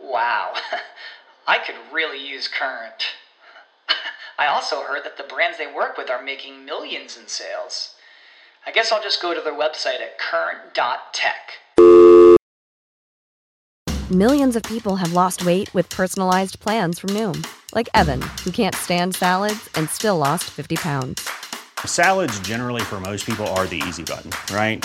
Wow. I could really use Current. I also heard that the brands they work with are making millions in sales. I guess I'll just go to their website at current.tech. Millions of people have lost weight with personalized plans from Noom, like Evan, who can't stand salads and still lost 50 pounds. Salads, generally, for most people, are the easy button, right?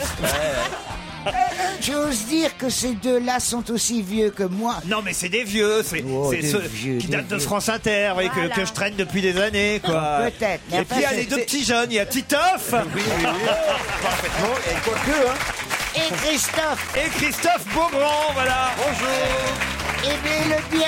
J'ose dire que ces deux-là sont aussi vieux que moi. Oh, Non, mais c'est des vieux, c'est c'est des ceux vieux, qui des datent de vieux. France Inter, vous voyez, que- Voilà. que, je traîne depuis des années, quoi. Peut-être, mais Et enfin, puis il y a c'est- les deux c'est- petits jeunes, il y a Titoff hein. Et Christophe, et Christophe Beaugrand, voilà. Bonjour. eh bien, le bien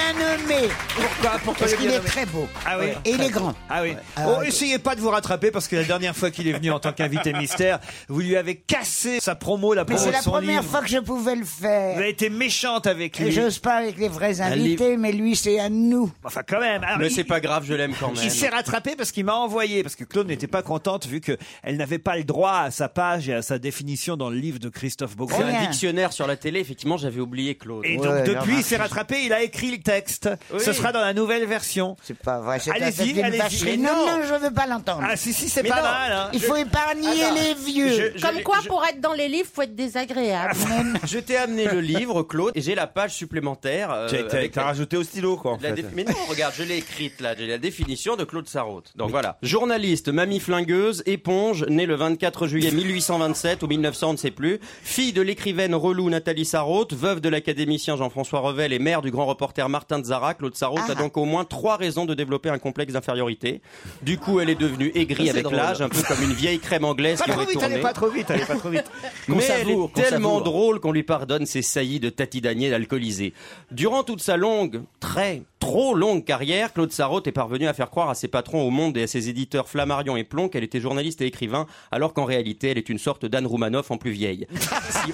nommé. Pourquoi, pourquoi Parce qu'il est très beau. Ah oui. Et il est grand. Ah oui. Ah, Bon, ok. essayez pas de vous rattraper parce que la dernière fois qu'il est venu en tant qu'invité mystère, vous lui avez cassé sa promo, la Mais promo c'est de la Oh, son première livre. fois que je pouvais le Vous faire. avez été méchante avec Et lui. j'ose pas avec les vrais invités, mais lui, c'est à nous. Enfin, quand même. Alors, Mais il- c'est pas grave, je l'aime quand même. Il s'est rattrapé parce qu'il m'a envoyé, parce que Claude n'était pas contente vu qu'elle n'avait pas le droit à sa page et à sa définition dans le livre de Christophe C'est Beaugrand. Rien. un dictionnaire sur la télé, effectivement, j'avais oublié Claude. Ouais, Et donc il a depuis, il s'est rattrapé, il a écrit le texte. Ce sera dans la nouvelle version. C'est pas vrai, c'est Allez-y, c'est une allez-y. Mais vacherie. Non, non. non, je veux pas l'entendre. Ah si, si, c'est Mais pas non. mal. hein. Il faut épargner les vieux. Ah, Comme quoi, pour être dans les livres, faut être désagréable. Je t'ai amené le livre, Claude, et j'ai la page supplémentaire. euh, avec la- rajouté au stylo, quoi. la défi- Mais non, regarde, je l'ai écrite là, j'ai la définition de Claude Sarraute. Donc voilà. Journaliste, mamie flingueuse, éponge, née le 24 juillet 1827 ou 1900, on ne sait plus, fille de l'écrivaine relou Nathalie Sarraute, veuve de l'académicien Jean-François Revel et mère du grand reporter Martin de Zara, Claude Sarraute Ah. a donc au moins trois raisons de développer un complexe d'infériorité. Du coup, elle est devenue aigrie avec l'âge, un peu comme une vieille crème anglaise Pas qui trop aurait vite, allez tourné. pas trop vite, allez pas trop vite. Qu'on Mais elle savoure, est qu'on tellement savoure. drôle qu'on lui pardonne ses saillies de Tati Daniel alcoolisée. Durant toute sa longue, très, trop longue carrière, Claude Sarraute est parvenu à faire croire à ses patrons au monde et à ses éditeurs Flammarion et Plon qu'elle était journaliste et écrivain, alors qu'en réalité, elle est une sorte d'Anne Roumanoff en plus vieille. Si-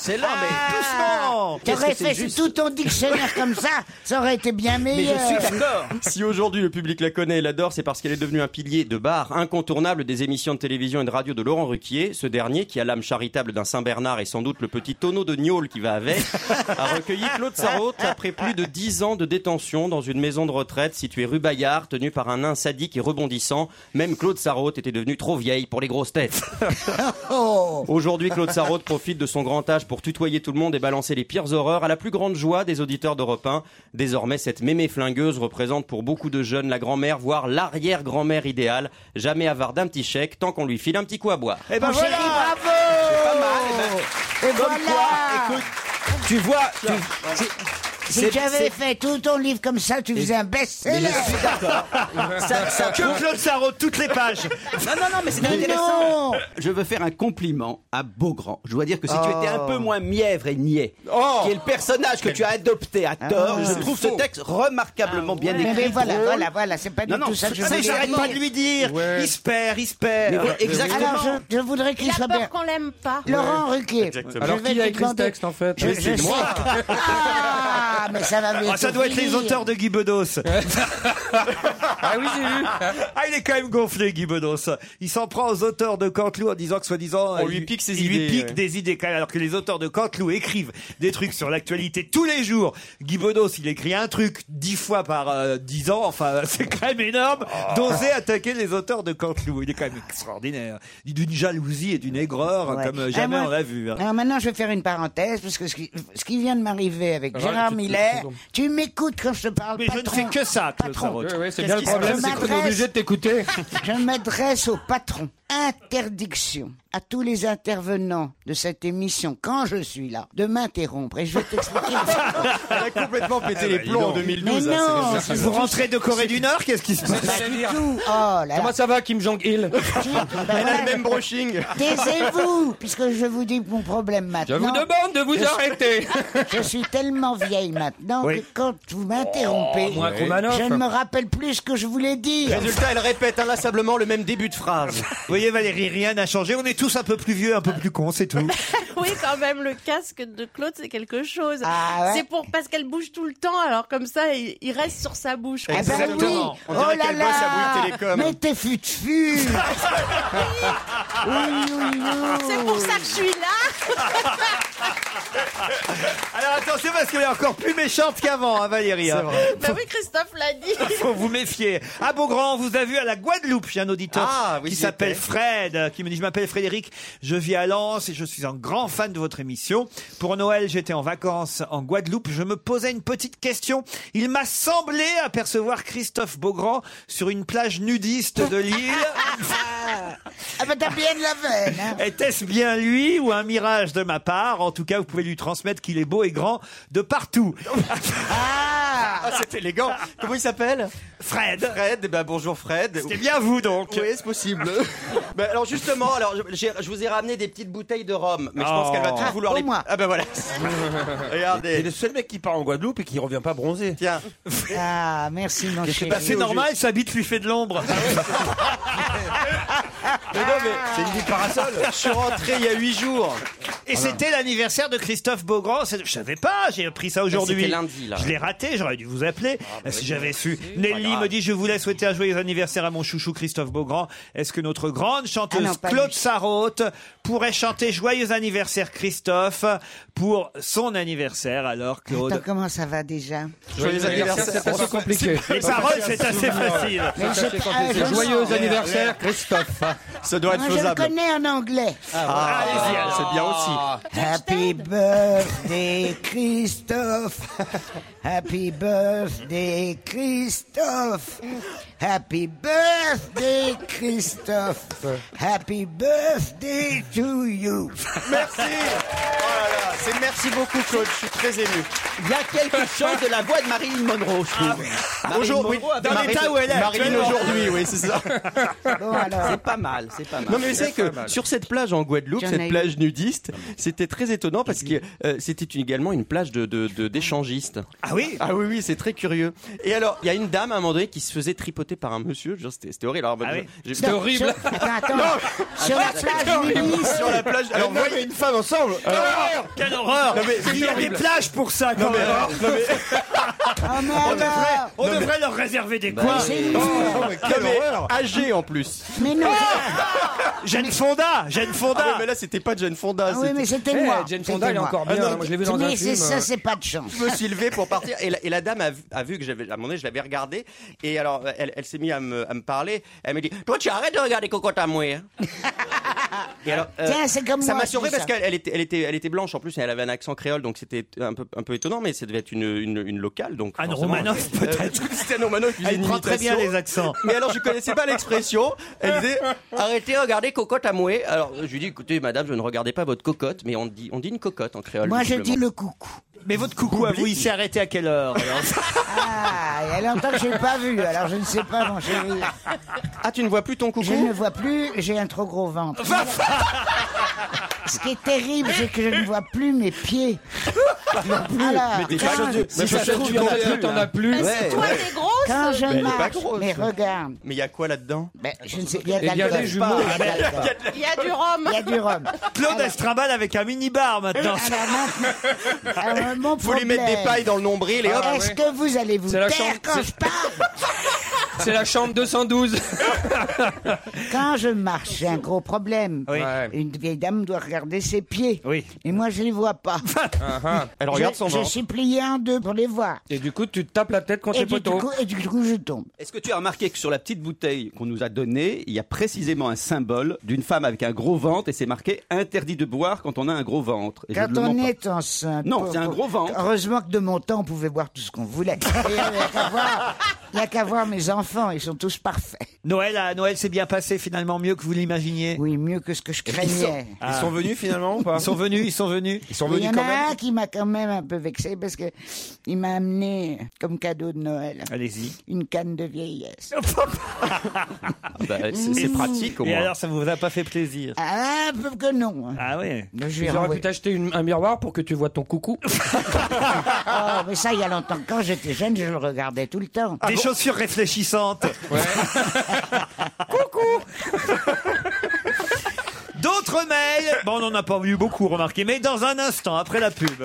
C'est là, mais... Doucement. T'aurais Qu'est-ce que fait c'est juste tout ton dictionnaire comme ça, ça aurait été bien Mais meilleur. je suis d'accord. Si aujourd'hui le public la connaît et l'adore, c'est parce qu'elle est devenue un pilier de bar incontournable des émissions de télévision et de radio de Laurent Ruquier. Ce dernier, qui a l'âme charitable d'un Saint-Bernard et sans doute le petit tonneau de gnôle qui va avec, a recueilli Claude Sarraute après plus de 10 ans de détention dans une maison de retraite située rue Bayard, tenue par un nain sadique et rebondissant. Même Claude Sarraute était devenue trop vieille pour les grosses têtes. Aujourd'hui, Claude Sarraute profite de son grand âge pour tutoyer tout le monde et balancer les pires horreurs à la plus grande joie des auditeurs d'Europe 1. Désormais, cette mémé flingueuse représente pour beaucoup de jeunes la grand-mère, voire l'arrière-grand-mère idéale, jamais avare d'un petit chèque tant qu'on lui file un petit coup à boire. Eh ben Mon chéri, voilà. bravo eh ben. Et voilà Tu vois, tu- Si tu avais fait tout ton livre comme ça, tu faisais un best-seller Ah. Ah, Ça, ça Que Claude Sarraute, toutes les pages. Non, non, non, mais c'est Mais intéressant. non Je veux faire un compliment à Beaugrand. Je dois dire que si tu étais un Oh. peu moins mièvre et niais, Oh. qui est le personnage que tu as adopté à Ah, tort, je trouve ce texte remarquablement bien Mais, écrit. voilà, drôle. voilà, voilà, c'est pas du Non, non, tout ça que je Ah, voulais mais j'arrête dire. pas de lui dire. Il se perd, il se perd. Mais voilà, exactement. Alors, je, je voudrais Il qu'il a soit peur bien. qu'on l'aime pas. Laurent Ruquier. je Alors, vais qui a te écrit ce demander- texte, en fait Ah, je, Mais je c'est sais. moi. Ah, Ah, mais ça va Ah, ça doit être les auteurs de Guy Bedos. ah oui, j'ai vu. Ah, il est quand même gonflé, Guy Bedos. Il s'en prend aux auteurs de Canteloup en disant que soi-disant, On il- lui pique ses il lui idées, pique ouais. des idées quand même, alors que les auteurs de Canteloup écrivent des trucs sur l'actualité tous les jours. Guy Bedos, il écrit un truc dix fois par euh, dix ans. Enfin, c'est quand même énorme Oh. d'oser attaquer les auteurs de Canteloup. Il est quand même extraordinaire. Il est D'une jalousie et d'une aigreur Ouais. comme Ah, jamais moi- on l'a vu. hein. Alors maintenant, je vais faire une parenthèse, parce que ce qui, ce qui vient de m'arriver avec Alors, Gérard tu te- Miller, pardon. tu m'écoutes quand je te parle. Mais je ne fais que ça, Claude Sarraute. Oui, oui, c'est Qu'est-ce bien le qui se passe problème, c'est qu'on est Je m'adresse- obligé de t'écouter. Je m'adresse au patron. Interdiction à tous les intervenants de cette émission, quand je suis là, de m'interrompre. Et je vais t'expliquer. Elle a complètement pété Ah les bah, dis plombs en donc. 2012. Mais hein, non, c'est c'est bizarre. Vous rentrez de Corée du Nord, qu'est-ce qui se passe Pas du tout. Oh là là. Comment ça va, Kim Jong-il Elle a le même brushing. Taisez-vous, puisque je vous dis mon problème maintenant. Je vous demande de vous Je suis- arrêter. Je suis tellement vieille maintenant Oui. que quand vous m'interrompez, Oh, moins je Kroumanov. ne me rappelle plus ce que je voulais dire. Résultat, elle répète inlassablement le même début de phrase. Vous voyez Valérie, rien n'a changé. On est tous un peu plus vieux, un peu plus cons, c'est tout. Oui, quand même, le casque de Claude, c'est quelque chose. Ah ouais C'est pour parce qu'elle bouge tout le temps, alors comme ça, il, il reste sur sa bouche. Ah bah oui. On dirait oh là qu'elle là bosse à Bouygues Télécom. Mais t'es fut de fut. Oui, oui, oui. C'est pour ça que je suis là. Alors attention parce qu'elle est encore plus méchante qu'avant, hein, Valérie. hein. bah oui, Christophe l'a Bah dit. Faut vous méfier. À Beaugrand, on vous a vu à la Guadeloupe. J'ai un auditeur Ah, oui, qui j'y s'appelle étais. Fred, euh, qui me dit, je m'appelle Frédéric, je vis à Lens et je suis un grand fan de votre émission. Pour Noël, j'étais en vacances en Guadeloupe. Je me posais une petite question. Il m'a semblé apercevoir Christophe Beaugrand sur une plage nudiste de l'île. Ah bah t'as bien de la veine. hein. Était-ce bien lui ou un mirage de ma part En tout cas, vous pouvez lui transmettre qu'il est beau et grand de partout. Ah, c'est élégant. Comment il s'appelle Fred. Fred, eh ben, bonjour Fred. C'était bien vous donc. Oui, c'est possible. Ben, alors justement, alors je, j'ai- je vous ai ramené des petites bouteilles de rhum, mais je pense Oh. qu'elle va Ah, tous vouloir pour les. moi. Ah ben voilà. Regardez. C'est le seul mec qui part en Guadeloupe et qui revient pas bronzé. Tiens. Ah merci mon chéri. Bah, c'est normal, sa bite lui fait de l'ombre. Ah Mais non, mais c'est une vie de parasol. Je suis rentré il y a 8 jours. Et c'était l'anniversaire de Christophe Beaugrand. C'est- Je savais pas, j'ai appris ça aujourd'hui. Bah, C'était lundi, là. Ah, bah Je l'ai raté, j'aurais dû vous appeler si j'avais su. Nelly grave. me dit Je voulais souhaiter un joyeux anniversaire à mon chouchou Christophe Beaugrand. Est-ce que notre grande chanteuse Ah non, pas Claude lui. Sarraute pourrait chanter Joyeux anniversaire Christophe pour son anniversaire Ah, Alors, Attends, Claude. comment ça va déjà Joyeux anniversaire. C'est assez compliqué. Les paroles, c'est assez facile. Mais je- ah, je- Joyeux anniversaire, Christophe. Ça doit être Moi, je le faisable. connais en anglais. Ah, Allez-y, alors. Ah, c'est bien Happy aussi. birthday Christophe Happy birthday Christophe Happy birthday Christophe Happy birthday to you Ah, Merci. Oh là là, c'est merci beaucoup Claude, je suis très ému. Il y a quelque chose de la voix de Marilyn Monroe, je trouve. Marilyn Ah, Aujourd'hui, Monroe avait- dans Marilyn- l'état où elle est Marilyn actuellement. aujourd'hui, oui, c'est ça. Bon alors, C'est pas mal, c'est pas mal. Non mais c'est que sur cette plage en Guadeloupe, J'en ai cette eu. plage nudiste, c'était très étonnant parce que euh, c'était une- également une plage de de- de- d'échangistes. Ah oui ah oui oui, c'est très curieux. Et alors, il y a une dame à un moment donné qui se faisait tripoter par un monsieur, genre, c'était c'était horrible. Alors, Ah je- oui. j'ai- C'était horrible. attends, attends Sur la plage nudiste sur la plage. Alors Non, voyez mais une femme ensemble. Euh, Quelle horreur Il y a des plages pour ça, quand même. Oh mais On devrait, alors on devrait leur réserver des coins. Oh, C'est nul non, Bah Oh, mais âgé en plus. Mais non Jeanne Fonda, Jeanne Ah Fonda. oui, mais là c'était pas Jane Fonda. Ah oui c'était- mais c'était Eh, moi Jane c'était Fonda, elle est moi. encore bien. Ah non, hein. Moi, je l'ai vu dans un Mais c'est film. ça, c'est pas de chance euh. je me suis levé pour partir et la, et la dame a vu, a vu que j'avais à un moment donné je l'avais regardé et alors elle, elle s'est mise à me, à me parler elle me dit toi tu arrêtes de regarder Cocotte à moi hein. et alors euh, Tiens, c'est comme ça moi, m'a je surpris dis ça. parce qu'elle elle était, elle était elle était blanche en plus et elle avait un accent créole donc c'était un peu un peu étonnant mais ça devait être une une, une locale donc Anne forcément, Romanoff, euh, peut-être. c'était Anne Romanoff qui faisait Elle une prend très bien imitation. les accents. Mais alors, je connaissais pas l'expression. Elle disait arrêtez, regardez cocotte à mouer. Alors, je lui dis écoutez, madame, je ne regardais pas votre cocotte, mais on dit, on dit une cocotte en créole. Moi tout je simplement. dis le coucou Mais votre coucou à vous, il s'est arrêté à quelle heure alors Ah, il y a longtemps que je l'ai pas vu, alors je ne sais pas, mon chéri. Ah, tu ne vois plus ton coucou Je ne vois plus, j'ai un trop gros ventre. Ce qui est terrible, c'est que je ne vois plus mes pieds. Non plus. Alors, Mais t'es quand- pas chanceux. si Même ça pas se chanceux, trouve, il y en a t'en as plus, plus, t'en hein. as plus. Ouais, ouais. Quand je Mais elle est pas marche, grosse. mais regarde. Mais il y a quoi là-dedans Ben, Je ne sais, il y a de Eh bien, l'alcool. les jumeaux. Ah, Il y a de l'alcool. Il y a du rhum. Il y a du rhum. Ah, bah. Claude Estrabal avec un minibar maintenant. Alors, Euh, mon Faut lui mettre problème- des pailles dans le nombril et hop. Est-ce que vous allez vous C'est la taire chambre- quand c'est- je parle C'est la chambre 212. Quand je marche, j'ai un gros problème. Une vieille dame doit regarder ses pieds. Et moi, je les vois pas. Uh-huh. Elle regarde Je- son Je ventre. suis plié en deux pour les voir. Et du coup, tu te tapes la tête contre Et les du, poteaux. coup, et du coup, je tombe. Est-ce que tu as remarqué que sur la petite bouteille qu'on nous a donnée, il y a précisément un symbole d'une femme avec un gros ventre et c'est marqué interdit de boire quand on a un gros ventre. Et je Quand ne le on mens pas. est enceinte. Non, pour- c'est un pour- gros ventre. Heureusement que de mon temps, on pouvait boire tout ce qu'on voulait. Et Il n'y a qu'à voir- il y a qu'à voir mes enfants, ils sont tous parfaits. Noël, ah, Noël s'est bien passé finalement, mieux que vous l'imaginiez. Oui, mieux que ce que je craignais. Ils sont venus finalement ou pas Ah. Ils sont venus, ils sont venus. Ils sont Mais Il y venus en quand a même. un qui m'a quand même un peu vexé parce que il m'a amené comme cadeau de Noël Allez-y. une canne de vieillesse. Bah, c'est c'est pratique au Mmh. Et moins. alors, ça vous a pas fait plaisir Ah, peu que non. Ah ouais. Mais je vais Ils auraient renvoyer. pu t'acheter une- un miroir pour que tu vois ton coucou. Oh, mais ça, il y a longtemps. Quand j'étais jeune, je le regardais tout le temps. Des chaussures réfléchissantes. Coucou. D'autres mails. Bon, on n'en a pas vu beaucoup, remarquez, mais dans un instant, après la pub.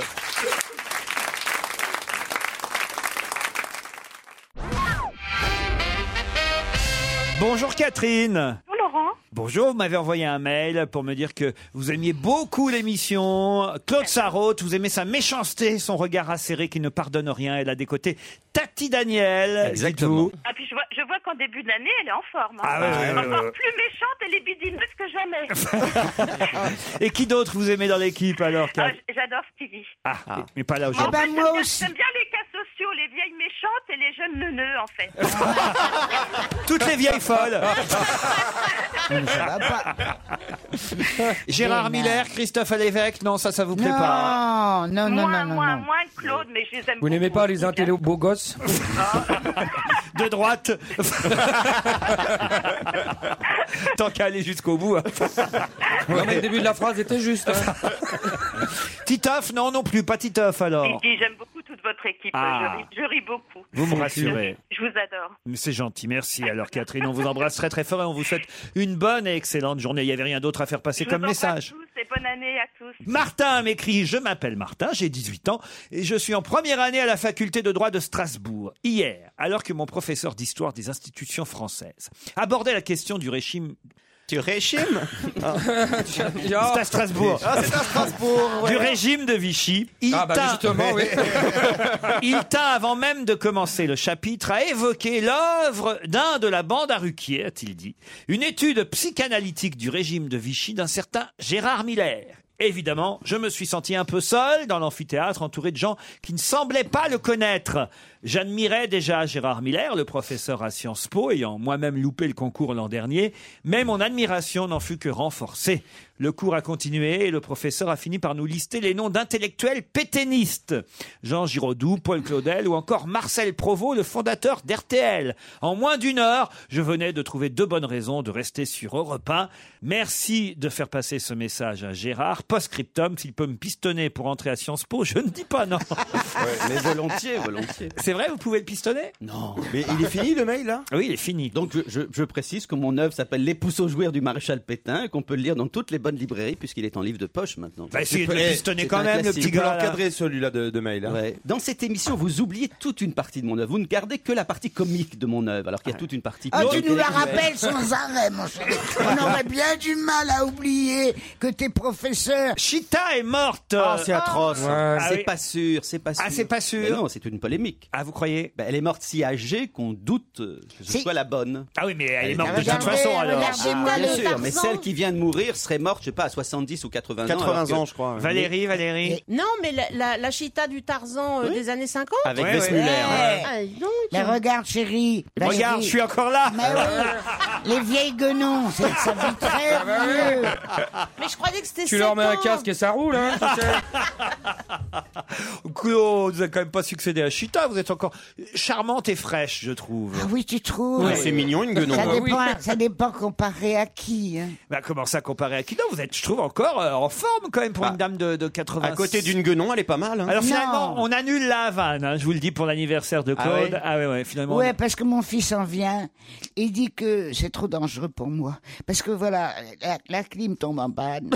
Bonjour Catherine. Bonjour Laurent. Bonjour, vous m'avez envoyé un mail pour me dire que vous aimiez beaucoup l'émission. Claude Sarraute, vous aimez sa méchanceté, son regard acéré qui ne pardonne rien. Elle a des côtés Tati Daniel. Exactement. dites-vous. Ah puis je vois, je vois qu'en début de l'année, elle est en forme. hein. Ah ouais, ouais, ouais, Encore ouais. plus méchante et libidineuse que jamais. Et qui d'autre vous aimez dans l'équipe alors Ah, Kat j- J'adore Stevie. ah, mais pas là En aujourd'hui. bah, fait, j'aime bien- J'aime bien les cas sociaux, les vieilles méchantes et les jeunes neuneux en fait. Toutes les vieilles folles. Ça va pas. Gérard Mais Miller, Christophe Lévesque, non, ça, ça vous plaît pas. Non, non, non, moins, non, non, moins, non. moins que Claude, mais je les aime Vous n'aimez beaucoup. pas les intellos beaux gosses De droite. Tant qu'à aller jusqu'au bout. hein. Non, mais le début de la phrase était juste. hein. Titoff, non, non plus, pas Titoff Oh. Il alors. dit j'aime beaucoup toute votre équipe. Ah. Je, ris, je ris beaucoup. Vous me rassurez. Je vous adore. Mais C'est gentil, merci. Alors Catherine, on vous embrasse très très fort et on vous souhaite une bonne et excellente journée. Il n'y avait rien d'autre à faire passer Je comme vous embrasse message. tous et bonne année à tous. Martin m'écrit, je m'appelle Martin, j'ai 18 ans et je suis en première année à la faculté de droit de Strasbourg. Hier, alors que mon professeur d'histoire des institutions françaises abordait la question du régime... Tu réchimes Yo. C'est à Strasbourg. Ah, c'est à Strasbourg. Du régime de Vichy, il Ah bah tint- justement, oui. Il tint, avant même de commencer le chapitre, à évoquer l'œuvre d'un de la bande à Ruquier, a-t-il dit, une étude psychanalytique du régime de Vichy d'un certain Gérard Miller. Évidemment, je me suis senti un peu seul dans l'amphithéâtre, entouré de gens qui ne semblaient pas le connaître. J'admirais déjà Gérard Miller, le professeur à Sciences Po, ayant moi-même loupé le concours l'an dernier, mais mon admiration n'en fut que renforcée. Le cours a continué et le professeur a fini par nous lister les noms d'intellectuels pétainistes. Jean Giraudoux, Paul Claudel ou encore Marcel Provost, le fondateur d'RTL. En moins d'une heure, je venais de trouver deux bonnes raisons de rester sur Europe 1. Merci de faire passer ce message à Gérard. Post-scriptum, s'il peut me pistonner pour entrer à Sciences Po, je ne dis pas non. Mais volontiers, volontiers. C'est vrai, vous pouvez le pistonner Non. Mais il est fini le mail là Oui, il est fini. Donc je, je- je précise que mon œuvre s'appelle Les pouces aux jouirs du maréchal Pétain et qu'on peut le lire dans toutes les bonnes librairies puisqu'il est en livre de poche maintenant. Bah, essayez de peux- le eh, pistonner c'est quand un même, le classique. petit Il peut gars. là. l'encadrer celui-là de, de mail. hein. Ouais. Dans cette émission, vous oubliez toute une partie de mon œuvre. Vous ne gardez que la partie comique de mon œuvre, alors qu'il y a toute une partie. Ah, tu nous la intellectuelle. rappelles sans arrêt, mon cher. On aurait bien du mal à oublier que tes Oh, professeurs. Chita est morte. Ah, c'est atroce. Ouais. C'est Ah oui. pas sûr, c'est pas sûr. Ah, c'est pas sûr. Mais non, c'est une polémique. Ah, vous croyez Bah, elle est morte si âgée qu'on doute euh, que ce Si. soit la bonne. Ah oui, mais elle est Allez, morte de toute regardez, façon alors. regardez. C'est Ah, pas bien le sûr, Tarzan. mais celle qui vient de mourir serait morte, je sais pas, à 70 ou 80 ans. 80 alors que- ans, je crois. ouais. Valérie, Valérie. Non, mais la, la, la chita du Tarzan euh, des années 50 Avec Ouais, Westmuller. Ouais. Ah, dis donc. Mais Eh, regarde, chérie. Regarde, Valérie. je suis encore là. Mais oui. Les vieilles guenons, ça, ça vit Ah, très bah mieux. Mais je croyais que c'était Tu leur sept mets un ans. casque et ça roule, hein tu sais. Claude, vous n'avez quand même pas succédé à Chita, vous êtes encore charmante et fraîche, je trouve. Ah oui, tu trouves Ouais, c'est mignon, une guenon. Ça Ah oui. dépend, ça dépend comparé à qui. hein. Bah, comment ça comparé à qui Non, vous êtes, je trouve, encore euh, en forme quand même pour une dame de, de 80. Bah, À côté d'une guenon, elle est pas mal. hein. Alors finalement, on annule la Havane, hein, je vous le dis, pour l'anniversaire de Ah Claude. Ah ouais ouais, ouais, finalement. Ouais, parce que mon fils en vient. Il dit que c'est trop dangereux pour moi. Parce que voilà, la, la clim tombe en panne.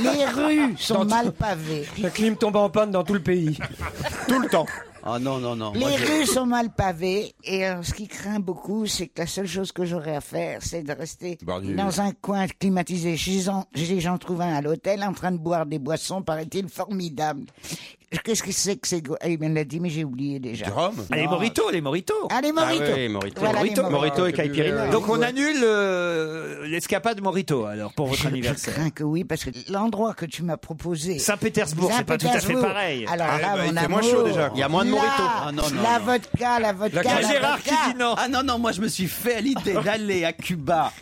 Les rues sont mal pavées. La clim tombe en panne dans tout le pays. Tout le temps. Ah non, non, Oh, non. Les Moi, je- rues sont mal pavées. Et euh, ce qui craint beaucoup, c'est que la seule chose que j'aurais à faire, c'est de rester Bord du- dans un coin climatisé. J'y en- j'y- J'en trouve un à l'hôtel en train de boire des boissons, paraît-il, formidables. Qu'est-ce que c'est que c'est Il me l'a dit, mais j'ai oublié déjà. Ah, les Non. moritos, les moritos. Ah, les moritos. Ah oui, moritos. Voilà, les moritos. Moritos et caipirinha. Donc on annule euh, l'escapade morito alors pour votre Je anniversaire. crains que oui, parce que l'endroit que tu m'as proposé. Saint-Pétersbourg, c'est pas tout à fait Saint-Pétersbourg. pareil. Alors Ah, là, bah, il mon fait moins amour, chaud déjà, quoi. Il y a moins de là, Morito. Ah, non, non, la non. vodka, la vodka. carte la Gérard vodka. non. Ah non, non, moi je me suis fait à l'idée d'aller à Cuba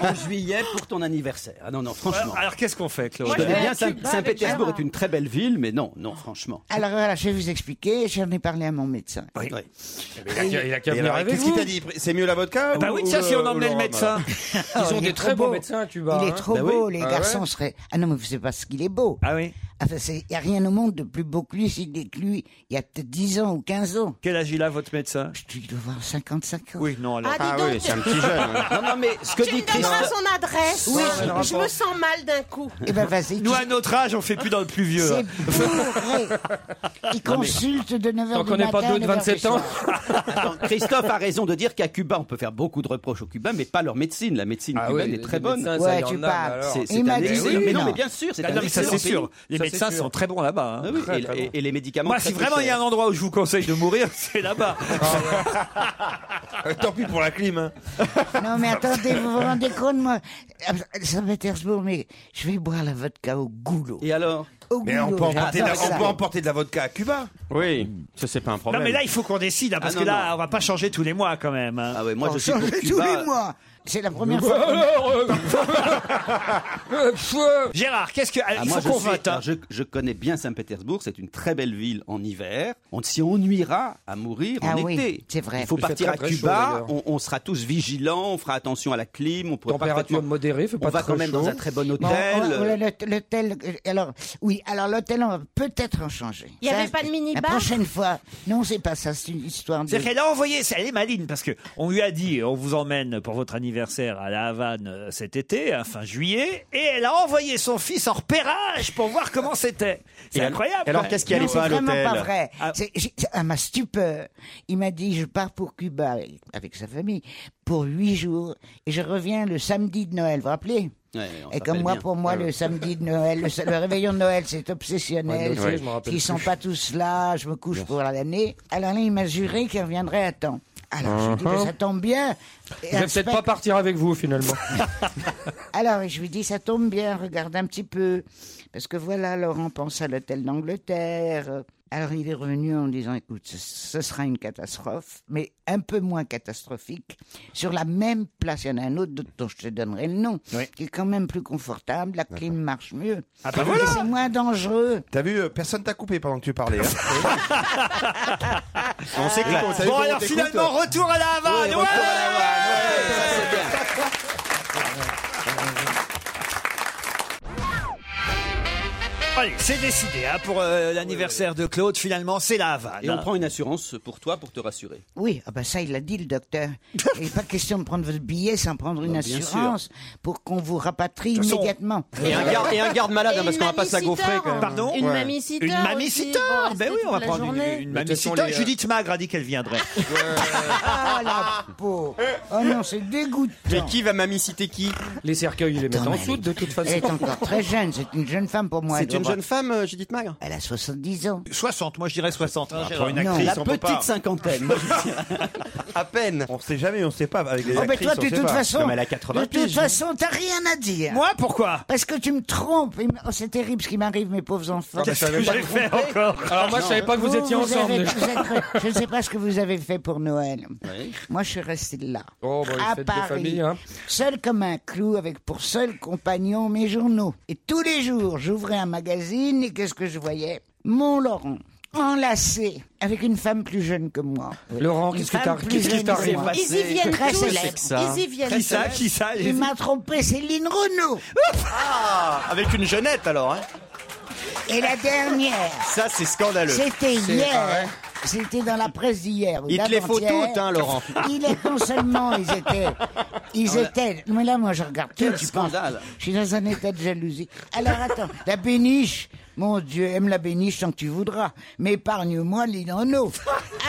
en juillet pour ton anniversaire. Ah non, non, franchement. Euh, Alors qu'est-ce qu'on fait, Claude Je Moi, je connais vais à bien Saint- Cuba avec Saint-Pétersbourg Gérard. est une très belle ville, mais non, non, franchement. Ah. Alors voilà, je vais vous expliquer. J'en ai parlé à mon médecin. Ouais. Il a- il a qu'à Et venir alors, avec qu'est-ce qu'il vous. t'a dit C'est mieux la vodka Bah ou- oui, tiens, ou si on le- emmenait ou le rhum, médecin. Euh, Ils Ah, ont il des est très trop bons beau. médecins à Cuba. Il hein. est trop Bah oui. beau, les Ah ouais. garçons seraient. Ah non, mais vous savez pas ce qu'il est beau. Ah oui Il n'y a rien au monde de plus beau que lui, s'il est que lui, il y a peut-être 10 ans ou 15 ans. Quel âge il a, votre médecin Il doit avoir 55 ans. Oui, non, alors. Ah, dis donc. hein. Non, non, mais ce que Tu me dit donneras Christophe. son adresse. Oui. je me sens mal d'un coup. Eh ben vas-y. Nous, à notre âge, on fait plus dans le plus vieux. C'est hein. bourré. Ah, Il Non, mais- consulte de 9h Tant du qu'on n'est matin pas à deux de 9 heures du 27 ans. soir. Attends, Christophe a raison de dire qu'à Cuba, on peut faire beaucoup de reproches aux Cubains, mais pas leur médecine. La médecine Ah cubaine oui, est très les bonne. médecins, ça, Ouais, il y tu en a, parles. alors. C'est- Il c'est m'a un dit- excellent- oui, Mais non, non. mais bien sûr, c'est Ah un non, mais ça, excellent c'est sûr. pays. Les Ça, c'est médecins sûr. sont très bons là-bas. hein. Ah oui, et- et, et les médicaments. Moi, très, si très vraiment il y a chers. un endroit où je vous conseille de mourir, c'est là-bas. Ah, Tant pis pour la clim. hein. Non mais attendez, vous vous rendez compte, moi, à Saint-Pétersbourg, mais je vais boire la vodka au goulot. Et alors Au Mais on goulot, peut, emporter de la, j'adore ça. on peut emporter de la vodka à Cuba. Oui, ça c'est pas un Non, problème. mais là, il faut qu'on décide, hein, parce Ah, que non, là, on va pas changer tous les mois quand même. hein. Ah ouais, moi, On je suis change pour tous Cuba. les mois. C'est la première Bah fois. qu'on- euh, Gérard, qu'est-ce que. Ah, il moi, faut je, qu'on suis- vote. hein. alors, je, je connais bien Saint-Pétersbourg, c'est une très belle ville en hiver. On s'y ennuiera à mourir Ah en oui, été. c'est vrai. Il faut Il fait partir très, à très Cuba, chaud, d'ailleurs. on, on sera tous vigilants, on fera attention à la clim, on pourra Température parfaitement- modérée, fait pas On va très quand même chaud. dans un très bon Bon, hôtel. on- on- l'hôte- l'hôtel, euh, alors, oui, alors l'hôtel, on va peut-être en changer. Il y Ça, avait pas de minibar La prochaine fois. Non, c'est pas ça, c'est une histoire de... C'est-à-dire qu'elle a envoyé, ça, elle est maligne, parce que on lui a dit, on vous emmène pour votre anniversaire à la Havane euh, cet été, hein, fin juillet, et elle a envoyé son fils en repérage pour voir comment c'était. C'est Et al- incroyable. alors, qu'est-ce qu'il y a allait Non, c'est pas à vraiment l'hôtel pas vrai. Ah. C'est- j'ai- c'est- à ma stupeur, il m'a dit je pars pour Cuba avec, avec sa famille pour huit jours et je reviens le samedi de Noël. Vous vous rappelez Ouais, on Et s'appelle comme moi, bien. Ah pour Ah moi, le samedi de Noël, le, sa- le réveillon de Noël, c'est Ouais, obsessionnel. Noël, je m'en rappelle S'ils sont plus. pas tous là, je me couche pour l'année. Alors là, il m'a juré qu'il reviendrait à temps. Alors, je lui ai dit, Uh-huh. bah, ça tombe bien. Et Je vais un peut-être spectre- pas partir avec vous finalement. alors, je lui dis, ça tombe bien, regarde un petit peu. Parce que voilà, Laurent pense à l'hôtel d'Angleterre. Alors, il est revenu en disant, écoute, ce, ce sera une catastrophe, mais un peu moins catastrophique. Sur la même place, il y en a un autre dont je te donnerai le nom, Oui. qui est quand même plus confortable, la clim marche mieux. Ah bah voilà C'est moins dangereux. T'as vu, euh, personne t'a coupé pendant que tu parlais. hein. On s'éclate. T'as vu Bon, comment alors t'écoutes finalement, retour à la Havane. Ouais Allez, c'est décidé hein, pour euh, l'anniversaire de Claude. Finalement, c'est la Havane. Et on prend une assurance pour toi pour te rassurer. Oui, ah bah ça, il l'a dit, le docteur. Il n'est pas question de prendre votre billet sans prendre une Bah, bien sûr. assurance pour qu'on vous rapatrie De toute façon, immédiatement. Et un garde, et un garde malade, hein, parce qu'on va pas s'agoffrer quand même. Pardon Une Ouais. mamie sitter. Une mamie aussi, sitter. pour rester Ben oui, on toute va la prendre une, journée. une Mais de mamie toute façon, sitter. les, euh, Judith Magre a dit qu'elle viendrait. Ah la peau Oh non, c'est dégoûtant Mais qui va mamiciter qui Les cercueils, ils les mettent Attends, en mais soute de toute Elle façon. est encore très jeune, c'est une jeune femme pour moi. elle C'est doit une avoir- jeune femme, euh, Judith Magre Elle a 70 ans. 60, moi je dirais 60. hein, Gérard. Pour une Non, actrice, La on peut petite pas. cinquantaine. moi, je dirais. à peine. On sait jamais, on sait pas. Avec les Oh, mais actrices, toi, on de sait toute pas. façon, Non, mais elle a 80 de toute piges. hein. façon, t'as rien à dire. Moi, pourquoi Parce que tu me trompes. Il me- oh, c'est terrible ce qui m'arrive, mes pauvres enfants. Ah, mais je savais Qu'est-ce que pas j'ai fait trompé. encore Alors, moi, je savais pas que vous étiez ensemble, avez- déjà. vous êtes- je ne sais pas ce que vous avez fait pour Noël. Moi, je suis resté là. Oh, bah, les à fêtes de Paris, famille, hein. seul comme un clou, avec pour seul compagnon mes journaux. Et tous les jours, j'ouvrais un magazine et qu'est-ce que je voyais Mon Laurent, enlacé avec une femme plus jeune que moi. Laurent, Une qu'est-ce que femme t'as- plus qu'est-ce qui jeune t'arrive que moi. Ils y viennent Très tous. célèbre. C'est ça. Ils y viennent Qui ça tous. Qui ça J'ai Il vu. m'a trompé, Céline Renaud. Ah, avec une jeunette alors. Hein. Et la dernière, Ça, c'est scandaleux. c'était Ah hier. C'était dans la presse d'hier. ou Il te les faut d'avant-hier. toutes, hein, Laurent. Il est non seulement ils étaient, ils étaient. Mais là, moi, je regarde tout. Quel je pense- scandale. Je suis dans un état de jalousie. Alors attends, la béniche. Mon Dieu, aime la béniche tant que tu voudras, mais épargne-moi l'inono.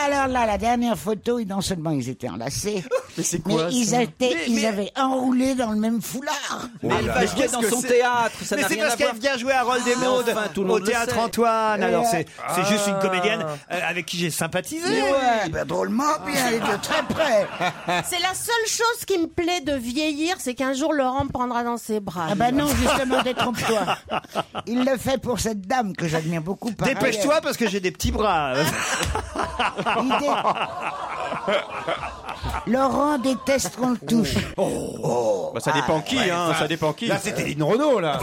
Alors là, la dernière photo, ils- non seulement ils étaient enlacés, mais, quoi, ils, ça étaient, Mais- ils mais- avaient enroulé dans le même foulard. Oh Mais elle va jouer dans son théâtre, ça Mais n'a c'est rien parce à voir. qu'elle vient jouer à rôle des Mais Mondes enfin, tout le au monde le théâtre sait. Antoine. Et Alors c'est euh, c'est juste une ah. comédienne euh, avec qui j'ai sympathisé. Mais ouais, bah, drôlement bien, et de très près. C'est la seule chose qui me plaît de vieillir, c'est qu'un jour Laurent me prendra dans ses bras. Ah bah non, justement, détrompe-toi. Il le fait pour cette dame que j'admire beaucoup. par Dépêche-toi parce que j'ai des petits bras. ailleurs. Il dé- Laurent déteste qu'on le Oh. touche. Bah, ça dépend qui, ouais, hein, enfin, ça dépend qui. là, c'était Lynn Renault, là.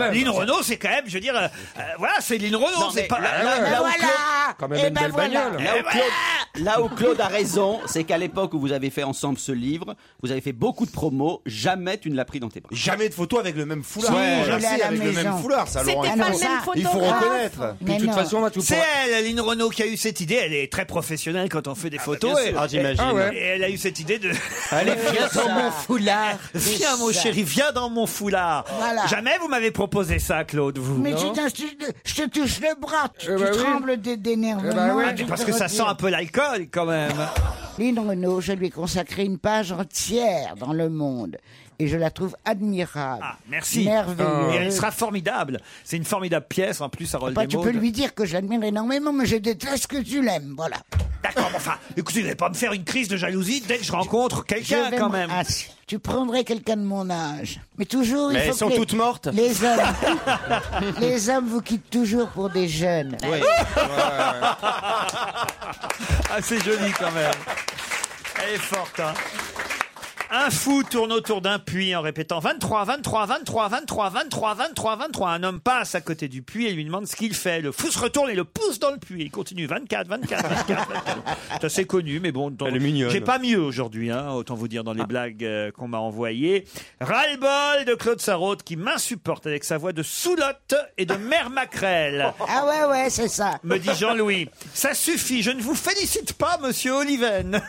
Lynn Renault, c'est quand même, je veux dire, euh, euh, voilà, c'est Lynn Renault, Non, c'est mais pas. là- là- là où Claude- Quand même Eh une ben belle voilà. bagnole. Là Eh où Claude, là où Claude a raison, c'est qu'à l'époque où vous avez fait ensemble ce livre, vous avez fait beaucoup de promos, jamais tu ne l'as pris dans tes bras. Jamais de photo avec le même foulard. Si, Ouais, je là, l'ai à c'est la avec le maison. même foulard, ça, C'était Laurent. pas il faut- le même Il faut photographe. reconnaître. Mais non. C'est elle, Aline Renault, qui a eu cette idée. Elle est très professionnelle quand on fait des photos. bien sûr. et, Ah, j'imagine. et- Ah ouais. et elle a eu cette idée de. Allez, viens dans mon foulard. Viens, C'est mon ça. chéri, viens dans mon foulard. Voilà. Jamais vous m'avez proposé ça, Claude, vous. Mais tu Non t'instiges- je te touche le bras, tu, Eh tu bah oui. trembles d'é- d'énervement. Ah, mais parce que ça sent un peu l'alcool quand même. Lynn Renaud, je lui ai consacré une page entière dans Le Monde. Et je la trouve admirable. Ah, Merci. Oh. Merveilleuse. Et elle sera formidable. C'est une formidable pièce en plus à Roll Bah, tu peux lui dire que je l'admire énormément, mais je déteste que tu l'aimes. Voilà. D'accord, Oh, mais enfin, écoutez, vous n'allez pas me faire une crise de jalousie dès que je rencontre Je quelqu'un vais quand me- même. Ah, si. tu prendrais quelqu'un de mon âge. Mais toujours, il Mais faut elles que sont les- toutes mortes. Les hommes, les hommes vous quittent toujours pour des jeunes. Ah, c'est joli quand même. Elle est forte, hein. Un fou tourne autour d'un puits en répétant 23, 23, 23, 23, 23, 23, 23. Un homme passe à côté du puits et lui demande ce qu'il fait. Le fou se retourne et le pousse dans le puits. Il continue 24, 24, Ah, 24. 24. C'est assez connu, mais bon. dans- Elle est mignonne. J'ai pas mieux aujourd'hui, hein, autant vous dire dans les blagues euh, qu'on m'a envoyées. Ras-le-bol de Claude Sarraute qui m'insupporte avec sa voix de soulotte et de mère maquerelle. Ah ouais, ouais, c'est ça. Me dit Jean-Louis, ça suffit, je ne vous félicite pas, monsieur Oliven.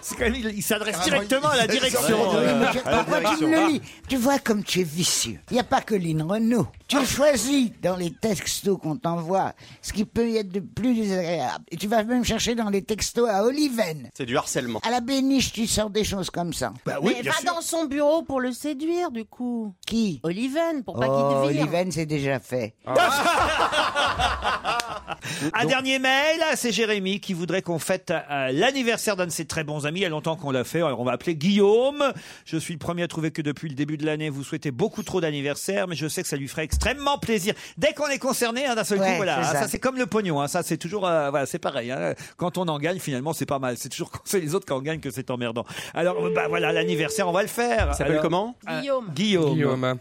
C'est quand même, il il s'adresse directement à la direction. Oui, Ah, mais tu- Pourquoi tu me le lis Tu vois comme tu es vicieux. Il n'y a pas que Lynn Renault. Tu choisis dans les textos qu'on t'envoie ce qui peut y être de plus désagréable. Et tu vas même chercher dans les textos à Oliven. C'est du harcèlement. À la béniche, tu sors des choses comme ça. Ah Bah Mais va dans son bureau pour le séduire, du coup. Qui Oliven, pour pas Oh, qu'il te vire. Oliven, c'est déjà fait. Ah. Un dernier mail, c'est Jérémy qui voudrait qu'on fête euh, l'anniversaire d'un de ses très bons amis. Il y a longtemps qu'on l'a fait, alors on va appeler Guillaume. Je suis le premier à trouver que depuis le début de l'année, vous souhaitez beaucoup trop d'anniversaires, mais je sais que ça lui ferait extrêmement plaisir. Dès qu'on est concerné, hein, d'un seul coup, Ouais, voilà, c'est hein, ça. ça, c'est comme le pognon, hein, ça c'est toujours, euh, voilà, c'est pareil. hein. Quand on en gagne, finalement, c'est pas mal. C'est toujours quand c'est les autres qui en gagnent que c'est emmerdant. Alors, euh, bah voilà, l'anniversaire, on va le faire. Il s'appelle Alors, comment euh, Guillaume. Guillaume. Guillaume.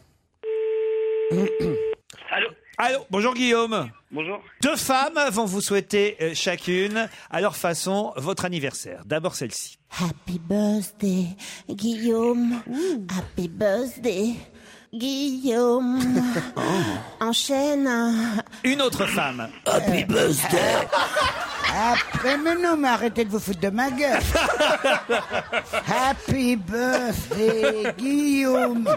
Allô. Allô. Bonjour Guillaume. Bonjour. Deux femmes vont vous souhaiter euh, chacune, à leur façon, votre anniversaire. D'abord celle-ci. Happy birthday, Guillaume. Happy birthday, Guillaume. Oh. Enchaîne. Une autre femme. Happy birthday. Ah. Après, mais non, mais arrêtez de vous foutre de ma gueule. Happy birthday, Guillaume.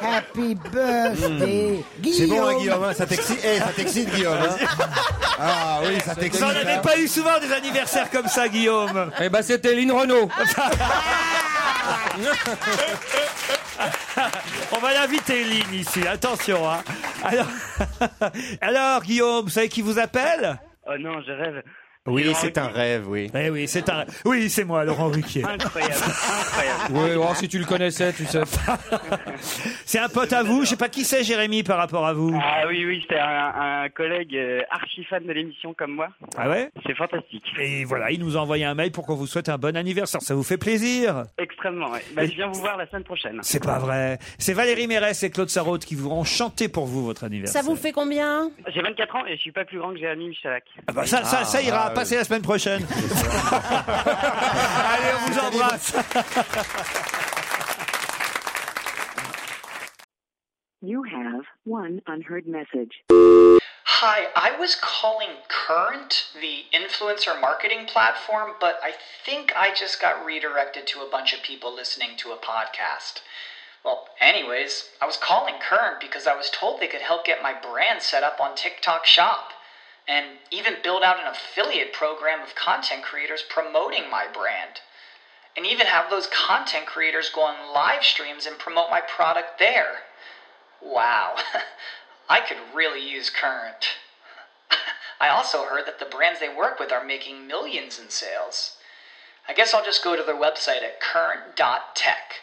Happy birthday, Guillaume. C'est bon, hein, Guillaume, hein, ça t'excite, eh, ça t'excite, Guillaume. hein. Ah oui, ça Vous t'excite. n'en avez hein. pas eu souvent des anniversaires comme ça, Guillaume Eh ben, c'était Lynn Renault. On va l'inviter, Lynn, ici. Attention, hein. Alors, Alors Guillaume, vous savez qui vous appelle Oh Ah non, je rêve. Oui, c'est un rêve, oui. Eh oui, c'est un. Oui, c'est moi, Laurent Ruquier. Incroyable, incroyable. Oui, oh, si tu le connaissais, tu sais. c'est un pote à vous. Je sais pas qui c'est, Jérémy, par rapport à vous. Ah oui, oui, c'était un, un collègue euh, archi fan de l'émission comme moi. Ah ouais C'est fantastique. Et voilà, il nous a envoyé un mail pour qu'on vous souhaite un bon anniversaire. Ça vous fait plaisir Extrêmement, ouais. Bah, je viens vous voir la semaine prochaine. C'est pas vrai. C'est Valérie Mérès et Claude Sarraute qui vous ont chanté pour vous votre anniversaire. Ça vous fait combien J'ai 24 ans et je suis pas plus grand que Jérémy Michalak. Ah bah ça, ça, ça ira. Passez la semaine prochaine. Allez, on vous embrasse. You have one unheard message. Hi, I was calling Current, the influencer marketing platform, but I think I just got redirected to a bunch of people listening to a podcast. Well, anyways, I was calling Current because I was told they could help get my brand set up on TikTok Shop and even build out an affiliate program of content creators promoting my brand. And even have those content creators go on live streams and promote my product there. Wow, I could really use Current. I also heard that the brands they work with are making millions in sales. I guess I'll just go to their website at current.tech.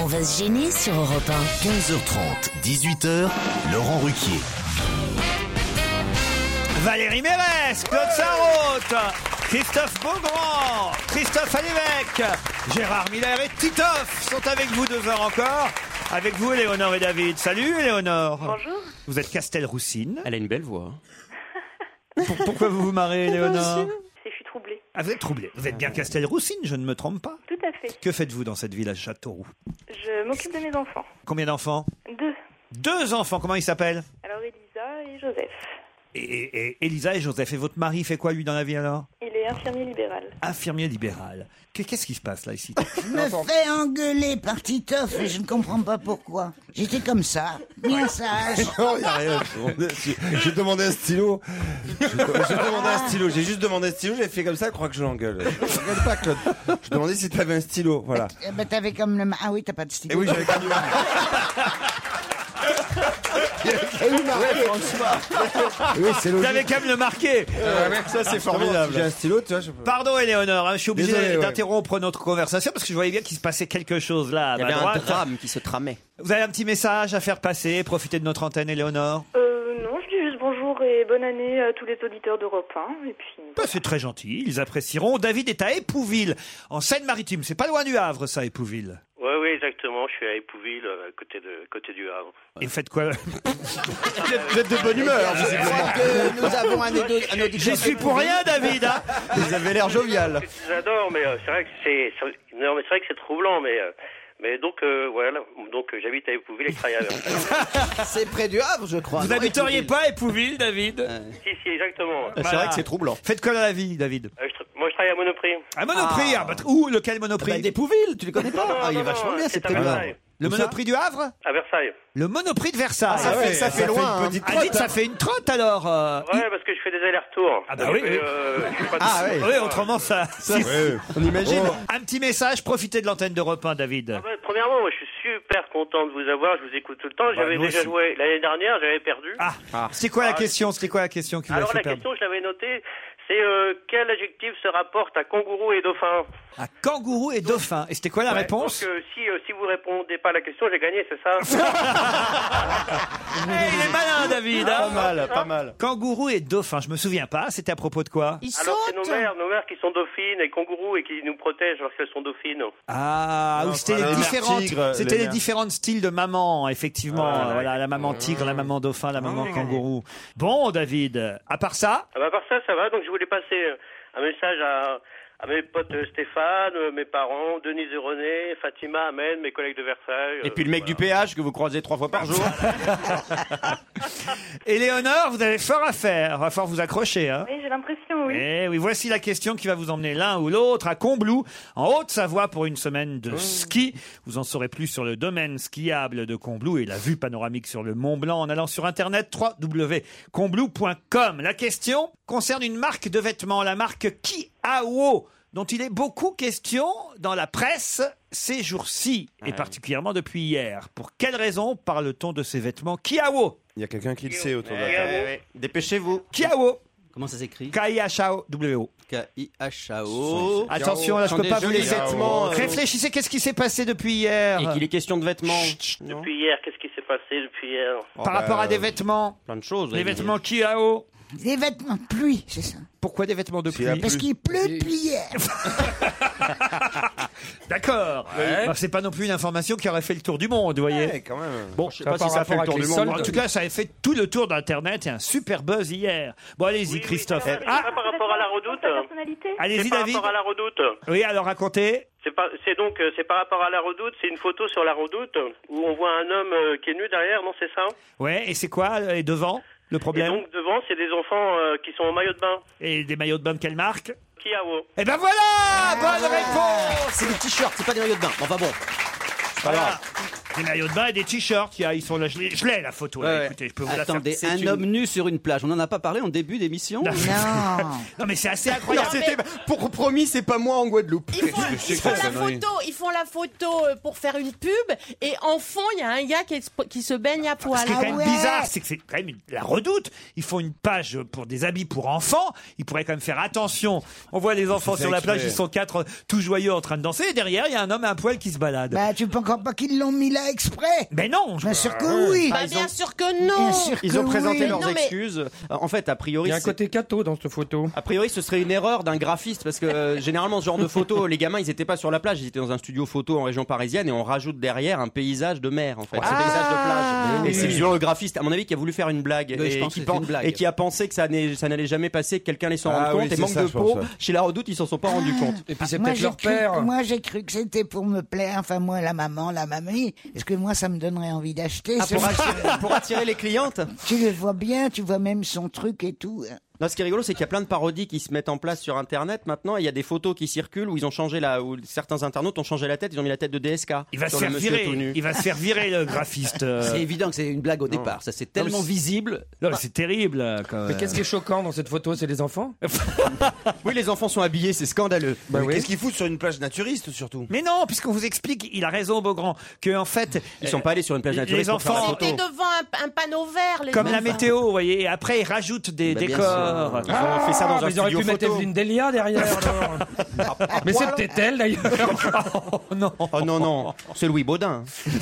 On va se gêner sur Europe 1. 15h30, 18h, Laurent Ruquier. Valérie Mérès, Claude Sarraute, Christophe Beaugrand, Christophe Alévèque, Gérard Miller et Titoff sont avec vous deux heures encore. Avec vous, Éléonore et David. Salut, Éléonore. Bonjour. Vous êtes Castel-Roussine. Elle a une belle voix. Pourquoi vous vous marrez, Éléonore C'est- Je suis troublée. ah, Vous êtes troublée. Vous êtes bien Castel-Roussine, je ne me trompe pas. Tout à fait. Que faites-vous dans cette ville à Châteauroux Je m'occupe de mes enfants. Combien d'enfants Deux. Deux enfants, comment ils s'appellent Alors Elisa et Joseph. et, et- et Elisa et Joseph. Et votre mari fait quoi, lui, dans la vie alors Il est infirmier libéral. Infirmier libéral. Qu'est- Qu'est-ce qui se passe là, ici Je me fais engueuler par Titoff et je ne comprends pas pourquoi. J'étais comme ça, bien sage. Non, y a rien. J'ai demandé un stylo. J'ai j'ai demandé un stylo. J'ai juste demandé un stylo. J'ai fait comme ça. Je crois que je l'engueule. Je regarde pas, Claude. Je demandais si t'avais un stylo. Voilà. Eh ben, t'avais comme le. ma- Ah oui, t'as pas de stylo. Et Eh oui, j'avais comme le Oui, c'est logique. Vous avez quand même le marqué. Euh, ouais, ça, c'est formidable. Si j'ai un stylo, tu vois, je peux- Pardon, Éléonore, hein, je suis obligé Désolé, ouais. d'interrompre notre conversation parce que je voyais bien qu'il se passait quelque chose là. à Il y ma avait un droite. drame qui se tramait. Vous avez un petit message à faire passer. Profitez de notre antenne, Éléonore. Euh, non, je dis juste bonjour et bonne année à tous les auditeurs d'Europe 1. Et puis, Bah, c'est très gentil, ils apprécieront. David est à Épouville, en Seine-Maritime. C'est pas loin du Havre, ça, Épouville. Oui, oui, exactement. Je suis à Épouville, euh, à côté, de, côté du Havre. Et vous faites quoi Vous êtes, de bonne humeur, visiblement. que nous avons un audio- un J'y suis pour rien, David. hein. Vous avez l'air jovial. J'adore, mais euh, c'est vrai que c'est c'est- non, mais c'est vrai que c'est troublant, mais euh, mais donc euh, voilà, donc euh, j'habite à Épouville et je travaille à Versailles. C'est près du Havre, je crois. Vous non n'habiteriez pas Épouville, David Euh, si, si, exactement. Voilà. Voilà. Faites quoi dans la vie, David Euh, je tra- moi, je travaille à Monoprix. Un Monoprix ah. bah, Où Lequel Monoprix Bah, D'Épouville, tu le connais pas Non, Ah, il est non, vachement non, bien, c'est c'est près du à Havre. Versailles. Le Monoprix du Havre À Versailles. Le Monoprix de Versailles. Ah, ça fait- ça fait loin, une hein. petite Ah, trotte, dites, hein. ça fait une trotte alors. Ouais, parce que je fais des allers-retours. Ah bah oui, oui. ah autrement ça. Oh. Ça, ouais, on imagine. Un petit message, profitez de l'antenne d'Europe 1, Ah, David. Premièrement, moi, je suis super content de vous avoir. Je vous écoute tout le temps. J'avais Bah, nous déjà aussi. joué l'année dernière. J'avais perdu. C'était quoi la Ah, question C'était quoi la question qui vous a Alors fait la perdre question, je l'avais notée, c'est euh, quel adjectif se rapporte à kangourou et dauphin Un Ah, kangourou et dauphin. Et c'était quoi la Ouais, réponse donc, euh, si, euh, si vous répondez pas à la question, j'ai gagné, c'est ça Il est malin, David. Ah, hein pas mal, pas mal. Kangourou et dauphin, je me souviens pas. C'était à propos de quoi Alors c'est nos mères, nos mères qui sont dauphines et kangourous et qui nous protègent lorsqu'elles sont dauphines. Ah, Non, où c'était voilà, les les différentes, mères tigres, c'était les les, mères. différentes styles de maman, effectivement. Ah, ouais. voilà, la maman tigre, la maman dauphin, la Ah. maman kangourou. Bon, David. À part ça, Ah bah, à part ça, ça va, donc je voulais passer un euh, message à, à à mes potes euh, Stéphane, euh, mes parents, Denise et René, Fatima, Amen, mes collègues de Versailles. euh, Et puis le mec du péage que vous croisez trois fois par jour. Éléonore, vous avez fort à faire. Va falloir vous accrocher. Hein. Oui, j'ai l'impression, oui. Eh oui, voici la question qui va vous emmener l'un ou l'autre à Combloux, en Haute-Savoie, pour une semaine de ski. Vous en saurez plus sur le domaine skiable de Combloux et la vue panoramique sur le Mont Blanc en allant sur internet www.combloux.com. La question concerne une marque de vêtements, la marque Kiao, dont il est beaucoup question dans la presse ces jours-ci, et particulièrement depuis hier. Pour quelle raison parle-t-on de ces vêtements Kiao Il y a quelqu'un qui le sait autour de Eh ouais, ouais. Dépêchez-vous. Kiao Comment ça s'écrit K-I-H-A-O-W-O. Oh. K-I-H-A-O. Attention, là, je peux pas vous laisser. Ah, Oh. Réfléchissez, qu'est-ce qui s'est passé depuis hier Et qu'il est question de vêtements. Depuis hier, qu'est-ce qui s'est passé depuis hier Par rapport à des vêtements. Oh, bah, Plein de choses. Les vêtements Kiao. Des vêtements de pluie, c'est ça. Pourquoi des vêtements de pluie Parce qu'il pleut depuis hier. D'accord. Bah, c'est pas non plus une information qui aurait fait le tour du monde, vous voyez. Bon, je sais Ça pas a pas si ça a rapport fait le avec tour les du monde. hein. soldes. En tout cas, ça a fait tout le tour d'Internet et un super buzz hier. Bon, allez-y, Christophe. Ah, C'est pas par rapport à la redoute Allez-y, C'est par David. rapport à la redoute. Ah, oui, alors racontez. C'est pas- c'est donc euh, c'est par rapport à la redoute, c'est une photo sur la redoute où on voit un homme euh, qui est nu derrière, non c'est ça Ouais, et c'est quoi euh, Et devant le Et problème donc devant c'est des enfants euh, qui sont en maillot de bain. Et des maillots de bain de quelle marque Kiao. Ah, Eh ben voilà Bonne réponse Oh, C'est des t-shirts, c'est pas des maillots de bain. Enfin bon. Voilà. Des maillots de bain et des t-shirts, il y a- ils sont là. Je l'ai- je l'ai la photo. là, Écoutez, je peux vous la faire. Attendez, C'est un une- homme nu sur une plage. On n'en a pas parlé en début d'émission. Non, mais c'est assez incroyable. pour promis, c'est pas moi en Guadeloupe. Ils font, la photo, ils font la photo euh, pour faire une pub et en fond il y a un gars qui, expo- qui se baigne à poil. Ce qui Ah, est quand Ah Ah même bizarre, c'est que c'est quand même une- la redoute. Ils font une page pour des habits pour enfants. Ils pourraient quand même faire attention. On voit les enfants fait sur la plage, exprès. ils sont quatre euh, tout joyeux en train de danser. Et derrière, il y a un homme à un poil qui se balade. bah, tu peux encore pas qu'ils l'ont mis là exprès Mais non Bien sûr que oui Bah, bien sûr que non. Bien sûr Ah Ils que ont présenté oui. leurs Non, mais- excuses. En fait, a priori, Il y a un c'est- côté cato dans cette photo. A priori, ce serait une erreur d'un graphiste parce que euh, généralement, ce genre de photo, les gamins, ils étaient pas sur la plage, ils étaient dans un studio photo en région parisienne et on rajoute derrière un paysage de mer en fait, ce paysage de plage. Oui, et c'est oui. sûrement le graphiste, à mon avis, qui a voulu faire une blague, Oui, je et, pense qui que c'était pen- une blague. et qui a pensé que ça n'allait ça n'allait jamais passer, que quelqu'un les s'en Ah rende oui, compte et c'est manque ça, de je pense, peau. ouais. Chez la redoute, ils s'en sont pas rendus compte. Et puis Ah, Moi, j'ai cru- Moi, j'ai cru que c'était pour me plaire. Enfin, moi, la maman, la mamie. Est-ce que moi, ça me donnerait envie d'acheter Ah, ce- pour, attirer, pour attirer les clientes Tu le vois bien, tu vois même son truc et tout. Non, ce qui est rigolo, c'est qu'il y a plein de parodies qui se mettent en place sur Internet maintenant. et Il y a des photos qui circulent où ils ont changé la, où certains internautes ont changé la tête. Ils ont mis la tête de DSK. Il va sur se le faire monsieur tout nu. virer. Il va se faire virer le graphiste. euh. C'est évident que c'est une blague au départ. Ça, c'est tellement Non, mais- visible. Non, mais c'est terrible. euh, Quand même. Mais qu'est-ce qui est choquant dans cette photo C'est les enfants Bah, Oui, les enfants sont habillés, c'est scandaleux. Bah Mais Qu'est-ce qu'ils foutent sur une plage naturiste surtout Mais non, puisqu'on vous explique, il a raison, Beaugrand, que en fait, Ils sont pas allés sur une plage naturelle les pour faire la enfants, photo. T'es devant un, un panneau vert. Les comme la enfants. météo, vous voyez, et après ils rajoutent des Bah, bien décors. sûr. Ah, Ils ont fait ça dans un Ah, Ils auraient studio pu mettre photo. Evelyne Delia derrière. alors. Mais c'est peut-être elle d'ailleurs. Oh non. Oh non, non, c'est Louis Baudin.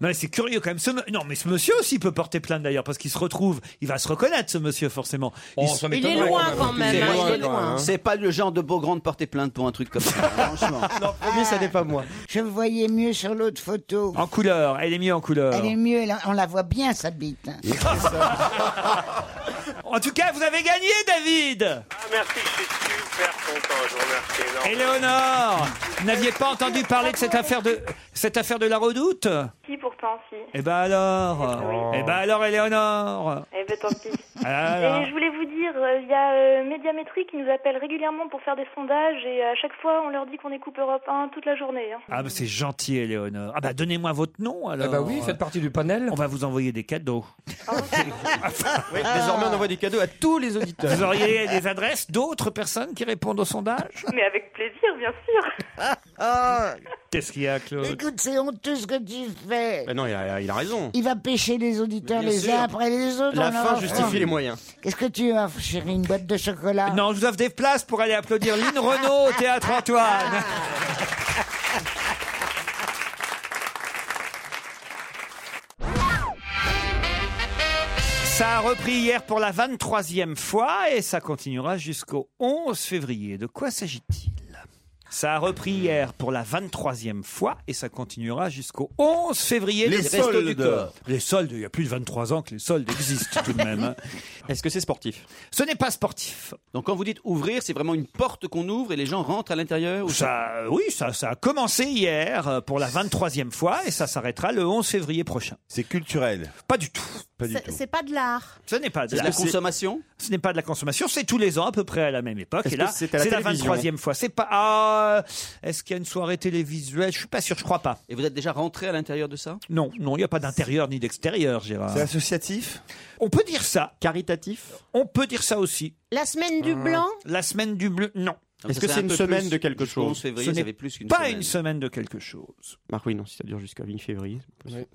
Non, mais c'est curieux quand même. Ce... me- Non, mais ce monsieur aussi peut porter plainte d'ailleurs, parce qu'il se retrouve, il va se reconnaître ce monsieur forcément. Oh, Il- ça Il m'étonnerait est loin même. quand même. C'est hein, loin, il est quand loin. C'est pas le genre de beau grand de porter plainte pour un truc comme ça, franchement. Non, promis, ça n'est pas moi. Je le voyais mieux sur l'autre photo. En couleur, elle est mise en couleur. Elle est mieux, elle- on la voit bien, sa bite. En tout cas, vous avez gagné, David. Ah merci, je suis super content, je vous remercie énormément. Éléonore, vous n'aviez pas entendu parler de cette affaire de cette affaire de la Redoute Si, pourtant, si. Eh ben alors, eh ben alors, Éléonore. Eh ben, tant pis. Ah là là. Et je voulais vous dire, euh, il y a euh, Médiamétrie qui nous appelle régulièrement pour faire des sondages et à chaque fois, on leur dit qu'on écoute Europe 1 toute la journée. hein. Ah, bah, c'est gentil, Éléonore. Ah, bah, donnez-moi votre nom, alors. Ah bah oui, faites partie du panel. On va vous envoyer des cadeaux. Oui, désormais, on envoie du cadeau à tous les auditeurs. Vous auriez des adresses d'autres personnes qui répondent au sondage Mais avec plaisir, bien sûr. Ah Qu'est-ce qu'il y a, Claude Écoute, c'est honteux ce que tu fais. Mais non, il a, il a raison. Il va pêcher les auditeurs Mais bien les sûr. uns après les autres. La on leur fin offre. justifie les moyens. Qu'est-ce que tu offres, chérie Une boîte de chocolat Non, je vous offre des places pour aller applaudir Lynn Renault au Théâtre Antoine. Ça a repris hier pour la 23e fois et ça continuera jusqu'au 11 février. De quoi s'agit-il Ça a repris hier pour la 23e fois et ça continuera jusqu'au 11 février. Les Restos soldes. du Cœur. Les soldes, il y a plus de 23 ans que les soldes existent tout de même. Hein Est-ce que c'est sportif Ce n'est pas sportif. Donc quand vous dites ouvrir, c'est vraiment une porte qu'on ouvre et les gens rentrent à l'intérieur ou ça Euh, oui, ça, ça a commencé hier euh, pour la 23e fois et ça s'arrêtera le 11 février prochain. C'est culturel Pas du tout. C'est- C'est pas de l'art. Ce n'est pas de C'est de la consommation Ce n'est pas de la consommation, c'est tous les ans à peu près à la même époque. Est-ce Et là, que c'est c'est à la la, télévision 23e fois. C'est pas. Ah, Est-ce qu'il y a une soirée télévisuelle Je suis pas sûr, je crois pas. Et vous êtes déjà rentré à l'intérieur de ça Non, non, il n'y a pas d'intérieur ni d'extérieur, Gérard. C'est associatif On peut dire ça. Caritatif On peut dire ça aussi. La semaine Ah. du blanc Euh, La semaine du bleu, non. Est-ce que Ça, c'est c'est un une peu semaine plus. de quelque Jusqu'au chose 11 février, Ce ça n'est fait plus qu'une pas semaine. une semaine de quelque chose. Marc, oui, non, si ça dure jusqu'à mi-février. Vraiment,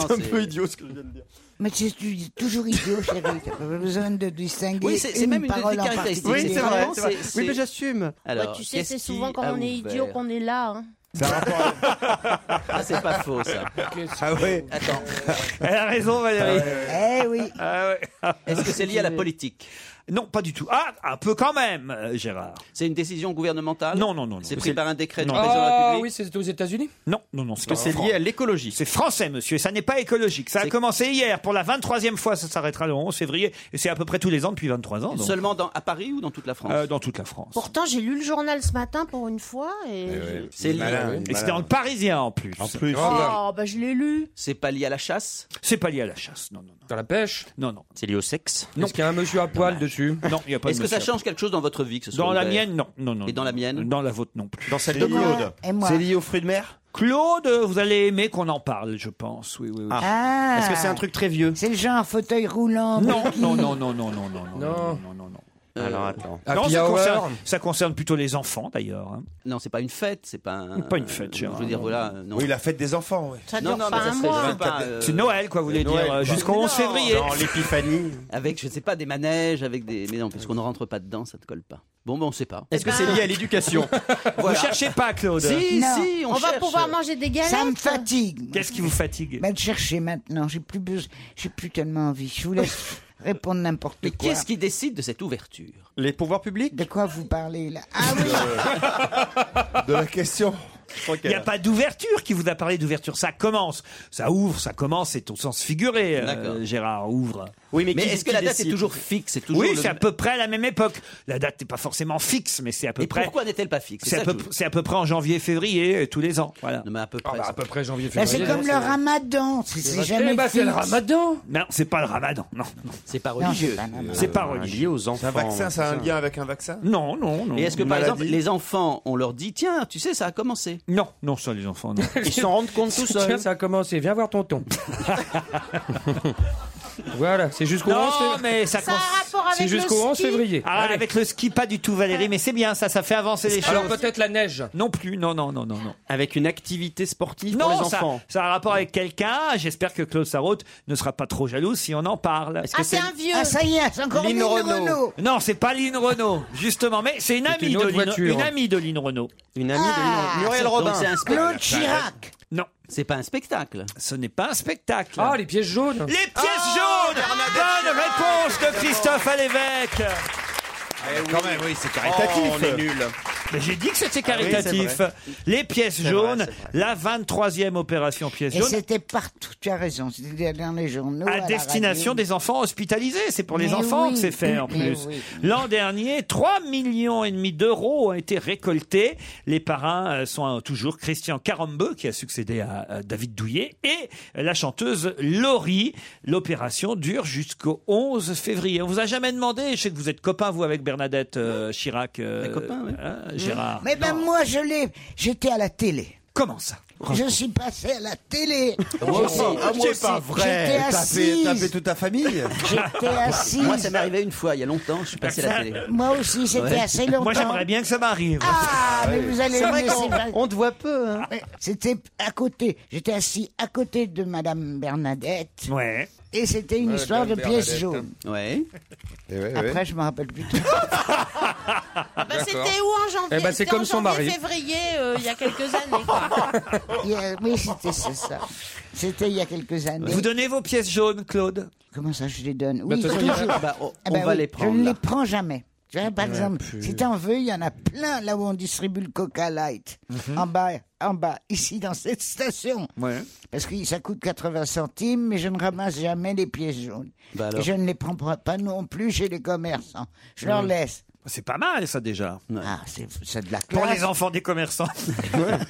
C'est un c'est- peu idiot ce que je viens de dire. Mais tu tu dis toujours idiot, chérie. T'as pas besoin de distinguer Oui, c'est- c'est une même une parole des en caractéristiques. particulier. Oui, c'est vrai, c'est vrai. Oui, mais j'assume. Ouais, tu sais, c'est souvent quand on est idiot qu'on est là. hein. Ah, c'est pas faux ça. Ah ouais Attends. Ah Elle a raison, Valérie. Ah Eh oui. Est-ce que c'est lié à la politique Non, pas du tout. Ah, un peu quand même, euh, Gérard. C'est une décision gouvernementale Non, non, non. non. C'est pris par un décret du Non. président de la République Oh, oui, c'est aux États-Unis Non, non, non. que c'est lié à l'écologie C'est français, monsieur, et ça n'est pas écologique. Ça a commencé hier. Pour la 23e fois, ça s'arrêtera le 11 février. Et c'est à peu près tous les ans depuis 23 ans. donc. Seulement dans, à Paris ou dans toute la France Euh, dans toute la France. Pourtant, j'ai lu le journal ce matin pour une fois Eh et. C'est lié. Et c'était dans le Parisien en plus. En plus. Oh, bah je l'ai lu. C'est pas lié à la chasse C'est pas lié à la chasse, non, non. Dans la pêche Non, non. C'est lié au sexe Est-ce qu'il y a un monsieur à poil dessus Non, il n'y a pas de Est-ce que ça monsieur. change quelque chose dans votre vie que ce soit Dans la ouvert mienne, non. non, non Et dans la mienne Dans la vôtre, non plus. Dans celle de Claude. Et moi. C'est lié aux fruits de mer Claude, vous allez aimer qu'on en parle, je pense. Oui, oui, oui. Ah. Est-ce que c'est un truc très vieux C'est le genre fauteuil roulant. Non, béquille. non, non, non, non, non, non, non, non, non, non, non. Alors attends. Non, ça concerne, ça concerne plutôt les enfants d'ailleurs. hein. Non, c'est pas une fête, c'est pas un... Pas une fête, Je Gérard. veux dire, voilà. euh, Non. Oui, la fête des enfants, oui. Ça Non, dure non, pas mais ça serait- je un mois. sais pas, euh, C'est Noël, quoi, vous voulez Noël, dire, euh, quoi. jusqu'au 11 février. l'épiphanie. Avec, je ne sais pas, des manèges, avec des. Mais non, parce qu'on ne rentre pas dedans, ça ne colle pas. Bon, ben on ne sait pas. Est-ce que c'est lié à l'éducation Vous cherchez pas, Claude Si, Non. si, on, On va cherche. pouvoir manger des galettes. Ça me fatigue. Qu'est-ce qui vous fatigue Va le chercher maintenant. J'ai plus besoin. J'ai plus tellement envie. Je vous laisse répondre n'importe Mais quoi. qu'est-ce qui décide de cette ouverture Les pouvoirs publics De quoi vous parlez là Ah oui. De la question. Il n'y a pas d'ouverture qui vous a parlé d'ouverture. Ça commence, ça ouvre, ça commence, c'est au sens figuré, euh, D'accord. Gérard, ouvre. Oui, mais, est-ce que la date est toujours fixe c'est toujours oui, le- c'est à peu près à la même époque. La date n'est pas forcément fixe, mais c'est à peu Et près. pourquoi n'est-elle pas fixe C'est à, ça peu- que je- c'est à peu près en janvier, février, euh, tous les ans. Voilà. Non, mais à peu près. ça. À peu près janvier, Bah, février. c'est comme le ramadan. C'est- Bah, C'est Eh jamais. ben, Ah, fixe. Non, c'est pas le ramadan. Non, non. C'est pas Non, c'est religieux. pas un ramadan. c'est pas Lié religieux. aux enfants. Euh, Un vaccin, ça a un lien avec un vaccin Non, non, non. Et est-ce que par Maladie. exemple, les enfants, on leur dit tiens, tu sais, ça a commencé Non, non, ça, les enfants. non. Ils s'en rendent compte tout Tiens, seuls. ça a commencé. Viens voir tonton. voilà, c'est jusqu'au 11 Non, février. mais Ça ça, a commence- un rapport C'est avec le jusqu'au 11 ski. février. Ah, Allez. avec le ski, pas du tout, Valérie, mais c'est bien ça, ça fait avancer les Alors choses. peut-être la neige. Non plus, non, non, non, non, non. Avec une activité sportive pour Non, les ça, enfants. ça a un rapport avec quelqu'un. J'espère que Claude Sarraute ne sera pas trop jaloux si on en parle. Est-ce que Ah, c'est un vieux. Ah ça y est, c'est encore Lynn Lynn Renaud. Renaud. Non, c'est pas Lynn Renault, justement, mais c'est une amie une de autre Lynn, voiture. une amie de Lynn Renault. une amie Ah, de Muriel Robin. C'est un spectacle. Claude Chirac. Non, C'est pas un spectacle. ce n'est pas un spectacle. Ah, les pièces jaunes. Les pièces jaunes Bonne réponse de Christophe à l'évêque Quand même, Eh oui, c'est caritatif. on est nul. Mais J'ai dit que c'était Ah oui, caritatif. c'est les pièces vrai, jaunes, c'est la 23e opération pièces Et jaunes. c'était partout. Tu as raison. C'était dans les journaux. À destination des enfants hospitalisés, c'est pour les Mais enfants oui, que c'est fait en mais plus. oui. L'an dernier, 3 millions et demi d'euros ont été récoltés. Les parrains euh, sont euh, toujours Christian Carambeu qui a succédé à à David Douillet et la chanteuse Laurie. L'opération dure jusqu'au 11 février. On vous a jamais demandé, je sais que vous êtes copain vous avec Bernadette euh, Chirac, euh, On est copains, oui. hein, Gérard. Mais ben moi je l'ai. J'étais à la télé. Comment ça Je suis passé à la télé. Moi aussi. Ah, J'étais- c'est pas vrai. T'as J'étais fait, t'as fait assise. toute ta famille. J'étais Moi, assise. ça m'est arrivé une fois, il y a longtemps, je suis passé à la télé. Moi aussi, c'était Ouais. assez longtemps. Moi j'aimerais bien que ça m'arrive. Ah, mais vous allez me laisser pas- On te voit peu, hein. Ouais, C'était à côté. J'étais assis à côté de Madame Bernadette. Ouais. Et c'était une histoire de pièces jaunes. Ouais. Après, je me rappelle plus tout. Ah, bah, c'était où en janvier Eh ben, c'est C'était comme en son janvier, mari. février, euh, il y a quelques années. quoi. Il y a- Oui, c'était c'est ça. C'était il y a quelques années. Vous donnez vos pièces jaunes, Claude Comment ça, je les donne Oui, toute façon, toujours. Bah, on Ah bah on va oui, les Je prendre. ne les là. prends jamais. Tu vois, par Ouais, exemple, puis- si t'en veux, il y en a plein là où on distribue le Coca Light. En bas, en bas, ici, dans cette station. Ouais. Parce que ça coûte 80 centimes, mais je ne ramasse jamais les pièces jaunes. Bah alors. Et je ne les prends pas non plus chez les commerçants. Je leur Ouais. laisse. C'est pas mal, ça, déjà. Ah, c'est c'est de la Pour classe. les enfants des commerçants.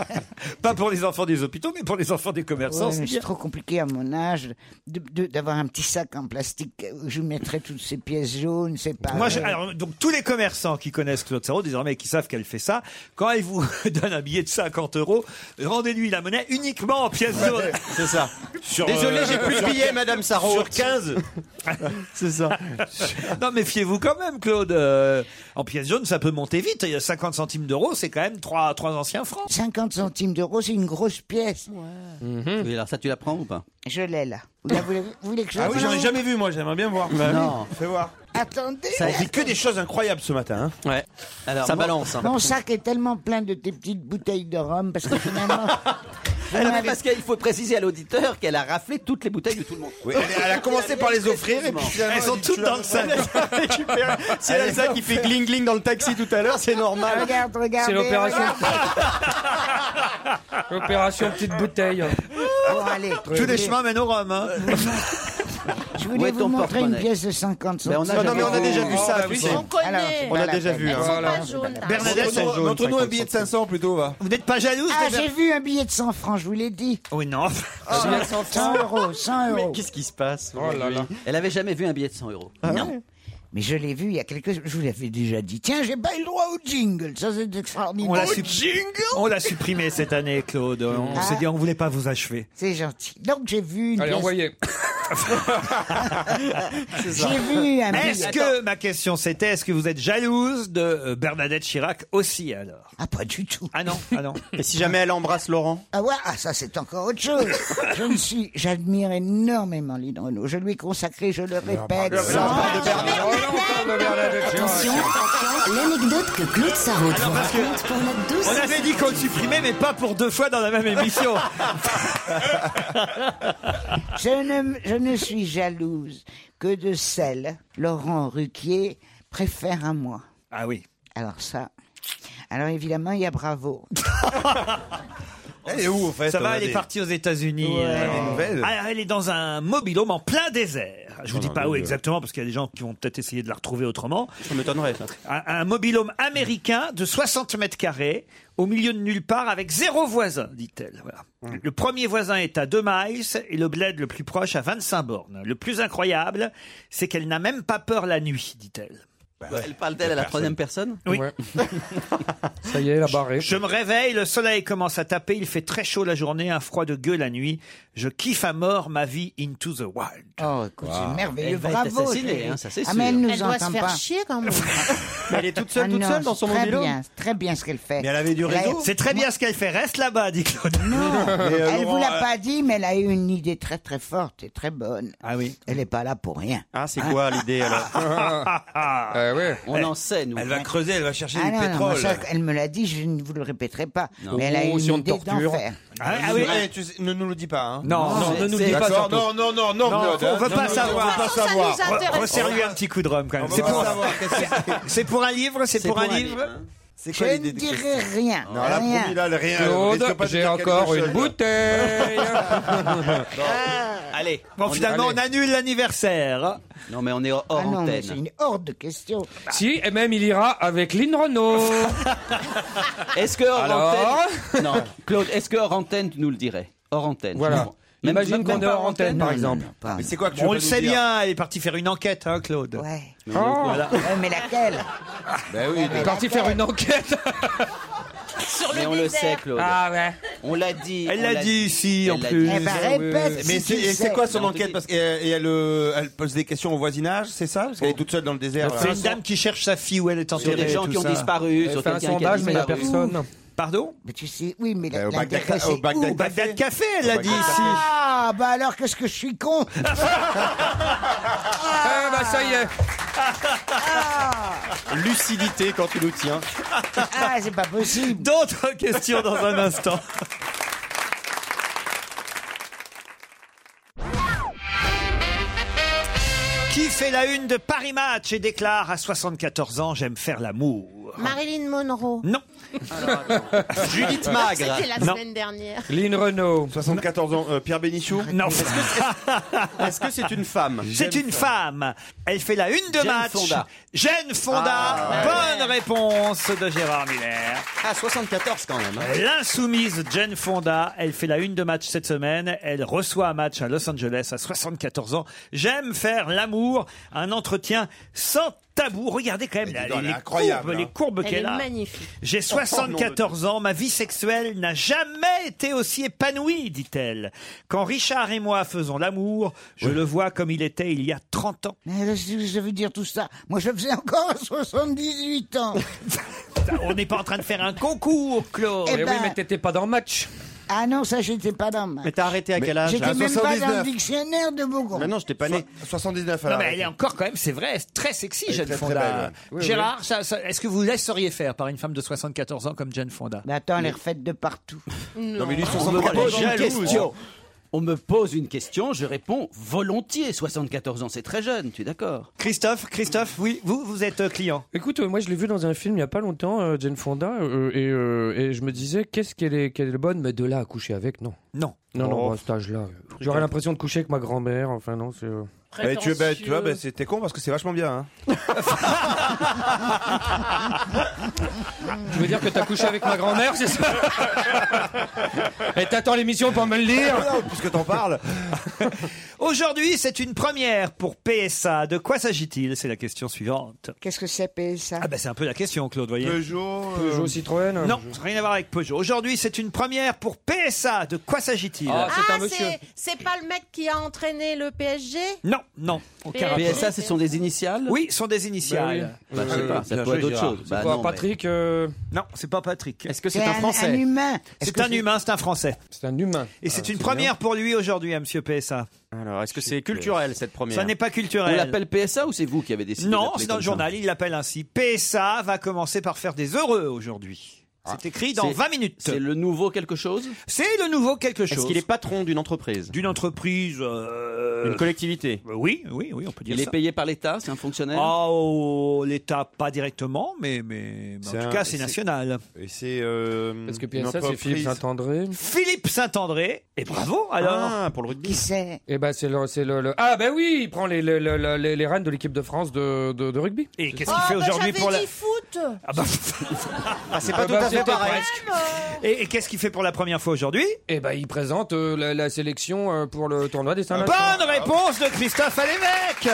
Pas pour les enfants des hôpitaux, mais pour les enfants des Ouais, commerçants. mais c'est c'est bien. trop compliqué à mon âge de- de- d'avoir un petit sac en plastique où je mettrais toutes ces pièces jaunes, c'est pas. Moi, je- alors, donc tous les commerçants qui connaissent Claude Sarraud désormais, et qui savent qu'elle fait ça, quand elle vous donne un billet de 50 euros, rendez-lui la monnaie uniquement en pièces jaunes. C'est ça. Désolé, j'ai plus de billets, Madame Sarraud. Sur 15 C'est ça. non, mais fiez-vous quand même, Claude. Euh, en pièces jaunes, ça peut monter vite. Il y a 50 centimes d'euros, c'est quand même 3, anciens francs. 50 centimes d'euros, c'est une grosse pièce. Oui, alors ça, tu la prends ou pas Je l'ai là. Vous, la voulez- vous voulez que je Ah la oui, j'en ai prenne jamais vu, moi, j'aimerais bien voir. Non. Fais voir. Attendez. Ça dit que des choses incroyables ce matin. hein. Ouais. Alors, ça mon- balance. hein. Mon sac est tellement plein de tes petites bouteilles de rhum parce que finalement. Ah non, mais parce qu'il faut préciser à l'auditeur qu'elle a raflé toutes les bouteilles de tout le monde. Oui, elle, elle a commencé par les offrir et puis finalement, Elles sont elle dit, toutes tu la dans le sac. reprends. Si elle a Allez, ça qui on fait fait. gling gling dans le taxi tout à l'heure, c'est normal. Regarde, regarde. C'est l'opération. L'opération petite bouteille. Oh, Bon, allez. Tous les chemins mènent au Rhum. hein. Je voulais Où est vous ton montrer une porte-monnaie pièce de 50 centimes. Ben, on a Non, jamais non, mais on a vu. déjà vu Ah, ça, tu sais. On connaît. On a déjà vu, hein. Voilà. Bernadette, Montre-nous- jaune, Montre-nous un billet de 500 plutôt, va. Vous n'êtes pas jalouse Ah, des- j'ai vu un billet de 100 francs, je vous l'ai dit. Oui, non. 100 euros, 100 euros. Oh Qu'est-ce qui se passe aujourd'hui Elle avait jamais vu un billet de 100 euros. Non. Ah Mais je l'ai vu il y a quelques je vous l'avais déjà dit. Tiens, j'ai pas eu le droit au jingle. Ça, c'est extraordinaire. On l'a, Au supp- jingle on l'a supprimé cette année, Claude. On Ah. s'est dit, on voulait pas vous achever. C'est gentil. Donc, j'ai vu une Allez, pièce- envoyez. J'ai vu un billet. Est-ce que ma question c'était est-ce que vous êtes jalouse de euh, Bernadette Chirac aussi alors Ah pas du tout. Ah non, ah non. Et si jamais elle embrasse Laurent Ah ouais, ah ça c'est encore autre chose. je me suis, j'admire énormément Lynn Renault. Je lui ai consacré, je Ah, le répète. bah, sans- Attention, l'anecdote que Claude Sarraute vous bah. Ah parce que- raconte pour notre douce. On avait dit qu'on le supprimait mais pas pour deux fois dans la même émission. Je ne, je ne suis jalouse que de celle Laurent Ruquier préfère à moi. Ah oui. Alors ça. Alors évidemment, il y a bravo. Elle Eh, est où en fait Ça on a va, elle des- est partie aux États-Unis. Ouais. Elle a des nouvelles Ah, elle est dans un mobilhome en plein désert. Je vous dis pas où exactement parce qu'il y a des gens qui vont peut-être essayer de la retrouver autrement. Ça m'étonnerait, ça. Un, un mobilhome américain de 60 mètres carrés au milieu de nulle part avec zéro voisin, dit-elle. Voilà. Le premier voisin est à 2 miles et le bled le plus proche à 25 bornes. Le plus incroyable, c'est qu'elle n'a même pas peur la nuit, dit-elle. Bah Ben, Elle parle d'elle à la troisième personne Oui. Ça y est, la barrée. Je me réveille, le soleil commence à taper, il fait très chaud la journée, un froid de gueule la nuit. Je kiffe à mort ma vie into the wild. Oh, écoute, c'est merveilleux. Elle va être bravo. assassinée, je- hein, ça, c'est ah, mais elle sûr. nous Elle doit se entend faire pas. chier quand même. Elle est toute Ah seule, toute non, seule dans son c'est très mobilhome. bien, c'est très bien ce qu'elle fait. Mais elle avait du Elle a- réseau. C'est très bien ce qu'elle fait, reste là-bas, dit Claude. Mais, euh, elle Laurent, vous l'a euh, pas dit, mais elle a eu une idée très très forte et très bonne. Ah oui. Elle n'est pas là pour rien. Ah, c'est quoi l'idée alors On enseigne. Elle va creuser, elle va chercher Ah du non, non, pétrole. moi, ça, elle me l'a dit, je ne vous le répéterai pas. Non. Mais elle a eu Oh, une si on idée te torture. d'enfer. Ah, ah oui. oui. Eh, tu sais, ne nous le dis pas. Hein. Non, non, c'est- ne nous c'est- dis pas D'accord, surtout. non, non, non, non, Non, Claude, on hein. veut Non, pas non, savoir. On veut pas savoir. Ça nous Re- intéresse. Resserre-lui un petit coup de rhum quand même. On C'est veut pour, pas savoir. qu'est-ce que c'est. c'est pour un livre, c'est pour, un livre. C'est Je quoi ne l'idée de- dirai rien. Non, là, rien. promis, là, elle- rien. elle risque Claude, pas de j'ai dire quelque encore chose, une là. bouteille. Ah. Allez. Bon, finalement, on annule l'anniversaire. Non, mais on est hors Ah non, mais c'est antenne. une horde de questions. Si, et même il ira avec Lynn Renault. Est-ce que hors Alors antenne Non, Claude, est-ce que hors antenne, tu nous le dirais Hors antenne. Voilà. Même- Imagine même qu'on est pas hors antenne, par exemple. Mais c'est quoi que tu on veux le nous sait dire bien, elle Ah, est partie faire une enquête, hein, Claude. Ouais. Ah. Oh, Ouais, mais laquelle Ben oui, il est parti faire une enquête. Mais on le sait, Claude. Ah ouais. On l'a dit. Elle on l'a dit ici, Elle en l'a plus. dit. Eh ben, répète. Mais si tu c'est- et c'est sais. quoi son Mais on te enquête dit. Parce qu'elle et elle, euh, elle pose des questions au voisinage, c'est ça Parce qu'elle est toute seule dans le désert. là. Oh. C'est une dame qui cherche sa fille où elle est Sur enterrée. des gens tout qui ont ça. disparu, Elle sur fait un quelqu'un qui sondage, mais il n'y a disparu. personne. Pardon Mais tu sais, oui, mais la- Euh, Au Bagdad l'intérêt, c'est au Bagdad Au Bagdad Café, elle l'a dit ici. Ah, bah alors qu'est-ce que je suis con Ah bah ça y est. Lucidité quand tu nous tiens. Ah, c'est pas possible D'autres questions dans un instant. Qui fait la une de Paris Match et déclare à 74 ans j'aime faire l'amour Marilyn Monroe. Non. Judith C'était la Non. semaine dernière. Lynn Renault. 74 ans. Euh, Pierre Bénichou Non. Est-ce que c'est une femme C'est une femme. Elle fait la une de Jane match. Fonda. Jeanne Fonda. bah Ah, ouais. Bonne réponse de Gérard Miller. À 74 quand même. hein. L'insoumise Jane Fonda, elle fait la une de match cette semaine. Elle reçoit un match à Los Angeles à 74 ans. J'aime faire l'amour, un entretien sans tabou. Regardez quand même là, donc, les, elle est incroyable, courbes, hein. les courbes Elle qu'elle est a. magnifique. J'ai Oh, nom de 74 ans, ma vie sexuelle n'a jamais été aussi épanouie, dit-elle. Quand Richard et moi faisons l'amour, je le vois comme il était il y a 30 ans. Mais je, je veux dire tout ça. Moi, je le faisais encore à 78 ans. On n'est pas en train de faire un concours, Claude. Eh Mais oui, ben- mais t'étais pas dans le match. Ah non, ça, j'étais pas dans ma... Mais t'as arrêté à quel âge J'étais À même pas dans le 79. dictionnaire de Beaugon. Ah, Mais non, j'étais pas né. 79 Non, mais elle est encore quand même, c'est vrai, très sexy, Elle est Jeanne très, très Fonda. belle, ouais. Oui, Gérard, ça- ça- est-ce que vous laisseriez faire par une femme de 74 ans comme Jeanne Fonda attends, elle est refaite de partout. Non, mais lui, On me pose une question. On me pose une question, je réponds volontiers. 74 ans, c'est très jeune, tu es d'accord Christophe, Christophe, oui, vous, vous êtes euh, client. Écoute, euh, moi je l'ai vu dans un film il n'y a pas longtemps, euh, Jane Fonda, euh, et, euh, et je me disais qu'est-ce qu'elle est, qu'elle est bonne, mais de là à coucher avec, non. Non. Non, non, Oh. bon, à cet âge-là. euh, J'aurais l'impression de coucher avec ma grand-mère, enfin non, c'est. euh, Eh, tu, ben, tu vois, ben, c'était con parce que c'est vachement bien. hein. Tu veux dire que t'as couché avec ma grand-mère, c'est ça Et t'attends l'émission pour me le dire Puisque t'en parles. Aujourd'hui, c'est une première pour PSA. De quoi s'agit-il C'est la question suivante. Qu'est-ce que c'est, PSA Ah ben c'est un peu la question, Claude, voyez. Peugeot. euh, Peugeot Citroën hein, Non, Peugeot. rien à voir avec Peugeot. Aujourd'hui, c'est une première pour PSA. De quoi s'agit-il Ah, Ah, c'est- c'est pas le mec qui a entraîné le PSG Non, non. PSA, Aucun rapport. ce Ah, sont des initiales Oui, ce sont des initiales. Euh, Bah, je sais pas, ça bien peut joué, être autre Gérard. chose. C'est Bah quoi, non, Patrick euh, Non, c'est pas Patrick. Est-ce que c'est un Français humain. Est-ce C'est que un c'est- humain, c'est un Français. C'est un humain. Et c'est une première pour lui aujourd'hui, à Monsieur PSA. Alors, est-ce que c'est culturel cette première Ça n'est pas culturel. On l'appelle PSA ou c'est vous qui avez décidé Non, d'appeler c'est dans comme le ça journal, il l'appelle ainsi. PSA va commencer par faire des heureux aujourd'hui. C'est écrit dans C'est- 20 minutes. c'est Ah. le nouveau quelque chose C'est le nouveau quelque chose. Est-ce qu'il est patron d'une entreprise D'une entreprise. euh, Une collectivité Oui, oui, oui, on peut dire Il est ça. payé par l'État, c'est un fonctionnaire Oh, l'État, pas directement, mais, mais, mais C'est en tout un- cas, c'est national. Et c'est. euh, Parce que une PSA, c'est Philippe entreprise- Saint-André. Philippe Saint-André, et bravo alors Ah, pour le rugby. Qui c'est Et ben c'est le, c'est le, le- Ah ben oui, il prend les, les, les, les- les rênes de l'équipe de France de, de, de rugby. Et qu'est-ce qu'il fait bah, aujourd'hui pour la. foot Ah bah, c'est pas Ah tout bah, à fait c'était pareil. presque. Et, et qu'est-ce qu'il fait pour la première fois aujourd'hui Eh ben il présente euh, la, la sélection euh, pour le tournoi des saint Bonne réponse de Christophe Alévêque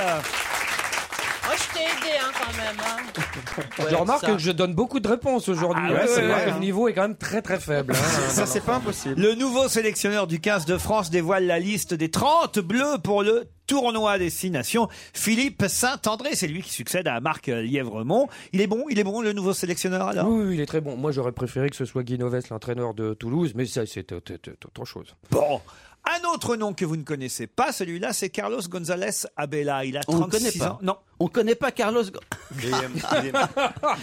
Oh, je t'ai aidé hein, quand même. hein. Je remarque que je donne beaucoup de réponses aujourd'hui. Ah ouais, hein, c'est euh, vrai, Le hein. niveau est quand même très très faible. hein. Ça, c'est pas impossible. Le nouveau sélectionneur du 15 de France dévoile la liste des 30 bleus pour le tournoi destination. Philippe Saint-André, c'est lui qui succède à Marc Lièvremont. Il est bon, il est bon le nouveau sélectionneur alors Oui, oui, il est très bon. Moi, j'aurais préféré que ce soit Guy Noves, l'entraîneur de Toulouse, mais ça, c'est euh, c'est, euh, autre chose. Bon. Un autre nom que vous ne connaissez pas, celui-là, c'est Carlos González Abela. Il a On le connaît 36 pas. ans. Non. Ah, On connaît pas Carlos. Go- Il est,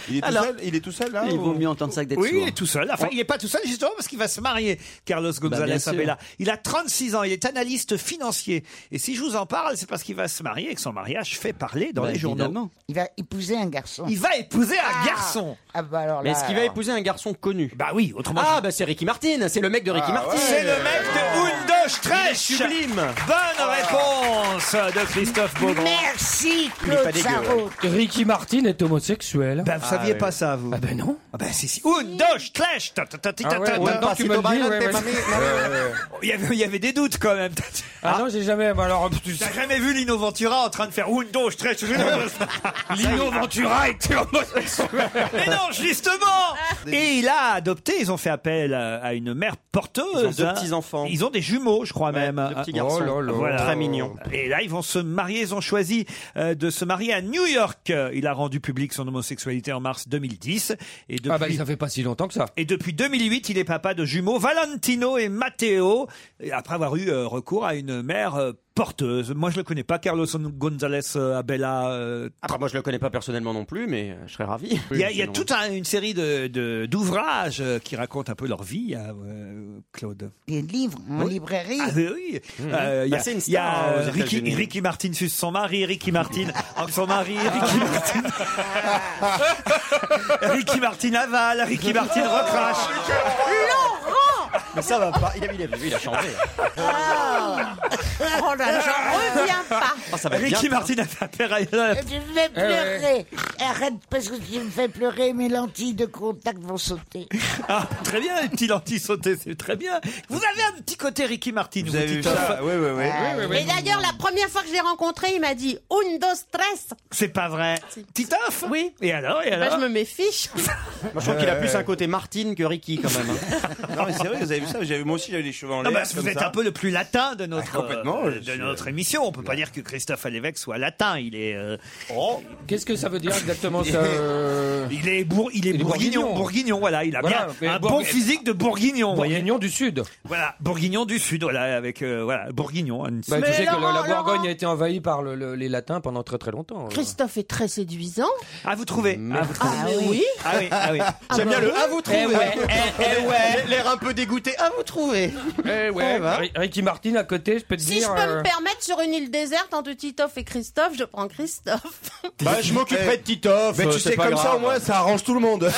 il est- il est tout Alors- seul, il est tout seul là Il ou- Oh. vaut mieux entendre ça que d'être Oui, sourd. il est tout seul. Enfin, il n'est pas tout seul justement parce qu'il va se marier, Carlos González hein. Oh. Bah, bien sûr. Abela. Il a 36 ans, il est analyste financier. Et si je vous en parle, c'est parce qu'il va se marier et que son mariage fait parler dans Bah, les journaux. évidemment. Il va épouser un garçon. Il va épouser un Ah garçon. Ah bah alors là... Mais est-ce qu'il va alors. épouser un garçon connu Bah oui, autrement. Ah, bah c'est Ricky Martin, c'est le mec de Ricky Ah, Martin. ouais. C'est le mec de Hundestrech. Sublime Bonne réponse Euh, de Christophe Beaugrand. Merci, Il est pas Claude dégueu, hein. Sarraud. Ricky Martin est homosexuel. Bah, vous saviez pas ça, vous Ah ben non. Ah bah si, si. Une, deux, clash ta, ta, ta, ti, ta, Ah ouais, ta, ouais, ta. non, tu me le dis, ouais, ouais. Il y avait- il y avait des doutes quand même. Ah non, j'ai jamais. bah Alors, tu T'as jamais vu Lino Ventura en train de faire une, deux, clash Lino Ventura était homosexuel. Mais non, justement Ah. Et il a adopté, ils ont fait appel à à une mère porteuse. Ils ont deux hein. petits-enfants. Ils ont des jumeaux, je crois Ouais, même. deux petits garçons. Oh là là. Voilà. Très mignon. Et là, ils vont se marier, ils ont choisi euh, de se marier à New York. Euh, Il a rendu public son homosexualité en mars 2010. Et depuis, Ah bah ça fait pas si longtemps que ça. et depuis 2008, il est papa de jumeaux Valentino et Matteo, et après avoir eu euh, recours à une mère euh, porteuse. Moi, je le connais pas, Carlos González euh, Abella. euh, moi, je le connais pas personnellement non plus, mais euh, je serais ravi. il y a, il y a toute un- une série de- de- d'ouvrages euh, qui racontent un peu leur vie, hein, euh, Claude. Des livres hein. en Oui. librairie. Ah oui, oui. Euh, il y a, il y a, euh, Ricky, Ricky Martin suce son mari, Ricky Martin entre son mari, Ricky Martin. Ricky Martin avale, Ricky Martin recrache. Mais ça va pas, il a, il Lui, il a changé. Ah. Oh là là, j'en reviens pas. Oh, ça va être Ricky bien. Martin a fait appel à- Tu me Eh Eh fais pleurer. Arrête parce que tu me fais pleurer, mes lentilles de contact vont sauter. Ah, très bien, les petits lentilles sautées, c'est très bien. Vous avez un petit côté Ricky Martin, vous, euh, avez vu Titoff. ça Oui, oui, oui. Et d'ailleurs, la première fois que je l'ai rencontré, il m'a dit un, dos, tres. C'est pas vrai. Titoff Oui. Et alors, et Bah, alors je me méfie. Moi, je trouve qu'il a plus un côté Martine que Ricky quand même. hein. Non, mais c'est vrai, vous avez vu ça J'avais- Moi aussi, j'avais les cheveux en Ah l'air. bah, vous comme êtes ça. un peu le plus latin de notre, Ah, complètement, euh, je de suis, notre émission. On peut pas dire que Christophe Alévèque soit latin. Il est. Oh. Qu'est-ce que ça veut dire exactement ça, euh Il est, bour- il est Il est bourguignon. bourguignon. Bourguignon, voilà. Il a Voilà, mais bien un bourg- bon physique de bourguignon. Bourguignon du Sud. Voilà, bourguignon du Sud, voilà, avec. euh, voilà, bourguignon. une- Bah, tu sais que la- la, Bourgogne a été envahie par le- le- les Latins pendant très très longtemps. Christophe est très séduisant. Ah, vous trouvez Ah, vous trouvez. mais oui. Ah oui, ah oui. Ah J'aime bah bien le oui. Ah, vous trouvez Eh ouais, eh, eh ouais. L'air un peu dégoûté. Ah, vous trouvez Eh ouais, Ri- Ricky Martin à côté, je peux te Si dire. je peux euh, me permettre, sur une île déserte, entre Titoff et Christophe, je prends Christophe. Bah, je m'occuperai de Titoff. Mais euh, Bah, tu c'est sais, pas comme ça, grave. au moins, ça arrange tout le monde.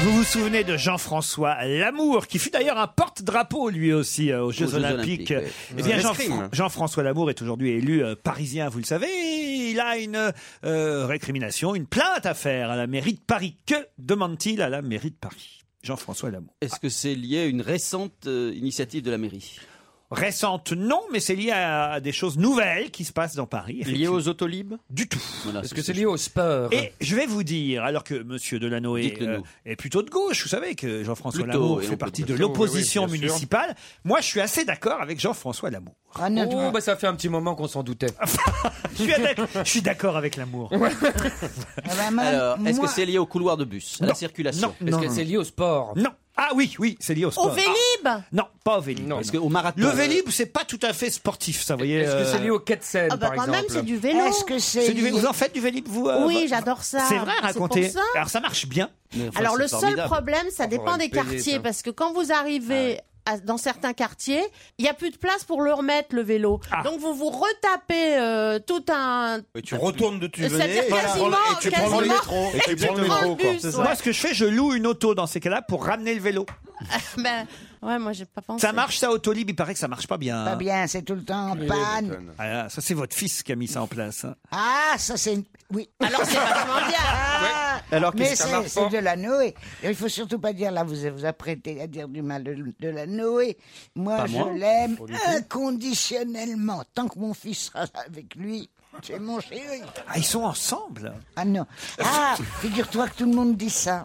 Vous vous souvenez de Jean-François Lamour, qui fut d'ailleurs un porte-drapeau lui aussi euh, aux Jeux Jeux Olympiques. Olympiques, oui. Eh bien, Ouais. Jean- L'escrime. Jean-François Lamour est aujourd'hui élu euh, parisien, vous le savez. et Il a une euh, récrimination, une plainte à faire à la mairie de Paris. Que demande-t-il à la mairie de Paris Jean-François Lamour. Est-ce que c'est lié à une récente euh, initiative de la mairie Récente, non, mais c'est lié à, à des choses nouvelles qui se passent dans Paris. Lié aux autolibes Du tout. Est-ce que c'est lié au sport Et je vais vous dire, alors que Monsieur Delano est, Dites-le-nous. euh, est plutôt de gauche, vous savez que Jean-François Plutôt, Lamour et on peut fait partie de plutôt, l'opposition oui, oui, bien sûr. municipale. Moi, je suis assez d'accord avec Jean-François Lamour. Ah, Oh, bah ça fait un petit moment qu'on s'en doutait. Je suis d'ac- je suis d'accord avec Lamour. Ah bah, Alors, est-ce moi- que c'est lié au couloir de bus, à la circulation non, Est-ce non, que non. c'est lié au sport Non. Ah oui, oui, c'est lié au sport. Au Vélib Ah, Non, pas au Vélib. Parce qu'au marathon. Le Vélib, c'est pas tout à fait sportif, ça, vous voyez. euh, Est-ce que c'est lié au quai de Seine, Ah bah, par quand exemple même, c'est du vélo. Est-ce que c'est C'est du Vélib. lié- Vous en faites du Vélib, vous euh, Oui, bah- j'adore ça. C'est vrai, Ah, C'est racontez. pour ça. Alors, ça marche bien. Alors le seul problème, ça On pourrait dépend le des payer, quartiers, ça. parce que quand vous arrivez à- dans certains quartiers, il n'y a plus de place pour le remettre le vélo. Ah. Donc vous vous retapez euh, tout un. Et tu retournes de tu Ça veut venais dire quasiment- et tu prends le quasiment- métro. Et tu prends le métro, quoi. C'est ça. Moi, ce que je fais, je loue une auto dans ces cas-là pour ramener le vélo. ben ouais, moi j'ai pas pensé. Ça marche, ça, Autolib Il paraît que ça marche pas bien. hein. Pas bien, c'est tout le temps en panne. Ah là, ça, c'est votre fils qui a mis ça en place. hein. Ah, ça c'est une... Oui. Alors c'est vachement bien. Alors qu'est-ce Mais que ça c'est marche c'est pas de la Noé. Et il faut surtout pas dire, là, vous vous apprêtez à dire du mal de, de la Noé. Moi, Pas moi. je l'aime Pas du tout. inconditionnellement. Tant que mon fils sera avec lui, c'est mon chéri. Ah, ils sont ensemble. Ah non. Ah, figure-toi que tout le monde dit ça.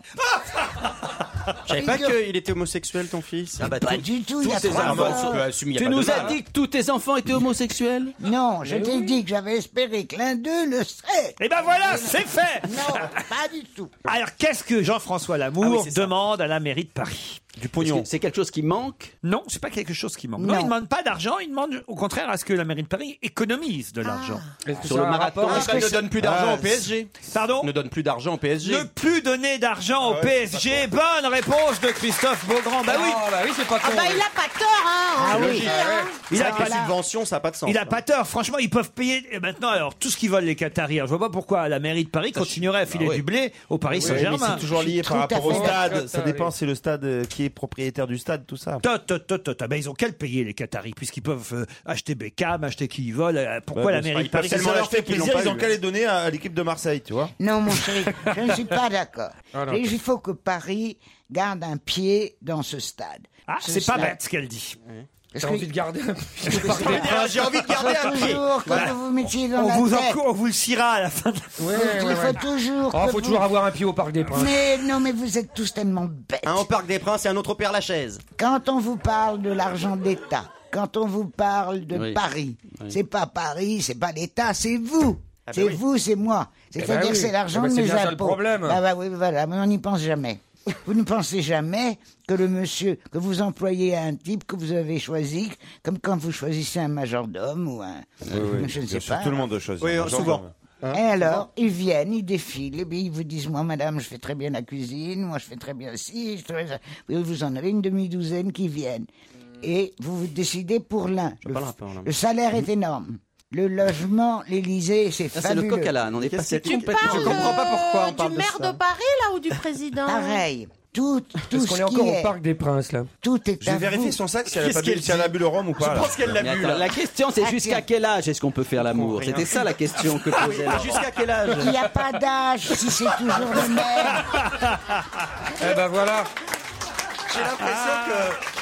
Je savais pas qu'il était homosexuel, ton fils. Ah bah, Pas du tout, il y Tous a ses trois enfants mois. se- assument, il y a Tu pas de nous as hein. mal. dit que tous tes enfants étaient homosexuels Non, je Mais t'ai oui. dit que j'avais espéré que l'un d'eux le serait. Euh, Et ben voilà, c'est fait Non, pas du tout. Alors, qu'est-ce que Jean-François Ah oui, Lamour c'est ça. demande à la mairie de Paris Du pognon. Est-ce que c'est quelque chose qui manque Non, c'est pas quelque chose qui manque. Non, Non. il demande pas d'argent, il demande au contraire à ce que la mairie de Paris économise de l'argent. Est-ce que Sur ça le a un marathon, rapport Ah. est-ce avec- qu'elle ne donne plus d'argent Ah, au PSG Pardon Ne donne plus d'argent au PSG. Ne plus donner d'argent au Ah ouais, PSG. Bonne réponse de Christophe Beaugrand. Bah oui. Ah, bah oui, c'est pas Ah bah il a pas tort hein. Ah on oui. le dit, Ah ouais. hein. Il a Avec pas les subventions, ça n'a pas de sens. bah, Il a pas tort. Franchement, ils peuvent payer et maintenant alors tout ce qu'ils veulent les Qataris. Alors, Je vois pas pourquoi la mairie de Paris continuerait ah à filer du blé au Paris Oui, mais Saint-Germain. c'est toujours lié par rapport au stade. Ça dépend, c'est le stade euh, qui est propriétaire du stade, tout ça. Tot, tot, tot, tot. Ah ben, ils ont qu'à le payer, les Qataris, puisquoi ils peuvent euh, acheter Beckham, acheter qui ils veulent. euh, Pourquoi la mairie de Paris Ils leur fait plaisir, ils ont qu'à les donner à à l'équipe de Marseille, tu vois. Non, mon chéri, je ne suis pas d'accord. Ah, non. Et Il faut que Paris garde un pied dans ce stade. Ah, Ce c'est pas stade- bête ce qu'elle dit. Parce que- envie de garder un J'ai envie de garder un pied. Toujours que vous vous mettiez dans on la vous tête. en- on vous le sciera à la Ah, fin de la Il faut Ah, toujours. Oh, que faut vous- toujours avoir un pied au Parc des Princes. Mais non, mais vous êtes tous tellement bêtes. Un au Parc des Princes et un autre au Père Lachaise. Quand on vous parle de l'argent d'État, quand on vous parle de Oui. Paris, Oui. c'est pas Paris, c'est pas l'État, c'est vous. ben c'est oui. vous, c'est moi. Eh ben C'est-à-dire que oui. c'est l'argent Eh ben de c'est mes bien ça impôts. le problème. Ah bah oui, voilà, mais on n'y pense jamais. Vous ne pensez jamais que le monsieur que vous employez à un type que vous avez choisi, comme quand vous choisissez un majordome ou un, oui, je ne bien sais sûr, pas. tout le monde hein, le choisit, Et un majordome. souvent. alors, ils viennent, ils défilent, et puis ils vous disent, moi, madame, je fais très bien la cuisine, moi, je fais très bien ci, je fais très bien ça. Vous- Vous en avez une demi-douzaine qui viennent. Et vous vous décidez pour l'un. vois Le, pas le rapport, là. le salaire est énorme. Le logement, l'Élysée, c'est Ah, fabuleux. c'est le coq à l'âne, on est passé Tu complètement- parles, Je comprends pas pourquoi on euh, parle du de maire ça. de Paris, là, ou du président Pareil. Tout, tout Parce ce qu'on qui est encore est- au Parc des Princes, là. Tout est Je vais vérifier son sac si elle a, Qu'est-ce pas bu, qu'elle si elle a bu le rhum ou pas. là. Ah, Mais attends, La question, Ah, c'est jusqu'à quel âge est-ce qu'on peut faire l'amour rien. C'était ça la question que Ah oui, posait. Laurent. jusqu'à quel âge Il n'y a pas d'âge si c'est toujours le même. Eh Bah, ben voilà. J'ai l'impression que.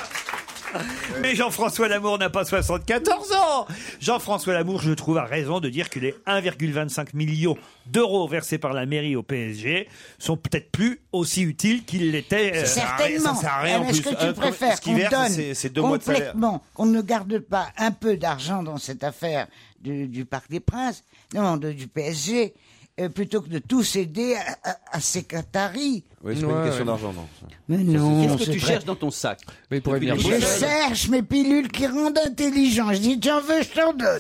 Mais Jean-François Lamour n'a pas 74 ans Jean-François Lamour, je trouve, a raison de dire que les 1,25 million d'euros versés par la mairie au PSG sont peut-être plus aussi utiles qu'ils l'étaient. euh, Certainement. Ça sert à rien en Alors, Est-ce plus. que tu Euh, comme- préfères ce qui qu'on verse, donne c'est- c'est deux mois de salaire. complètement, qu'on ne garde pas un peu d'argent dans cette affaire du, du Parc des Princes, non, de- du PSG, euh, plutôt que de tout céder à, à- à ces Qataris Oui, c'est pas une question d'argent, non. Mais non, Qu'est-ce que c'est tu vrai. cherches dans ton sac Mais pour Je cherche mes pilules qui rendent intelligent. Je dis, j'en veux, je t'en donne.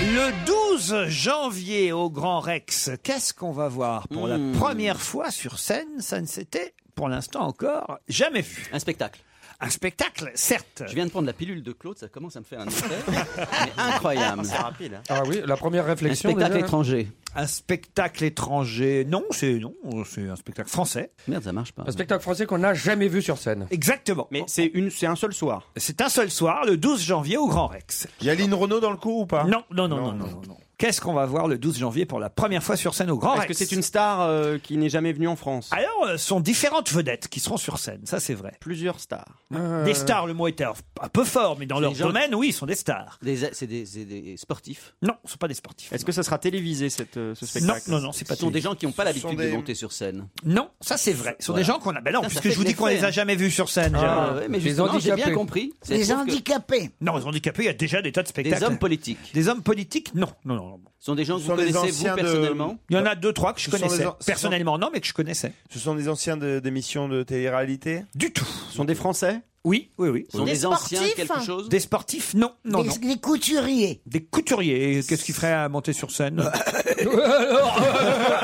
Le 12 janvier au Grand Rex, qu'est-ce qu'on va voir pour Hmm. Mmh. la première fois sur scène Ça ne s'était, pour l'instant encore, jamais vu. Un spectacle. Un spectacle, certes. Je viens de prendre la pilule de Claude, ça commence à me faire un effet. Mais incroyable. C'est rapide, hein. Ah oui, la première réflexion, Un spectacle déjà, là. étranger. Un spectacle étranger, non, c'est non, c'est un spectacle français. Merde, ça marche pas. Un spectacle français qu'on n'a jamais vu sur scène. Exactement. Mais c'est une, c'est un seul soir. C'est un seul soir, le 12 janvier au Grand Rex. Il y a Lynn Renault dans le coup ou pas Non, non, non, non, non. non, non. Qu'est-ce qu'on va voir le 12 janvier pour la première fois sur scène au Grand Est-ce Rex que c'est une star euh, qui n'est jamais venue en France Alors, euh, sont différentes vedettes qui seront sur scène, ça c'est vrai. Plusieurs stars. Euh, Des stars, le mot est un un peu fort, mais dans leur gens- domaine, oui, ils sont des stars. Des- C'est des, c'est des sportifs. Non, ce ne sont pas des sportifs. Est-ce que ça sera télévisé cette, euh, ce spectacle non, non, c'est pas Ce sont des télévisé. gens qui n'ont pas Ce l'habitude sont de des- monter sur scène. Non, ça c'est vrai. Ce sont Voilà. des gens qu'on a. Ben non, Ça, ça puisque fait je vous de dis qu'on les l'effet, a hein. jamais vus sur scène. Ah, Gérard. ouais, mais Les justement, j'ai handicapés. bien compris. C'est- Les sauf que- handicapés. Non, les handicapés, il y a déjà des tas de spectacles. hommes politiques. Des hommes politiques, non. non, non, non. Ce sont des gens que Ce vous sont les connaissez, vous, anciens de- personnellement Il y en a deux, trois que je Ce sont connaissais. les an- ce sont- Personnellement, non, mais que je connaissais. Ce sont des anciens de- d'émissions de télé-réalité Du tout. Ce sont des Français Oui, oui, hein. oui. Ce sont Des des anciens sportifs quelque chose Des sportifs, non. non, Des- non. des couturiers. Des couturiers, qu'est-ce qu'ils feraient à monter sur scène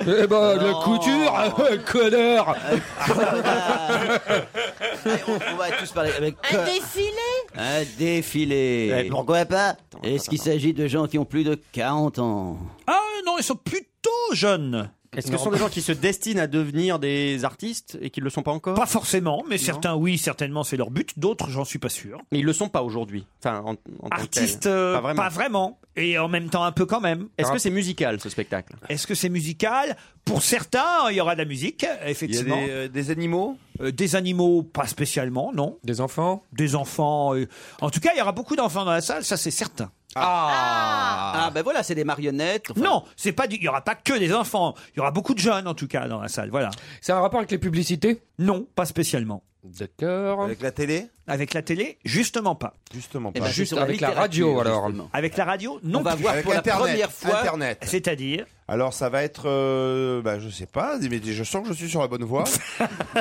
Eh ben, la couture, connard Allez, on, on va tous parler avec. Un défilé Un défilé. pourquoi pas Est-ce qu'il s'agit de gens qui ont plus de 40 ans Ah non, ils sont plutôt jeunes. Est-ce que ce sont des gens qui se destinent à devenir des artistes et qui ne le sont pas encore Pas forcément, mais certains, oui, certainement, c'est leur but. D'autres, j'en suis pas sûr. Mais ils le sont pas aujourd'hui. Enfin, en, en tant que tel. Artistes, euh, pas vraiment. Et en même temps, un peu quand même. Est-ce que c'est musical ce spectacle Est-ce que c'est musical Pour certains, il y aura de la musique, Il y a des, effectivement. euh, des animaux Euh, des animaux, pas spécialement, non. Des enfants Des enfants. euh, En tout cas, il y aura beaucoup d'enfants dans la salle, ça c'est certain. Ah. Ah, ben voilà, c'est des marionnettes. Non, c'est pas du- il y aura pas que des enfants, il y aura beaucoup de jeunes en tout cas dans la salle, voilà. C'est un rapport avec les publicités Non, pas spécialement. D'accord. Avec la télé Avec la télé, justement pas. Justement Eh pas. ben, Juste avec la radio, alors. Avec la radio, non. On va plus. voir Avec pour Internet. la première fois. Internet. C'est-à-dire Alors ça va être, euh, bah, je sais pas, mais je sens que je suis sur la bonne voie.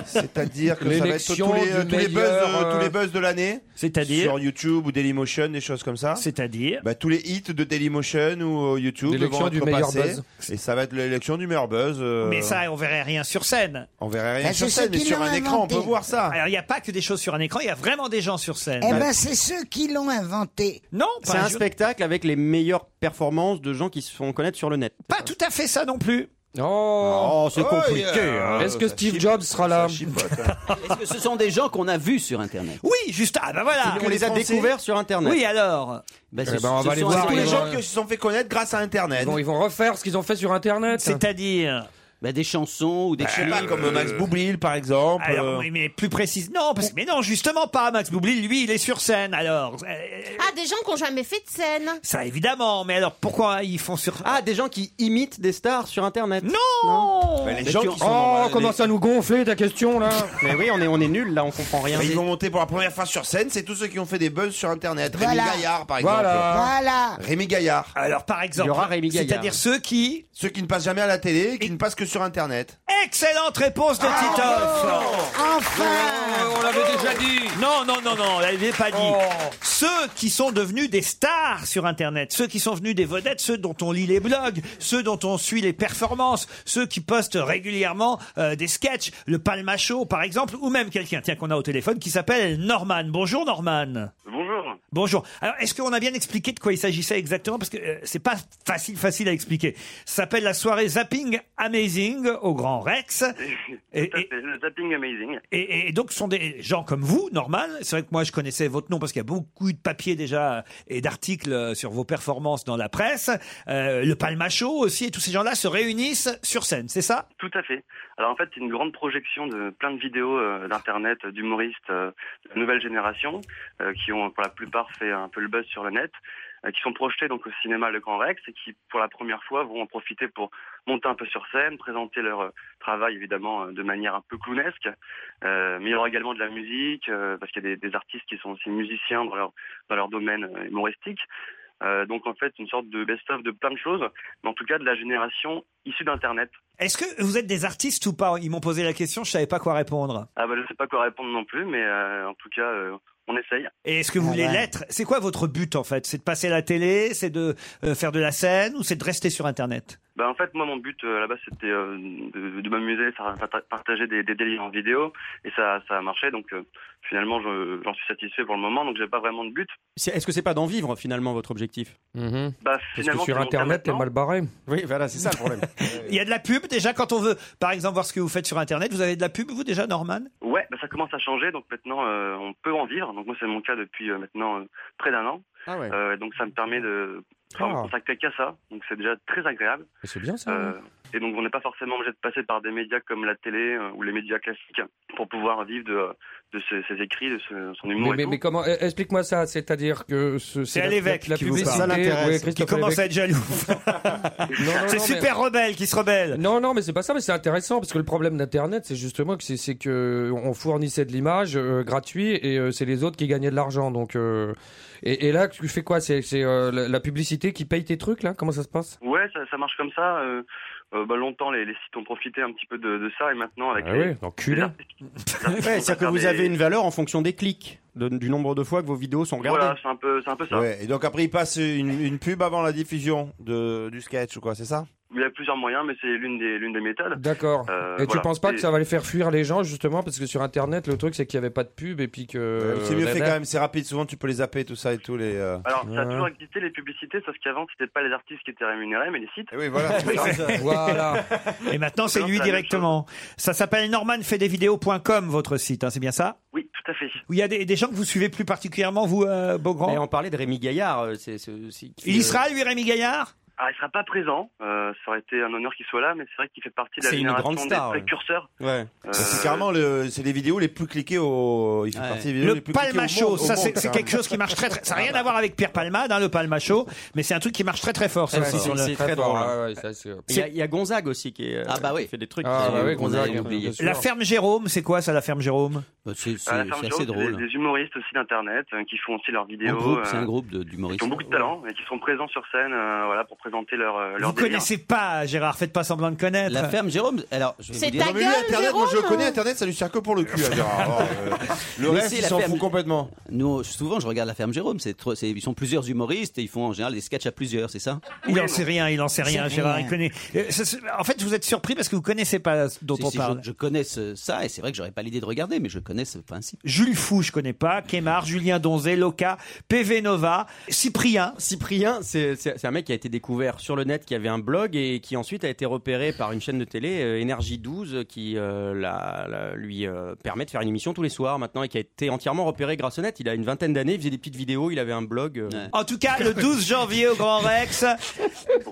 C'est-à-dire que ça va être L'élection tous les, du euh, tous les buzz, meilleur, de- euh, tous les buzz de l'année. C'est-à-dire sur YouTube ou Dailymotion, des choses comme ça. C'est-à-dire bah, tous les hits de Dailymotion ou euh, YouTube L'élection vont du être meilleur passés. buzz. Et ça va être l'élection du meilleur buzz. euh, Mais ça, on verrait rien sur scène. on verrait Bah, rien sur scène, mais sur un écran, on peut voir ça. Alors, il n'y a pas que des choses sur un écran, il y a vraiment des gens sur scène. Eh ben, c'est ceux qui l'ont inventé. euh, Non, pas C'est un ju- spectacle avec les meilleures performances de gens qui se font connaître sur le net. Pas tout à fait ça non plus. Oh, c'est compliqué. hein. Ah. Est-ce que Steve Jobs sera là Est-ce que ce sont des gens qu'on a vus sur Internet Oui, juste. Ah ben voilà. On les a découverts sur Internet. Oui, alors. Ben, Eh ben, on va les sont Bah, C'est voir. tous les Ils gens vont- qui se sont fait connaître grâce à Internet. Bon, ils vont refaire ce qu'ils ont fait sur Internet. C'est-à-dire Bah, des chansons ou des Bah, je sais films. pas, comme Max Boublil, par exemple. euh. Alors, oui, mais plus précise. Non, parce que, mais non, justement pas. Max Boublil, lui, il est sur scène. Alors, euh, Ah, des gens qui n'ont jamais fait de scène. ça évidemment. Mais alors, pourquoi ils font sur. Ah, des gens qui imitent des stars sur Internet. Non, Bah, les Mais gens tu- qui oh, sont dans, euh, comment des- ça nous gonfler ta question là Mais oui, on est, on est nuls là, on comprend rien. Bah, ils vont monter pour la première fois sur scène, c'est tous ceux qui ont fait des buzz sur internet. Voilà. Rémi Gaillard par exemple. Voilà. Voilà. Rémi Gaillard. Alors par exemple, Il y aura Rémi Gaillard. c'est-à-dire ceux qui Ceux qui ne passent jamais à la télé, qui ne passent que sur internet. Excellente réponse de Titoff Enfin oh, On l'avait déjà dit Oh. Non, non, non, non, on l'avait pas dit. Ceux qui sont devenus des stars sur Internet, ceux qui sont venus des vedettes, ceux dont on lit les blogs, ceux dont on suit les performances, ceux qui postent régulièrement euh, des sketchs, le Palmachot par exemple, ou même quelqu'un, tiens, qu'on a au téléphone, qui s'appelle Norman. Bonjour Norman Bonjour. Bonjour. Alors, est-ce qu'on a bien expliqué de quoi il s'agissait exactement Parce que euh, c'est pas facile, facile à expliquer. Ça s'appelle la soirée Zapping Amazing au Grand Rex. Et, et- Le tapping amazing. et- et donc, ce sont des gens comme vous, normal. C'est vrai que moi, je connaissais votre nom parce qu'il y a beaucoup de papiers déjà euh, et d'articles euh, sur vos performances dans la presse. Euh, le Palmacho aussi, et tous ces gens-là se réunissent sur scène, c'est ça Tout à fait. Alors en fait, c'est une grande projection de plein de vidéos euh, d'internet euh, d'humoristes euh, de la nouvelle génération euh, qui ont pour la plupart fait un peu le buzz sur le net, euh, qui sont projetés donc au cinéma Le Grand Rex et qui pour la première fois vont en profiter pour monter un peu sur scène, présenter leur euh, travail évidemment euh, de manière un peu clownesque. Euh, mais il y aura également de la musique euh, parce qu'il y a des, des artistes qui sont aussi musiciens dans leur dans leur domaine euh, humoristique. Euh, donc en fait une sorte de best-of de plein de choses, mais en tout cas de la génération issue d'Internet. Est-ce que vous êtes des artistes ou pas Ils m'ont posé la question, je savais pas quoi répondre. Ah bah je sais pas quoi répondre non plus, mais euh, en tout cas, euh, on essaye. Et est-ce que vous Ah voulez ouais. l'être C'est quoi votre but en fait C'est de passer la télé, c'est de euh, faire de la scène ou c'est de rester sur Internet Bah en fait, moi, mon but euh, à la base, c'était euh, de, de m'amuser, faire- faire- partager des, des délires en vidéo, et ça, ça a marché. Donc euh, finalement, je- j'en suis satisfait pour le moment, donc j'ai pas vraiment de but. C'est- Est-ce que c'est pas d'en vivre finalement votre objectif Mhm. Bah, Parce finalement, c'est mon cas maintenant. barré. Oui, voilà, c'est ça le problème. Il y a de la pub déjà quand on veut, par exemple, voir ce que vous faites sur Internet. Vous avez de la pub vous déjà, Norman Ouais, bah ça commence à changer, donc maintenant euh, on peut en vivre. Donc moi c'est mon cas depuis euh, maintenant euh, près d'un an. Ah ouais. Euh, donc ça me permet de Ah. ne contacter qu'à ça, donc c'est déjà très agréable. C'est bien ça. Euh, et donc on n'est pas forcément obligé de passer par des médias comme la télé euh, ou les médias classiques pour pouvoir vivre de, euh, de ses, ses écrits, de ce- son Mais, humour. et mais, tout. mais comment euh, Explique-moi ça. C'est-à-dire que ce- C'est à l'évêque la, la qui vous parle. publicité. Ça l'intéresse. ouais, Christophe Qui commence à Lévesque. être jaloux. C'est super rebelle qui se rebelle. Non, non, mais c'est pas ça, mais c'est intéressant parce que le problème d'Internet, c'est justement que c'est- c'est que euh, on fournissait de l'image euh, gratuit et euh, c'est les autres qui gagnaient de l'argent. Donc, euh, et, et là, tu fais quoi C'est c'est, euh, la, la publicité qui paye tes trucs là Comment ça se passe Ouais, ça, ça marche comme ça. euh, euh, bah, longtemps, les, les sites ont profité un petit peu de, de ça, et maintenant avec Ah les- oui, enculé. les artistes- les artistes Ouais, vont c'est-à-dire que faire vous des- avez une valeur en fonction des clics, de- du nombre de fois que vos vidéos sont regardées. Voilà, c'est un peu, c'est un peu ça. Ouais, et donc après ils passent une, une pub avant la diffusion de, du sketch ou quoi, c'est ça Il y a plusieurs moyens, mais c'est l'une des, l'une des méthodes. D'accord. Euh, et tu voilà. penses pas que Et- ça va les faire fuir les gens justement parce que sur Internet, le truc c'est qu'il y avait pas de pub et puis que. C'est mieux fait Nana- quand même, c'est rapide, souvent tu peux les zapper tout ça et tout les euh, Alors, ça a Ouais. toujours existé les publicités, sauf qu'avant, c'était pas les artistes qui étaient rémunérés, mais les sites. Eh oui, voilà. Voilà. Et maintenant, c'est Non, lui c'est la même directement. Ça s'appelle normanfaitdesvideos.com, votre site, hein, c'est bien ça Oui, tout à fait. Où il y a des, des gens que vous suivez plus particulièrement, vous, euh, Beaugrand Et on parlait de Rémi Gaillard, euh, c'est c'est aussi. Il y sera, lui, Rémi Gaillard Ah, il sera pas présent. Euh, ça aurait été un honneur qu'il soit là, mais c'est vrai qu'il fait partie de la C'est une génération grande star, des ouais. précurseurs. Ouais. Euh, C'est carrément le, c'est les vidéos les plus cliquées au. Il fait Ouais. partie des vidéos Le les plus cliquées au palmacho, monde- au ça monde, c'est c'est hein. quelque chose qui marche très très. Ça n'a rien à voir avec Pierre Palmade, hein, le palmacho, mais c'est un truc qui marche très très fort. ça Ouais, aussi, c'est- sur le- c'est bah, très drôle. Il y a- C'est- il y, a Gonzague aussi qui, est, euh, Ah bah oui. qui fait des trucs. Ah qui- bah oui, qu'on a Gonzague, oubliés. bien La ferme Jérôme, c'est quoi ça, la ferme Jérôme Ah, euh, à la ferme Jérôme, c'est Des, des humoristes aussi d'internet euh, qui font aussi leurs vidéos. groupe, c'est euh, un groupe de- d'humoristes. Qui ont beaucoup de talent et qui sont présents sur scène, euh, voilà, pour présenter leur euh, leur Vous délire. connaissez pas Gérard, faites pas semblant de connaître. La ferme Jérôme, alors je vais C'est vous dire- ta Non, mais lui, gueule, Internet, moi je Jérôme connais Internet, ça lui sert que pour le cul. à Gérard. Ah, oh, Alors, euh, le Mais reste, c'est il la s'en ferme- fout complètement. Nous, souvent, je regarde la ferme Jérôme. C'est trop- c'est- ils sont plusieurs humoristes et ils font en général des sketchs à plusieurs, c'est ça Il en sait rien, il en sait rien, C'est Gérard. rien. Il connaît. Euh, ça, c'est- en fait, vous êtes surpris parce que vous connaissez pas ce dont Si, on si, parle. Je, je connais ce- ça et c'est vrai que j'aurais pas l'idée de regarder, mais je connais ce principe. Jules Fou, je connais pas. Kemar, Julien Donzé, Loca, PV Nova, Cyprien. Cyprien, c'est c'est- c'est un mec qui a été découvert. découvert sur le net qu'il y avait un blog et qui ensuite a été repéré par une chaîne de télé, euh, Énergie 12, qui euh, la- la- lui euh, permet de faire une émission tous les soirs maintenant et qui a été entièrement repéré grâce au net. Il a une vingtaine d'années, il faisait des petites vidéos, il avait un blog. euh. En tout cas, le 12 janvier au Grand Rex.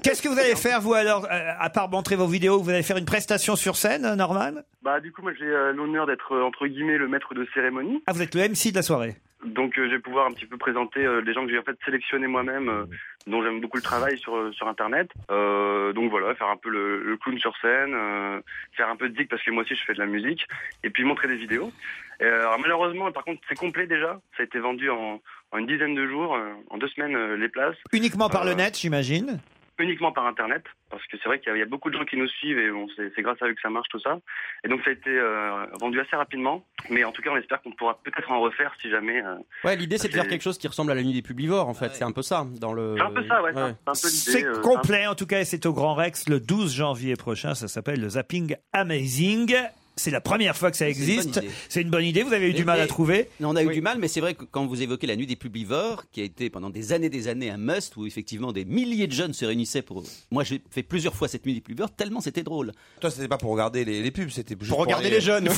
Qu'est-ce que vous allez faire, vous, alors, euh, à part montrer vos vidéos, vous allez faire une prestation sur scène, euh, Norman Bah, du coup, moi, j'ai euh, l'honneur d'être, euh, entre guillemets, le maître de cérémonie. Ah, vous êtes le MC de la soirée. Donc, euh, je vais pouvoir un petit peu présenter euh, les gens que j'ai en fait sélectionnés moi-même, euh, dont j'aime beaucoup le travail sur, euh, sur Internet. Euh, donc voilà, faire un peu le, le clown sur scène, euh, faire un peu de dick parce que moi aussi je fais de la musique, et puis montrer des vidéos. Et, euh, alors, malheureusement, par contre, c'est complet déjà. Ça a été vendu en, en une dizaine de jours, euh, en deux semaines euh, les places. Uniquement par Euh, le net, j'imagine. uniquement par Internet, parce que c'est vrai qu'il y a- il y, a beaucoup de gens qui nous suivent et bon, c'est c'est grâce à eux que ça marche tout ça. Et donc ça a été euh, vendu assez rapidement, mais en tout cas on espère qu'on pourra peut-être en refaire si jamais. euh, Ouais, l'idée c'est de parce faire quelque chose qui ressemble à la nuit des publivores en fait, c'est un peu ça dans le. C'est un peu ça, ouais, c'est un- c'est un peu l'idée, C'est euh, complet, en tout cas, et c'est au Grand Rex le 12 janvier prochain. Ça s'appelle le Zapping Amazing. C'est la première fois que ça existe. C'est une bonne idée. Vous avez eu du mal à trouver. Non, on a eu du mal, mais c'est vrai que quand vous évoquez la nuit des publivores, qui a été pendant des années des années un must, où effectivement des milliers de jeunes se réunissaient pour. Moi, j'ai fait plusieurs fois cette nuit des publivores, tellement c'était drôle. Toi, c'était pas pour regarder les, les pubs, c'était juste Pour regarder les jeunes.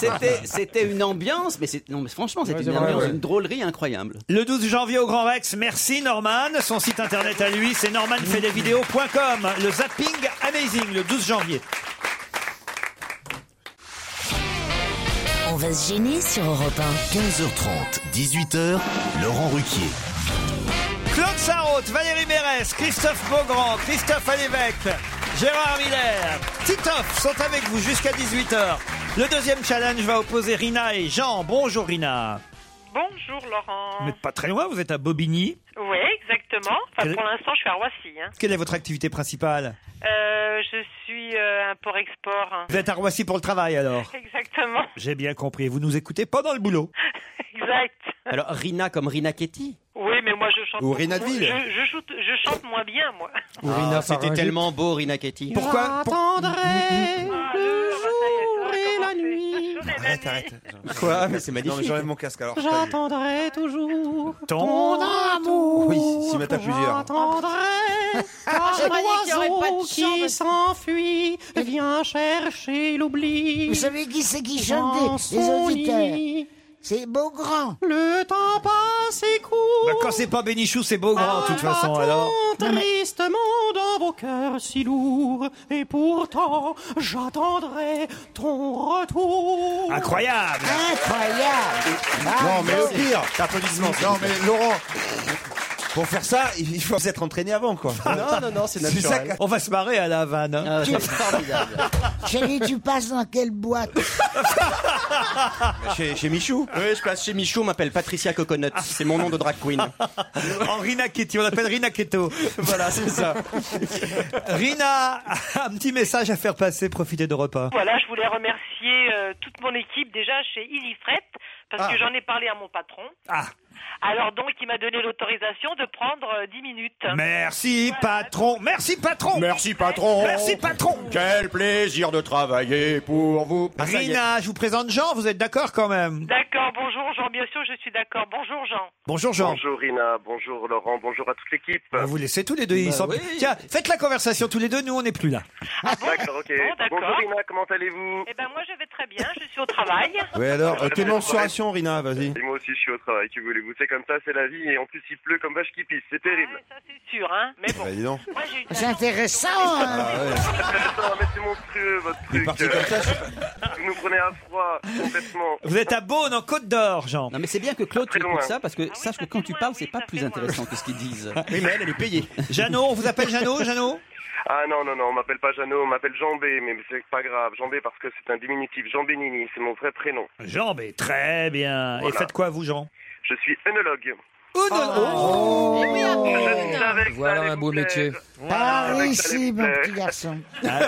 C'était- C'était une ambiance, mais, c'est- non, mais franchement, c'était Ouais, c'est une vrai, ambiance, ouais. une drôlerie incroyable. Le 12 janvier au Grand Rex, merci Norman. Son site internet à lui, c'est normanfaitdesvidéos.com. Le zapping amazing, le 12 janvier. On va se gêner sur Europe 1. 15h30, 18h, Laurent Ruquier. Claude Sarraute, Valérie Mérès, Christophe Beaugrand, Christophe Alévèque, Gérard Miller, Titoff sont avec vous jusqu'à 18h. Le deuxième challenge va opposer Rina et Jean. Bonjour Rina. Bonjour Laurent. Vous n'êtes pas très loin, vous êtes à Bobigny. Oui, exactement. Enfin, Quel- pour l'instant, je suis à Roissy. hein. Quelle est votre activité principale Euh, je suis euh, un port-export. hein. Vous êtes à Roissy pour le travail alors Exactement. J'ai bien compris, vous nous écoutez pendant le boulot. Exact. Alors Rina comme Rina Ketty Oui, mais moi, je chante. Ou beaucoup- Rinaldville. Je, je chante, je chante moins bien, moi. Ah, Rina C'était Farringit. tellement beau Rina Ketty. Mm, J'attendrai Ah, le jour et la nuit. Arrête, arrête. Quoi Mais c'est magnifique. Non, mais j'enlève mon casque alors. je t'ai eu. J'attendrai toujours Ton amour. Oui, s'ils mettent à plusieurs. J'attendrai Ah, car j'aimerais dire qu'il y aurait pas de l'oiseau chant, qui parce- s'enfuit vient chercher l'oubli. Vous savez qui c'est qui chante Dans des, les son auditeurs lit. C'est Beaugrand. Le temps passe et court. Bah, quand c'est pas Bénichou, c'est Beaugrand de toute façon alors. Tristement dans vos cœurs si lourds, et pourtant j'attendrai ton retour. Incroyable Incroyable Non, mais le pire. Applaudissements. Non, mais Laurent. Pour faire ça, il faut vous être entraîné avant, quoi. Non, non, non, c'est naturel. On va se marrer à la vanne. hein. Ah, Tu- Chérie, tu passes dans quelle boîte Chez, Michou Ah. Oui, je passe chez Michou, on m'appelle Patricia Coconut. C'est mon nom de drag queen. en Rina Ketty, on l'appelle Rina Keto. voilà, c'est ça. Rina, un petit message à faire passer, profitez de repas. Voilà, je voulais remercier euh, toute mon équipe déjà chez Ilifret parce Ah. que j'en ai parlé à mon patron. Ah. Alors donc il m'a donné l'autorisation de prendre euh, 10 minutes. Merci patron, merci patron. Merci patron. Merci patron. Quel plaisir de travailler pour vous. Rina, je vous Ah, présente Jean, vous êtes d'accord quand même D'accord, bonjour Jean, bien sûr je suis d'accord. Bonjour Jean. Bonjour Jean. Bonjour Rina, bonjour Laurant, bonjour à toute l'équipe. Bah, Vous laissez tous les deux, ils sont... Tiens, faites la conversation tous les deux, nous on n'est plus là. D'accord, ok. bonjour Rina, comment allez-vous Eh ben moi je vais très bien, je suis au travail. Oui, alors, euh, tes mensurations, Rina, vas-y. Et moi aussi je suis au travail, que voulez-vous C'est comme ça, c'est la vie, et en plus il pleut comme vache qui pisse, c'est terrible. C'est sûr hein. Mais bon. Bah, dis donc. Moi j'ai eu C'est intéressant. hein. Ah Attends, mais c'est monstrueux votre truc. Vous nous prenez à froid, complètement. Vous êtes à Beaune, en Côte d'Or, Jean. Non, mais c'est bien que Claude tu écoutes ça, parce que sache que quand tu parles, c'est pas plus intéressant que ce qu'ils disent. Oui, mais elle, elle est payée. Jeannot, on vous appelle Jeannot, Jeannot Ah non, non, non, on m'appelle pas Jeannot, on m'appelle Jean B, mais c'est pas grave. Jean B parce que c'est un diminutif. Jean Bénini, c'est mon vrai prénom. Jean, mais très bien. Et Voilà. faites quoi vous, Jean Je suis œnologue. Ah Oh. Voilà un beau métier. Par ici, mon petit garçon. Et en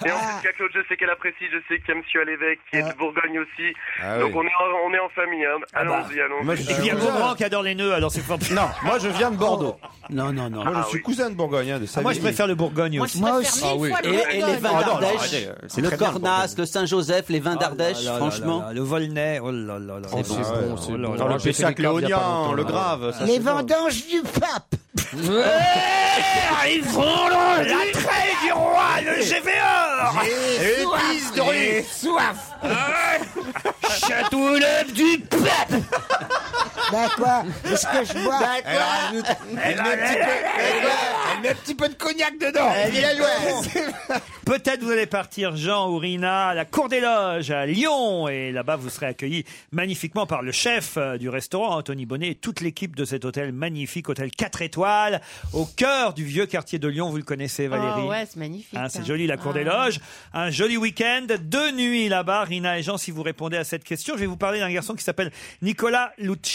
plus, il y a Claude, je sais qu'elle apprécie, je sais qu'il y a Monsieur Alévêque qui est de Bourgogne aussi. Ah Donc oui. on, est en, on est en famille. hein. Ah bah, Allons-y, allons-y. Moi, je suis Il y a Beaugrand qui adore les nœuds, alors c'est fort. Non, moi je viens de Bordeaux. Non, non, non. Moi je suis cousin de Bourgogne, hein, de Ah, moi, je Savigny. préfère le Bourgogne aussi. Moi aussi. Ah oui. Et, et les vins Ah non, non, d'Ardèche, arrêtez, c'est le très bien, le Cornas, le Saint-Joseph, les vins Ah d'Ardèche, là là franchement. là là, le Volnay, oh là là là. Oh, les c'est vins. bon, Ah ouais, c'est oh là bon. là. Alors, le J'ai fait des Pessac, clubs il y a pas Léonien, longtemps, le là. Grave, ça, Les vendanges du pape. Eh, Arriveront l'attrait du roi, le GVR J'ai soif, de rue. j'ai soif. Châteauneuf du pape Bah quoi Est-ce que je bois Bah, Elle rajoute- elle met un petit peu- elle met- elle met un petit peu de cognac dedans Peut-être vous allez partir, Jean ou Rina, à la Cour des Loges à Lyon. Et là-bas, vous serez accueillis magnifiquement par le chef euh, du restaurant, Anthony Bonnet, et toute l'équipe de cet hôtel magnifique, hôtel 4 étoiles, au cœur du vieux quartier de Lyon. Vous le connaissez, Valérie Oh ouais, c'est magnifique. Hein, c'est hein. joli la cour Ah. des loges, un joli week-end, deux nuits là-bas. Rina et Jean, si vous répondez à cette question, je vais vous parler d'un garçon qui s'appelle Nicolas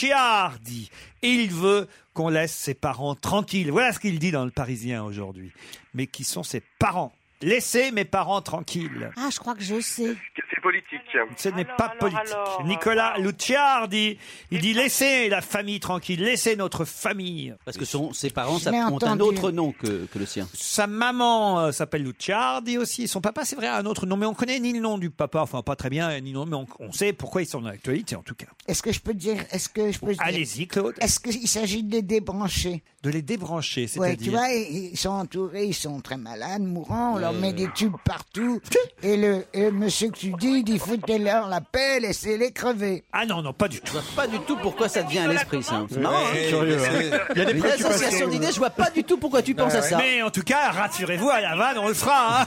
Luciardi. Et il veut qu'on laisse ses parents tranquilles. Voilà ce qu'il dit dans le Parisien aujourd'hui. Mais qui sont ses parents Laissez mes parents tranquilles. Ah, je crois que je sais. C'est politique. Ce n'est pas politique. Nicolas Luciardi, il dit laissez la famille tranquille, laissez notre famille. Parce que son- ses parents Je ça, l'ai ont un entendu. autre nom que, que le sien. Sa maman euh, s'appelle Luciardi aussi. Son papa, c'est vrai, a un autre nom, mais on connaît ni le nom du papa, enfin pas très bien, ni le nom, mais on, on sait pourquoi ils sont dans l'actualité en tout cas. Est-ce que je peux te dire Est-ce que je peux te Allez-y, Claude. Est-ce qu'il s'agit de les débrancher De les débrancher, Ouais, c'est-à-dire. tu vois, ils ils sont entourés, ils sont très malades, mourants, on leur met Euh. des tubes partout. Et le, et le monsieur que tu dis, il dit foutez-leur la paix, laissez-les crever. Ah non, non, pas du tout. Je vois pas du tout pourquoi ça devient à l'esprit, ça. C'est marrant, Ouais, hein. curieux, hein. Il y a des Mais préoccupations. associations d'idées, je vois pas du tout pourquoi tu penses à ça. Mais en tout cas, rassurez-vous, à la vanne, on le fera. hein.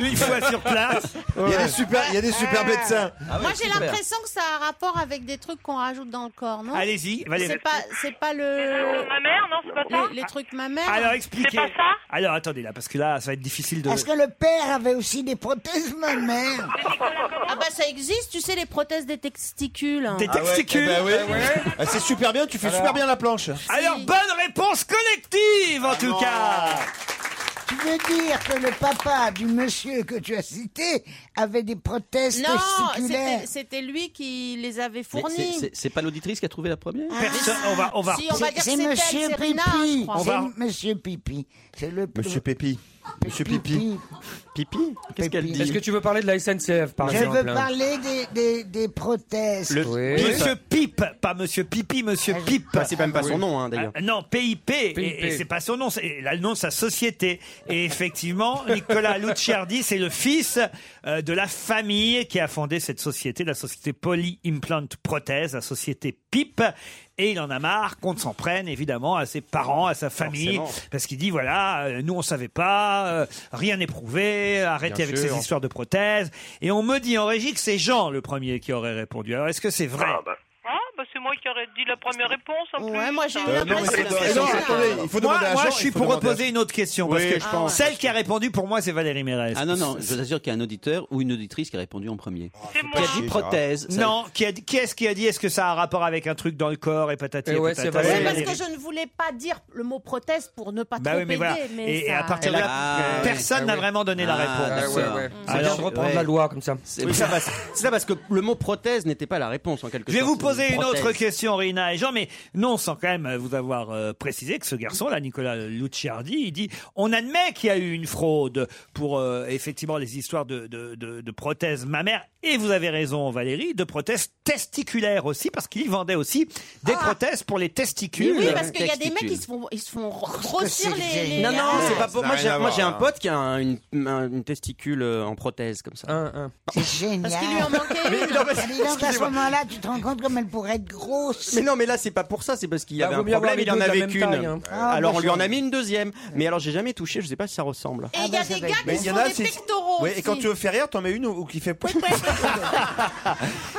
Une fois sur place. Il y a des super, il y a des super Ah, médecins. Ah Moi, j'ai l'impression que ça a un rapport avec des trucs qu'on rajoute dans le corps, non Allez-y, Valérie. C'est pas, c'est pas le. Ma mère, non, c'est pas ça. Les, les trucs ma mère. hein. Alors expliquez. Alors attendez là, parce que là, ça va être difficile de. Est-ce que le père avait aussi des prothèses, ma mère Ah bah ça existe, tu sais, les prothèses des testicules. hein. Des testicules. eh Ah, C'est super bien, tu fais Alors. super bien la planche. Alors bonne réponse collective en tout cas. Tu veux dire que le papa du monsieur que tu as cité avait des prothèses Non, testiculaires c'était- c'était lui qui les avait Mais c'est- fournis. c'est- C'est pas l'auditrice qui a trouvé la première Personne, on va, on va. Si, on va dire C'est que c'était Monsieur elle, c'est Rina, je Pipi. crois. C'est Va- Monsieur Pipi. C'est le Monsieur Pépi. Monsieur Pipi. Pipi Qu'est-ce qu'elle Est-ce que tu veux parler de la SNCF, par Ah, Je exemple veux parler des, des, des prothèses. Le Ah, Oui. Monsieur Pipe, pas Monsieur Pipi, Monsieur Ah, Pipe. c'est même pas son Oui. nom, hein, d'ailleurs. Ah, non, PIP, PIP. et, et c'est pas son nom, c'est le nom de sa société. Et effectivement, Nicolas Luciardi, c'est le fils euh, de la famille qui a fondé cette société, la société Poly Implant Prothèse, la société PIP. Et il en a marre qu'on ne s'en prenne, évidemment, à ses parents, à sa famille, Forcément. parce qu'il dit, voilà, euh, nous on savait pas, euh, rien n'est prouvé, arrêtez Bien avec sûr. ces histoires de prothèses. Et on me dit en régie que c'est Jean le premier qui aurait répondu. Alors est-ce que c'est vrai Ah, bah c'est moi qui aurais dit la première réponse en plus. Ouais, moi j'ai eu Euh, non, mais l'impression c'est- que c'est- c'était non, ça. attendez, il faut moi, demander à moi, Jean, je il suis faut pour demander à reposer Jean. une autre question. Oui, parce que je pense. Celle qui a répondu pour moi, c'est Valérie Mérez. Ah non, non, je vous assure qu'il y a un auditeur ou une auditrice qui a répondu en premier. Qui Qui a dit prothèse. ça- Non, qui, a dit- qui est-ce qui a dit est-ce que ça a un rapport avec un truc dans le corps et patati Eh et ouais, patata c'est Valérie. C'est parce Valérie. que je ne voulais pas dire le mot prothèse pour ne pas Bah trop oui, mais aider. voilà. mais Et, et ça- à partir de là, Ah, personne ouais. n'a Ah, vraiment donné la ouais. réponse. Ah, ouais, ouais. Mm. C'est Alors, bien de reprendre la loi comme ça. C'est oui, ça va, c'est- c'est ça parce que le mot prothèse n'était pas la réponse en quelque Je vais sorte. vous poser une Prothèse. autre question, Rina et Jean, mais non sans quand même vous avoir euh, précisé que ce garçon, là, Nicolas Luciardi, il dit on admet qu'il y a eu une fraude pour euh, effectivement les histoires de, de, de, de prothèses mammaires. Et vous avez raison, Valérie, de prothèses testiculaires aussi, parce qu'il vendait aussi des prothèses pour les Ah Mais testicules. oui, parce qu'il y a des mecs qui se font, ils se font Oh, grossir les, les- Non, non, Ah, c'est pas pour n'a moi. rien J'ai à moi, voir, j'ai un hein. pote qui a un- une, un- une testicule euh, en prothèse comme ça. C'est génial. Parce qu'il lui en manquait Mais une. non, mais- Dis donc, à ce excusez-moi. moment-là, tu te rends compte comme elle pourrait être grosse. Mais non, mais là, c'est pas pour ça, c'est parce qu'il y Bah, avait vaut un mieux avoir problème, les il en deux de la avait même qu'une. taille, hein. Ah, Alors, bah, on lui en je- a mis une deuxième. Mais alors, j'ai jamais touché, je sais pas si ça ressemble. Ah, Et il y bah, a des gars Mais qui il se y en font a, des c'est- pectoraux Ouais, et quand aussi. tu veux faire rire, t'en mets une ou, ou qui fait pouet.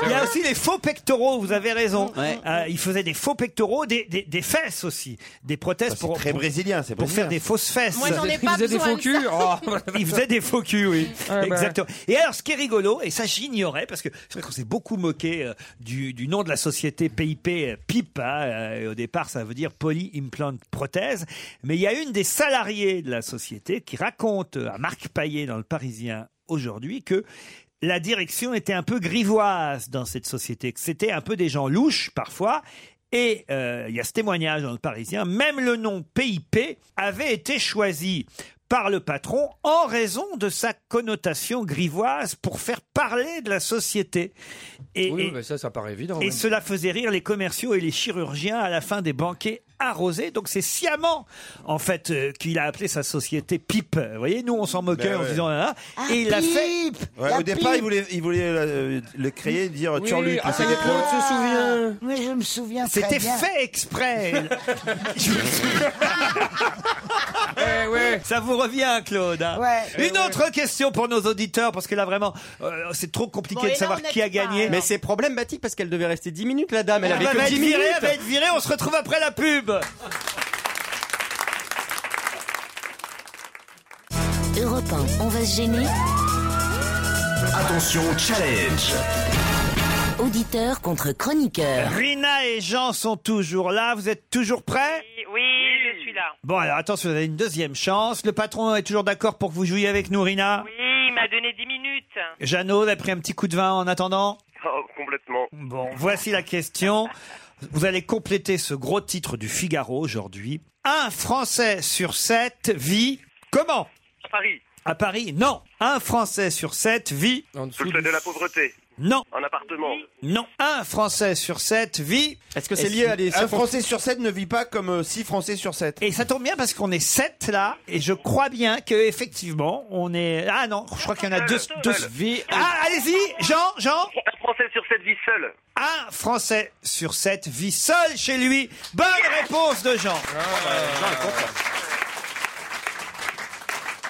Il y a aussi les faux pectoraux, vous avez raison. Euh, il faisait des faux pectoraux, des, des, des fesses aussi, des prothèses pour, très pour- brésilien, c'est pour brésilien. faire des fausses fesses. Moi, j'en ai pas besoin de ça. Il faisait des faux culs, oui. Ouais, bah. Exactement. Et alors, ce qui est rigolo, et ça j'ignorais, parce que c'est vrai qu'on s'est beaucoup moqué euh, du, du nom de la société PIP euh, PIP. hein, euh, et au départ, ça veut dire poly-implant prothèse. Mais il y a une des salariées de la société qui raconte à Marc Paillet dans Le Parisien aujourd'hui que la direction était un peu grivoise dans cette société, que c'était un peu des gens louches parfois. Et euh, il y a ce témoignage dans le Parisien, même le nom PIP avait été choisi par le patron en raison de sa connotation grivoise pour faire parler de la société. Et, Oui, et- mais ça, ça paraît évident. et oui. cela faisait rire les commerciaux et les chirurgiens à la fin des banquets arrosés. Donc c'est sciemment, en fait, euh, qu'il a appelé sa société PIP. Vous voyez, nous, on s'en moquait Ben en ouais. disant... Ah, Ah, et il a pipe fait... Ouais, au départ, il voulait, il voulait euh, le créer et dire Oui, Turluc. ah, le c'est Claude. Claude. souviens. Mais je me souviens très C'était bien. fait exprès. Eh Ça vous revient, Claude. hein Ouais. Une autre question pour nos auditeurs, parce que là, vraiment, euh, c'est trop compliqué Bon, et de là, savoir on est qui a bah, pas, gagné. alors. Mais c'est problématique parce qu'elle devait rester 10 minutes, la dame. Elle avait va que être 10 virée, minutes. elle va être virée, on se retrouve après la pub. Europe 1, on va se gêner. Attention, challenge. Auditeur contre chroniqueur. Rina et Jean sont toujours là. Vous êtes toujours prêts Oui, je suis là. Bon, alors attention, vous avez une deuxième chance. Le patron est toujours d'accord pour que vous jouiez avec nous, Rina. Oui, il m'a donné 10 minutes. Jeannot a pris un petit coup de vin en attendant. Oh, complètement. Bon, voici la question. Vous allez compléter ce gros titre du Figaro aujourd'hui. Un Français sur sept vit comment À Paris, À Paris Non. Un Français sur sept vit sous le seuil de la pauvreté. Non. En appartement. Non. Un Français sur sept vit. Est-ce que c'est lié à des Un Français sur 7 ne vit pas euh, comme 6 Français sur 7. Et ça tombe bien parce qu'on est sept là, et je crois bien que effectivement on est. Ah non, je crois Euh, qu'il y en a deux. deux... Ah, allez-y, Jean, Jean. Un Français sur 7 vit seul. Un Français sur sept vit seul chez lui. Bonne réponse de Jean.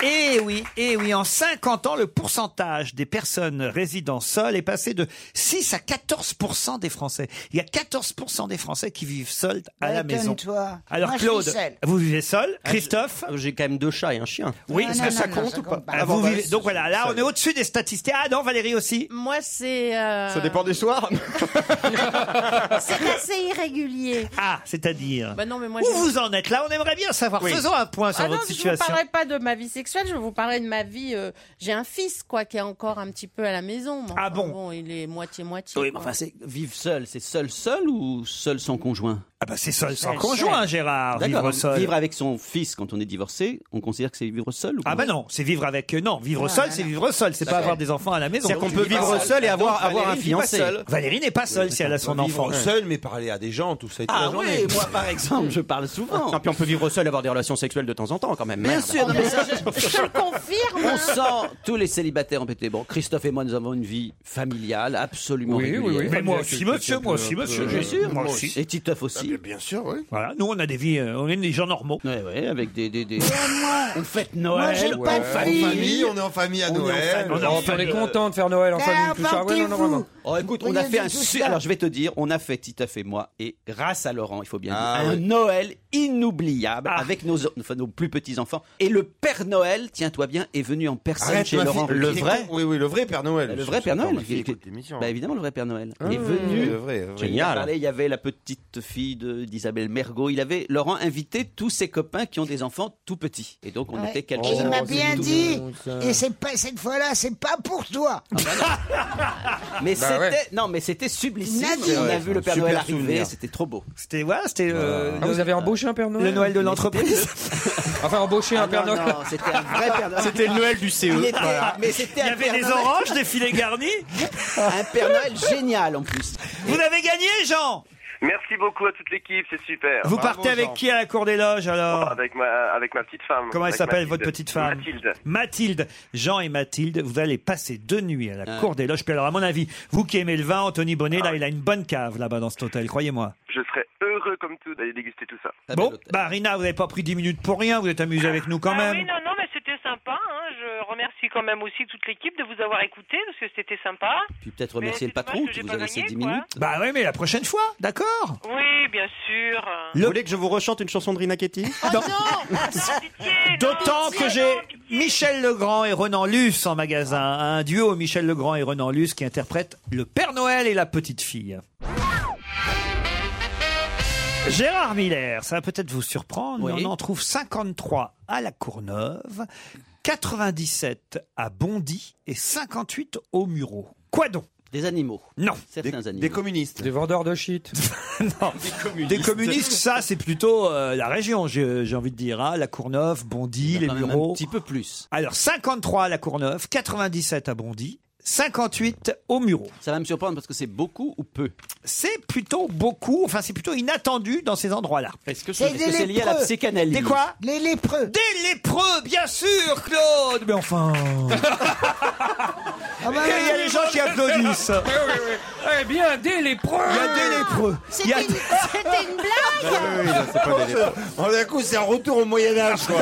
Et Eh oui, et oui, en 50 ans, le pourcentage des personnes résidant seules est passé de 6 à 14 des Français. Il y a 14 des Français qui vivent seuls à la maison. Bah, Étonne-toi. Alors Moi, je suis Claude, seule. vous vivez seul Christophe Ah, J'ai quand même deux chats et un chien. Oui, Non, est-ce Ah, non, que ça non, compte ça ou pas, compte pas. Ah, Ah vous bon, bah, vivez- Donc voilà, là on est au-dessus des statistiques. Ah non, Valérie aussi Moi, c'est. euh, des soirs. C'est assez irrégulier. Ah, c'est-à-dire Bah non, mais moi, Où je- vous en êtes là On aimerait bien savoir. Oui. Faisons un point sur Ah non, votre Je situation. vous parlerai pas de ma vie sexuelle, je vous parlerai de ma vie. euh, J'ai un fils, quoi, qui est encore un petit peu à la maison. mais enfin, bon, il est moitié-moitié. Oui, mais quoi. enfin, c'est vivre seul, c'est seul seul ou seul sans conjoint Ah bah c'est seul sans Seul, conjoint, seul. Gérard. D'accord, Vivre seul. Vivre avec son fils quand on est divorcé, on considère que c'est vivre seul ou Ah bah non, c'est vivre avec non, vivre seul, c'est vivre seul, c'est pas D'accord. avoir des enfants à la maison. C'est-à-dire qu'on peut vivre seul et avoir- avoir un fiancé. Valérie n'est pas seule si elle a son enfant. seul, mais parler à des gens, tout ça. et toute Ah la journée. par exemple, je parle souvent. Ah, puis on peut vivre seul et avoir des relations sexuelles de temps en temps quand même. Bien merde. sûr, non, mais ça, Je le confirme. On hein. sent tous les célibataires empêtés. Bon, Christophe et moi, nous avons une vie familiale absolument Oui, oui, régulière. oui. Mais moi aussi, monsieur, moi aussi, monsieur. Bien sûr, Moi aussi. Et Titoff aussi. Bien sûr, oui. Voilà, nous on a des vies, euh, on est des gens normaux. Ouais, ouais, avec des, des, des... Moi, On fête Moi, Noël. j'ai pas de En fille. famille, on est en famille à On est en Noël. famille. Bah, en Oh, famille. on est content de faire Noël en Ben, famille, tout ça. Ah Ouais, non, non, partez-vous. vraiment. Oh, écoute, on a Regardez fait un tout su- ça. Alors, je vais te dire, on a fait Titoff et moi, et grâce à Laurent, il faut bien Ah, dire, un ouais. Noël inoubliable Ah. avec nos, enfin, nos plus petits enfants. Et le Père Noël, tiens-toi bien, est venu en personne Arrête, chez ma Laurent. fille, Ruquier. le vrai Oui, oui, le vrai Père Noël. Le vrai Père Noël. Ma fille qui- écoute l'émission. Bah, évidemment, le vrai Père Noël Ah, est venu. le vrai, le vrai. Génial. Il, parlait, il y avait la petite fille de- d'Isabelle Mergot. Il avait Laurent invité tous ses copains qui ont des enfants tout petits. Et donc on Ouais. était Et quelques il uns. m'a bien Oh, Tout- dit, et c'est pas cette fois-là, c'est pas pour toi. Mais Bah c'était ouais. non, mais c'était sublissime. Nadine. On Ouais, a vu le Père super Noël arriver. souvenir. C'était trop beau. C'était voilà, c'était euh, Ah, vous avez embauché un Père Noël le Noël de l'entreprise. Enfin, embauché un Ah, Père non, Noël. non, c'était un vrai Père Noël. E. C'était le Noël du E. CE. Il était- Voilà. Mais c'était Il y un avait Père des Noël- oranges, des filets garnis. Un Père Noël génial en plus. Vous avez gagné, Jean. Merci beaucoup à toute l'équipe, c'est super. Vous partez avec qui à la cour des loges Oh, alors avec, ma, avec ma petite femme. Comment elle Avec s'appelle Mathilde. votre petite femme Mathilde. Mathilde. Jean et Mathilde, vous allez passer deux nuits à la cour des loges. Puis alors à mon avis, vous qui aimez le vin, Anthony Bonnet, là, il a une bonne cave là-bas dans cet hôtel, croyez-moi. Je serais heureux comme tout d'aller déguster tout ça. Ah, Bon, bah Rina, vous n'avez pas pris 10 minutes pour rien, vous êtes amusée avec nous quand Ah même. oui, non, non, mais c'était sympa. hein. Je remercie quand même aussi toute l'équipe de vous avoir écouté parce que c'était sympa. Puis peut-être Mais remercier c'est le patron dommage que qui j'ai vous pas a laissé gagné, 10 quoi. minutes. Bah oui, mais la prochaine fois, d'accord Oui, bien sûr. Vous voulez que je vous rechante une chanson de Rina Ketty D'autant que j'ai Michel Legrand et Renan Luce en magasin. Un duo Michel Legrand et Renan Luce qui interprètent le Père Noël et la petite fille. Gérard Miller, ça va peut-être vous surprendre, mais Oui. on en trouve 53 à La Courneuve, 97 à Bondy et 58 au Mureau. Quoi donc Des animaux. Non. Certains des, animaux. Des communistes. Des vendeurs de shit. non. Des communistes, ça, c'est plutôt euh, la région, j'ai j'ai envie de dire. hein. La Courneuve, Bondy, les Mureaux. Un petit peu plus. Alors, 53 à La Courneuve, 97 à Bondy, 58 au Mureau. Ça va me surprendre parce que c'est beaucoup ou peu C'est plutôt beaucoup, enfin, c'est plutôt inattendu dans ces endroits-là. Est-ce que C'est des lépreux. Des quoi Les lépreux. Des lépreux, bien sûr, Claude Mais enfin Ah bah Il y a- il y a oui. les gens qui applaudissent Eh bien, des lépreux Il y a des lépreux Il y a- C'était une blague Oh, D'un coup, c'est un retour au Moyen-Âge, quoi.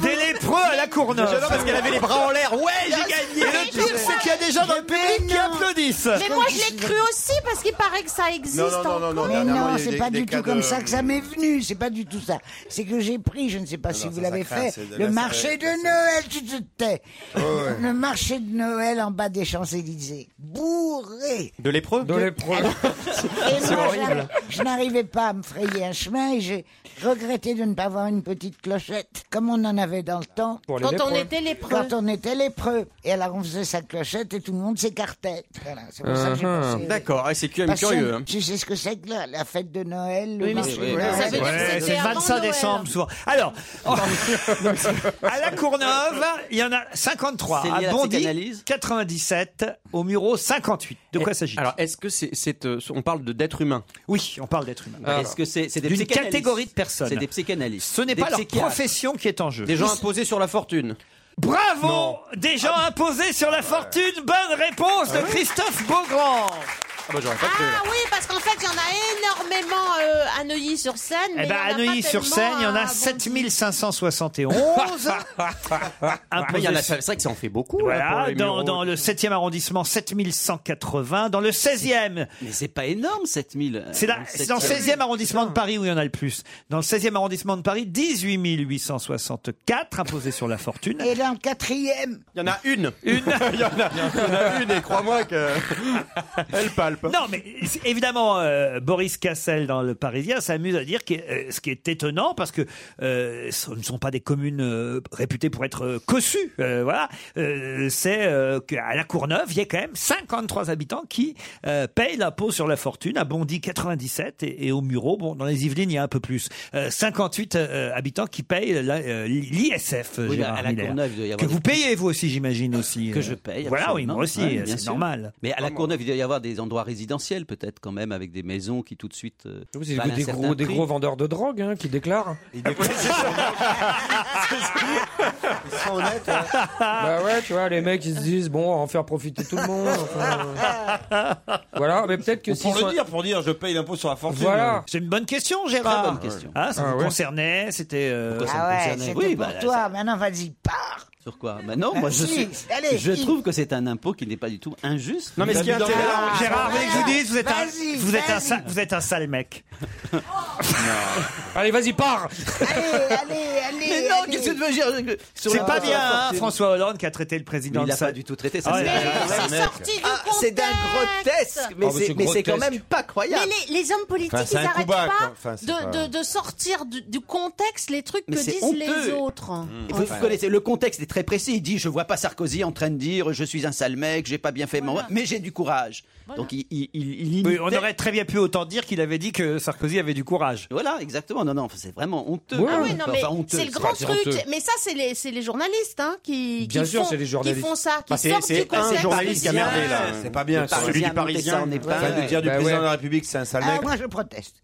Des lépreux à la Courneuve J'adore parce qu'elle avait les bras en l'air. Ouais, Ah, j'ai gagné Le pire, c'est qu'il y a des gens dans le pays qui applaudissent Mais moi je l'ai cru aussi parce qu'il paraît que ça existe encore. Mais dernièrement, non, il y a eu c'est des- pas des du cas tout comme de- ça que ça m'est venu. C'est pas du tout ça. C'est que j'ai pris, je ne sais pas Ah si vous l'avez craint, fait, c'est de la- Oh, le marché de Noël, tu te tais. Le marché de Noël en bas des Champs-Élysées. Bourré. De l'épreuve De Ah. l'épreuve. Ah, Et moi, j'arri- je n'arrivais pas à me frayer un chemin et j'ai regretté de ne pas avoir une petite clochette, comme on en avait dans le temps. Pour les Quand lépreux. on était lépreux. Quand on était lépreux. Et alors, on faisait sa clochette et tout le monde s'écartait. Voilà, c'est pour ça que j'ai Uh-huh. pensé. D'accord, ah, c'est quand même Parce que curieux, hein. Tu sais ce que c'est que la, la fête de Noël le Oui, mais marché c'est- de ouais, Noël. ça veut dire que Ouais, c'était c'est le hein. avant 25 Noël. décembre, souvent. Alors, à la Courneuve, il y en a 53. C'est lié à À la Bondy, psychanalyse 97. Au Mureau, 58. De quoi s'agit-il Eh, Alors, est-ce que c'est, c'est, euh, on parle de d'être humain Oui, on parle d'être humain. Est-ce que c'est, c'est des D'une psychanalystes catégorie de personnes. C'est des psychanalystes. Ce n'est Des pas leur psychiatres. profession qui est en jeu. Des gens imposés sur la fortune. Bravo Non. Ah Des gens imposés sur la fortune. Bonne réponse de Christophe Beaugrand. Ah bah j'aurais pas cru. Ah oui, parce qu'en fait, il y en a énormément euh, à Neuilly-sur-Seine. mais Eh il ben, y à en a pas Neuilly-sur-Seine, tellement il y en à a Bondy. 7571. Après, Ah, il y en a- c'est vrai que ça en fait beaucoup. là, pour Voilà, les dans, Mureaux. dans le 7e arrondissement, 7180. Dans le 16e. Mais c'est pas énorme, 7000. C'est là- c'est dans le 16e arrondissement de Paris où il y en a le plus. Dans le 16e arrondissement de Paris, 18 864 imposés sur la fortune. Et dans le quatrième. Il y en a une. Une. il y en a, une et crois-moi que elle palpe. Non, mais c'est- évidemment, euh, Boris Cassel dans Le Parisien s'amuse à dire que euh, ce qui est étonnant, parce que euh, ce ne sont pas des communes euh, réputées pour être euh, cossues, euh, voilà, euh, c'est euh, qu'à La Courneuve, il y a quand même 53 habitants qui euh, payent l'impôt sur la fortune, à Bondy 97 et, et au Mureau, bon, dans les Yvelines, il y a un peu plus, euh, 58 euh, habitants qui payent la- euh, l'ISF, Oui, Gérard à La Miller. Courneuve, il doit y avoir que des- vous payez, vous aussi, j'imagine, aussi. que euh. je paye. Voilà, oui, absolument. moi aussi, Ouais, bien c'est sûr. normal. Mais à la Courneuve, il doit y avoir des endroits résidentiels peut-être quand même avec des maisons qui tout de suite. euh, C'est valent un des, certain gros, des prix. gros vendeurs de drogue hein, qui déclarent. Ils sont honnêtes. bah ouais, tu vois, les mecs ils se disent bon, on va en faire profiter tout le monde. enfin, euh, voilà, mais peut-être que s'ils Pour sont- le dire, pour dire, je paye l'impôt sur la fortune. Voilà. C'est une bonne question, Gérard. Très bonne question. Ah, ça Ah vous ouais. concernait, c'était. euh, Ah ouais, c'était pour toi. Maintenant, vas-y, pars. Sur quoi Bah non, Bah moi je si, suis. allez, je il- trouve que c'est un impôt qui n'est pas du tout injuste. Non, mais ce qui est Dans- intéressant, Gérard, vous voulez que je vous dise, vous êtes un, Vas-y, vous êtes un, vas-y. sale- vous êtes un sale mec. Allez, vas-y, pars Allez, allez, allez. Mais non, allez. qu'est-ce que tu veux dire C'est pas bien, hein, François Hollande qui a traité le président Mais il de a ça. pas du tout traité ça. Ah, c'est ouais, un- ouais, ouais, c'est ouais, euh, un- Ah, C'est d'un Oh, grotesque, mais Ah, mais c'est- c'est mais c'est quand grotesque. même pas croyable. Mais les, les hommes politiques, Enfin, c'est ils un coup n'arrêtent bas, pas, quoi. Enfin, c'est de, pas- de- de sortir du, du contexte les trucs Mais que c'est disent les honteux. autres. Mmh. Et Vous, vous connaissez, le contexte est très précis. Il dit Je vois pas Sarkozy en train de dire Je suis un sale mec, j'ai pas bien fait, mon- mais j'ai du courage. Donc il, il, il, il Oui, imitait- on aurait très bien pu autant dire qu'il avait dit que Sarkozy avait du courage. Voilà, exactement. Non, non, c'est vraiment honteux. Ah oui, non, mais Enfin, honteux, c'est le c'est grand pas- c'est truc. honteux. Mais ça, c'est les, c'est les journalistes hein, qui, Bien qui sûr, font, c'est les journalistes. qui font ça, qui Bah, c'est- sortent c'est du un contexte. journaliste qui a merdé, là. C'est pas bien. Le Parisien, Celui du Parisien. Montessor n'est pas- Enfin, de dire du Bah président ouais. de la République, c'est un sale Ah, mec. moi, je proteste.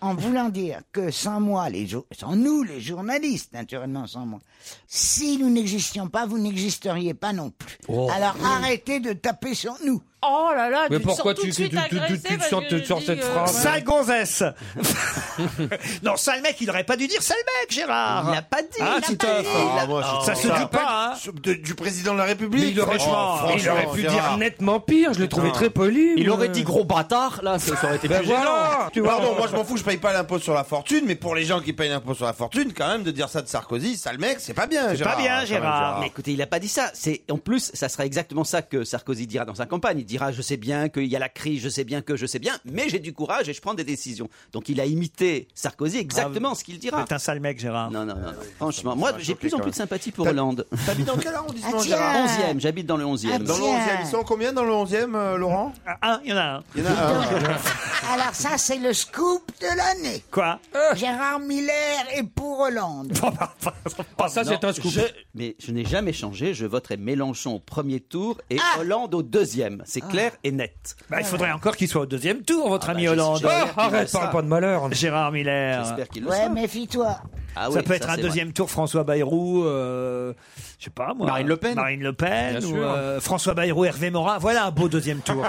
En voulant dire que sans moi, les jour- sans nous, les journalistes, naturellement, sans moi, si nous n'existions pas, vous n'existeriez pas non plus. Oh. Alors Mmh. arrêtez de taper sur nous. Oh là hein, là, Mais pourquoi tu, tu, tu, tu, tu, tu euh, te sens- te sors cette phrase Sale gonzesse Non, sale mec, il aurait pas dû dire sale mec, Gérard Il l'a pas dit, Ah, il l'a Titoff. pas dit. Ah, moi, je trouve Ça se joue pas, hein de- du président de la Mais République. il Oh, aurait- franchement, franchement, franchement, il aurait pu c'est dire rare. nettement pire, je l'ai trouvé Non. très poli. Il moi. aurait dit gros bâtard, là, ça, ça aurait été Ben plus voilà. gênant. Tu vois. Pardon, moi je m'en fous, je paye pas l'impôt sur la fortune, mais pour les gens qui payent l'impôt sur la fortune, quand même, de dire ça de Sarkozy, sale mec, c'est pas bien, Gérard. quand même, Mais écoutez, il a pas dit ça. C'est en plus, ça sera exactement ça que Sarkozy dira dans sa campagne. Il dira je sais bien qu'il y a la crise, je sais bien que je sais bien, mais j'ai du courage et je prends des décisions. Donc il a imité Sarkozy exactement ce qu'il dira. C'est un sale mec, Gérard. Non, non, non. Franchement, moi j'ai plus en plus de sympathie pour T'as- Hollande. T'habites dans quel arrondissement, Ah, tiens. Gérard 11e, j'habite dans le 11e. Dans le 11e. Ils sont combien dans le 11e, euh, Laurent Ah, Un, il y en a un. Il y en a Ah, un. Alors ça, c'est le scoop de l'année. Quoi Gérard Miller est pour Hollande. ça, c'est un scoop. mais je n'ai jamais changé. Je voterai Mélenchon au premier tour et Hollande au deuxième. C'est clair et net. Bah, il faudrait encore qu'il soit au deuxième tour, votre ami Ah bah, Hollande. j'espère qu'il le sera. malheur. Gérard Miller. J'espère qu'il le Ouais, Ah méfie-toi. Ah ça peut être un deuxième tour François Bayrou, euh, je sais pas moi. Marine Le Pen. Marine Le Pen Bien ou sûr. Ah euh, François Bayrou, Hervé Morin. Voilà un beau deuxième tour.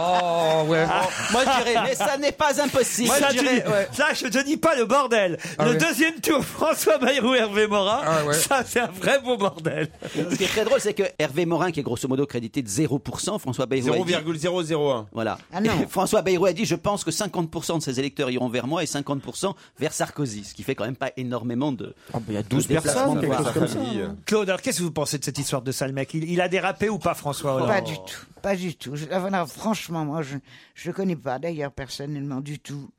oh ouais. Moi, je dirais, mais ça n'est pas impossible. ça, Moi, je tu dirais, dis- ouais. Ah ça, je te dis pas le bordel. le ouais. deuxième tour François Bayrou, Hervé Morin. Ah ouais. Ça c'est un vrai beau bordel. Ce qui est très drôle, c'est que Hervé Morin, qui est grosso modo crédité de 0%, François Bayrou. a dit- 0,001. Voilà. Ah non. François Bayrou a dit Je pense que 50% de ses électeurs iront vers moi et 50% vers Sarkozy. Ce qui fait quand même pas énormément de. il y a 12 personnes, quelque chose comme ça. Claude, alors, qu'est-ce que vous pensez de cette histoire de sale mec il, il a dérapé ou pas François Oh Hollande Pas du tout, pas du tout. Je- voilà, franchement, moi, je ne le connais pas d'ailleurs personnellement du tout.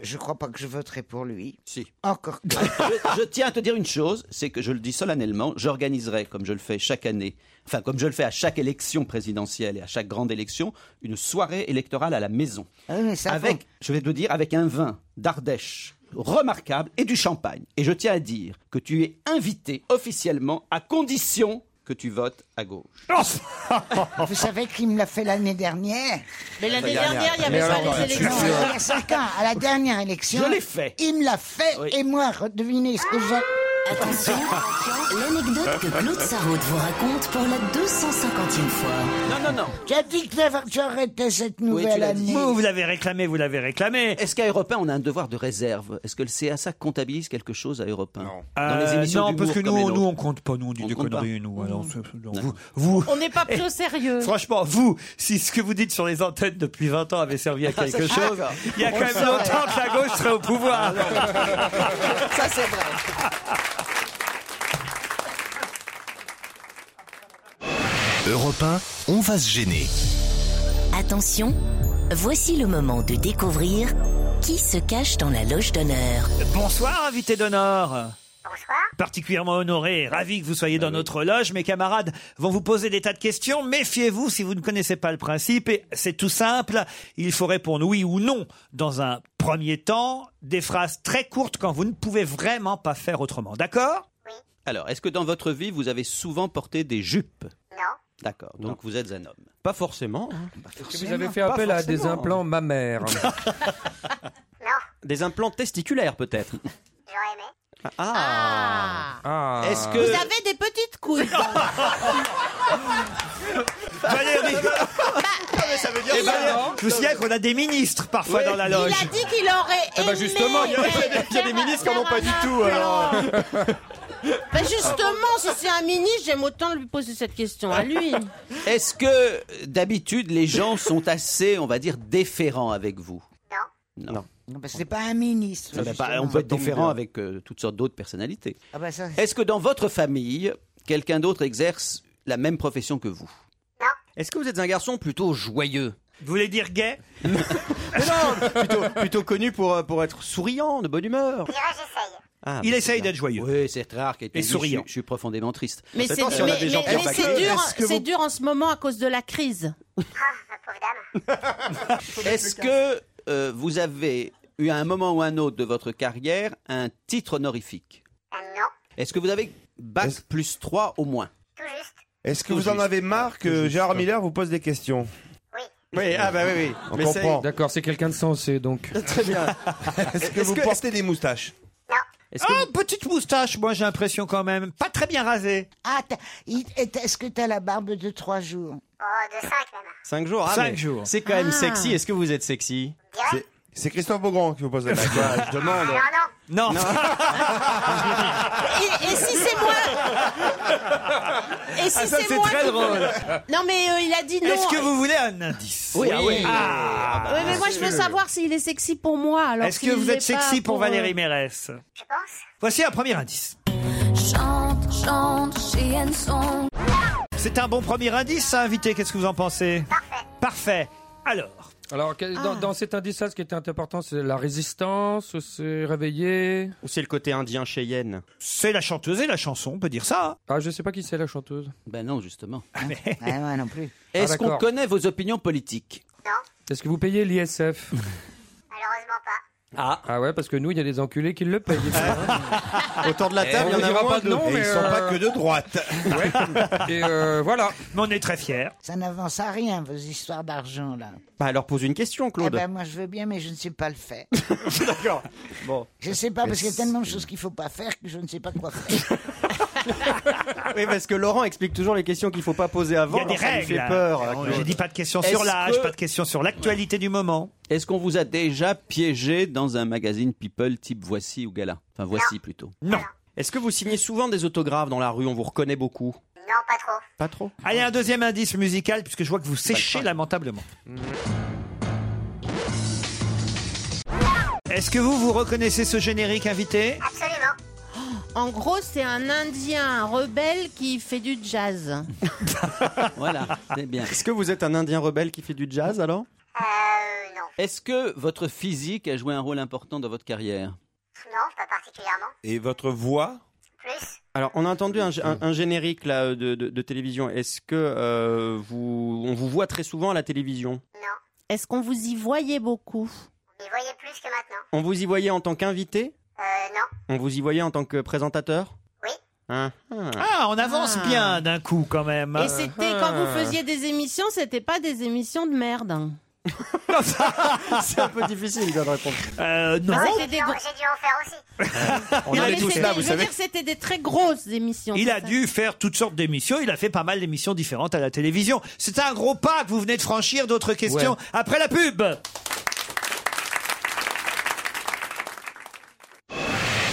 Je crois pas que je voterai pour lui. Si. Encore que. je, je tiens à te dire une chose, c'est que je le dis solennellement, j'organiserai, comme je le fais chaque année, enfin comme je le fais à chaque élection présidentielle et à chaque grande élection, une soirée électorale à la maison. Ah oui, mais ça, avec, je vais te dire, avec un vin d'Ardèche remarquable et du champagne. Et je tiens à dire que tu es invité officiellement à condition que tu votes à gauche. Vous savez qu'il me l'a fait l'année dernière Mais l'année L'année dernière, il n'y avait dernière. pas Mais alors, les tu- élections. Non, il y a cinq ans, à la dernière élection. euh, Je l'ai fait. Il me l'a fait, et moi, redevinez ce que j'ai. Attention, l'anecdote que Claude Sarraute vous raconte pour la 250e fois. Non, non, non. J'ai dit que j'arrêtais cette Oui, tu nouvelle l'as dit. année. Vous, vous l'avez réclamé, vous l'avez réclamé. Est-ce qu'à Europe 1, on a un devoir de réserve Est-ce que le CSA comptabilise quelque chose à Europe 1 Non. Dans les Euh, émissions non, parce d'humour que comme les nous, nôtres. nous, on compte pas, nous, on dit On des compte pas. conneries, nous. Alors, c'est- non, vous, vous- On n'est pas Eh, pris au sérieux. Franchement, vous, si ce que vous dites sur les antennes depuis 20 ans avait servi à Ah, ça, quelque je suis chose, d'accord. il y a On quand le même saurait. longtemps que la gauche serait au pouvoir. Ça, c'est vrai. Europe 1, on va se gêner. Attention, voici le moment de découvrir qui se cache dans la loge d'honneur. Bonsoir, invité d'honneur. Bonsoir. Particulièrement honoré et ravi que vous soyez dans notre loge. Mes camarades vont vous poser des tas de questions. Méfiez-vous si vous ne connaissez pas le principe. Et c'est tout simple. Il faut répondre oui ou non dans un premier temps. Des phrases très courtes quand vous ne pouvez vraiment pas faire autrement. D'accord Alors, est-ce que dans votre vie, vous avez souvent porté des jupes Non. D'accord, donc vous êtes un homme. Ah. Pas forcément. Est-ce que vous avez fait appel à hein. des implants mammaires Des implants testiculaires, peut-être J'aurais aimé. Ah, Est-ce que... Vous avez des petites couilles. Valérie ça veut dire Bah, il a- Eh ben, Je vous signale qu'on a des ministres parfois Oui. dans la Il loge. a dit qu'il aurait aimé. Eh ben justement, il y a- il y a des ministres qui n'en ont pas du tout, alors. Ben justement, si c'est un ministre, j'aime autant lui poser cette question à lui. Est-ce que euh, d'habitude les gens sont assez, on va dire, déférents avec vous Non. Non. Non, parce que c'est pas un ministre. Eh ben, pas- justement. on peut être différent avec euh, toutes sortes d'autres personnalités. Ah bah ça. Est-ce que dans votre famille, quelqu'un d'autre exerce la même profession que vous Non. Est-ce que vous êtes un garçon plutôt joyeux Vous voulez dire gay Non, plutôt, plutôt connu pour, euh, pour être souriant, de bonne humeur. Ah, Il bah, essaye c'est bien. d'être joyeux. Oui, c'est très rare. quelqu'un Et dise, souriant. Je, je suis profondément triste. Mais c'est mais- mais- mais c'est dur, c'est dur en ce moment à cause de la crise. Est-ce que euh, vous avez eu à un moment ou un autre de votre carrière un titre honorifique Euh, Non. Est-ce que vous avez bac plus 3 au moins Est-ce que vous en avez marre que Gérard Miller vous pose des questions Oui, ah bah oui, oui. On comprend. D'accord, c'est quelqu'un de sensé donc. Très bien. Est-ce que Est-ce vous que- portez des moustaches Ah, petite moustache, moi j'ai l'impression quand même. Pas très bien rasée. Ah, t'as- il- est- est-ce que t'as la barbe de trois jours Oh, de 5 même. 5 jours. ah, Cinq mais jours. C'est quand même Ah. sexy. Est-ce que vous êtes sexy C'est Christophe Beaugrand qui vous pose la question. je demande. Non. Et, et si c'est moi Et si Ah, ça, c'est c'est moi très qui- drôle. Non mais euh, il a dit non. Est-ce que vous voulez un indice Oui, ah oui. Ah, Oui, mais moi je veux savoir s'il est sexy pour moi. alors Est-ce s'il que vous l'est êtes pas sexy pour, euh, Valérie Mérès Je pense. Voici un premier indice. Chante, chante, chienne son. C'est un bon premier indice, ça, invité. Qu'est-ce que vous en pensez Parfait. Parfait. Alors. Alors, que- Ah. dans, dans cet indice-là, ce qui était important, c'est la résistance, c'est réveillé. Ou c'est le côté indien Cheyenne C'est la chanteuse et la chanson, on peut dire ça. Ah, je sais pas qui c'est la chanteuse. Ben non, justement. Ah, Ah, ouais, non plus. Est-ce Ah, qu'on d'accord. connaît vos opinions politiques Est-ce que vous payez l'ISF Ah. ah ouais, parce que nous, il y a des enculés qui le payent. Autour de la Eh, table, on il y en a dira moins pas de nom, et mais ils sont euh, pas que de droite. Et voilà. Mais on est très fiers. Ça n'avance à rien, vos histoires d'argent, là. Bah alors pose une question, Eh Claude. ben, moi, je veux bien, mais je ne sais pas le faire. D'accord. Bon. Je sais pas, parce qu'il y a tellement de choses qu'il faut pas faire que je ne sais pas quoi faire. Oui, parce que Laurent explique toujours les questions qu'il faut pas poser Il avant. y a des alors ça lui règles. fait peur. à Alors, Claude. J'ai dit pas de questions Est-ce sur l'âge, que- pas de questions sur l'actualité du moment. Est-ce qu'on vous a déjà piégé dans un magazine People type Voici ou Gala Enfin, Voici plutôt. Non. Est-ce que vous signez souvent des autographes dans la rue On vous reconnaît beaucoup Pas trop. Allez, un deuxième indice musical, puisque je vois que vous séchez lamentablement. Est-ce que vous vous reconnaissez ce générique invité Absolument. En gros, c'est un Indien rebelle qui fait du jazz. Voilà, c'est bien. Est-ce que vous êtes un Indien rebelle qui fait du jazz alors Est-ce que votre physique a joué un rôle important dans votre carrière Et votre voix Alors, on a entendu un, un- un générique là, de, de- de télévision. Est-ce que euh, vous, on vous voit très souvent à la télévision Est-ce qu'on vous y voyait beaucoup On vous y voyait en tant qu'invité Euh, Non. On vous y voyait en tant que présentateur Hein Oui. Ah, on avance Ah. bien d'un coup quand même. Et c'était quand vous faisiez des émissions, c'était pas des émissions de merde. C'est un peu difficile de répondre. Ah. Ah, Euh, non. J'ai dû en faire aussi. On est tous là, vous je veux savez. dire, c'était des très grosses émissions. Il c'est a ça dû faire toutes sortes d'émissions. Il a fait pas mal d'émissions différentes à la télévision. C'est un gros pas que vous venez de franchir. D'autres questions Ouais. après la pub.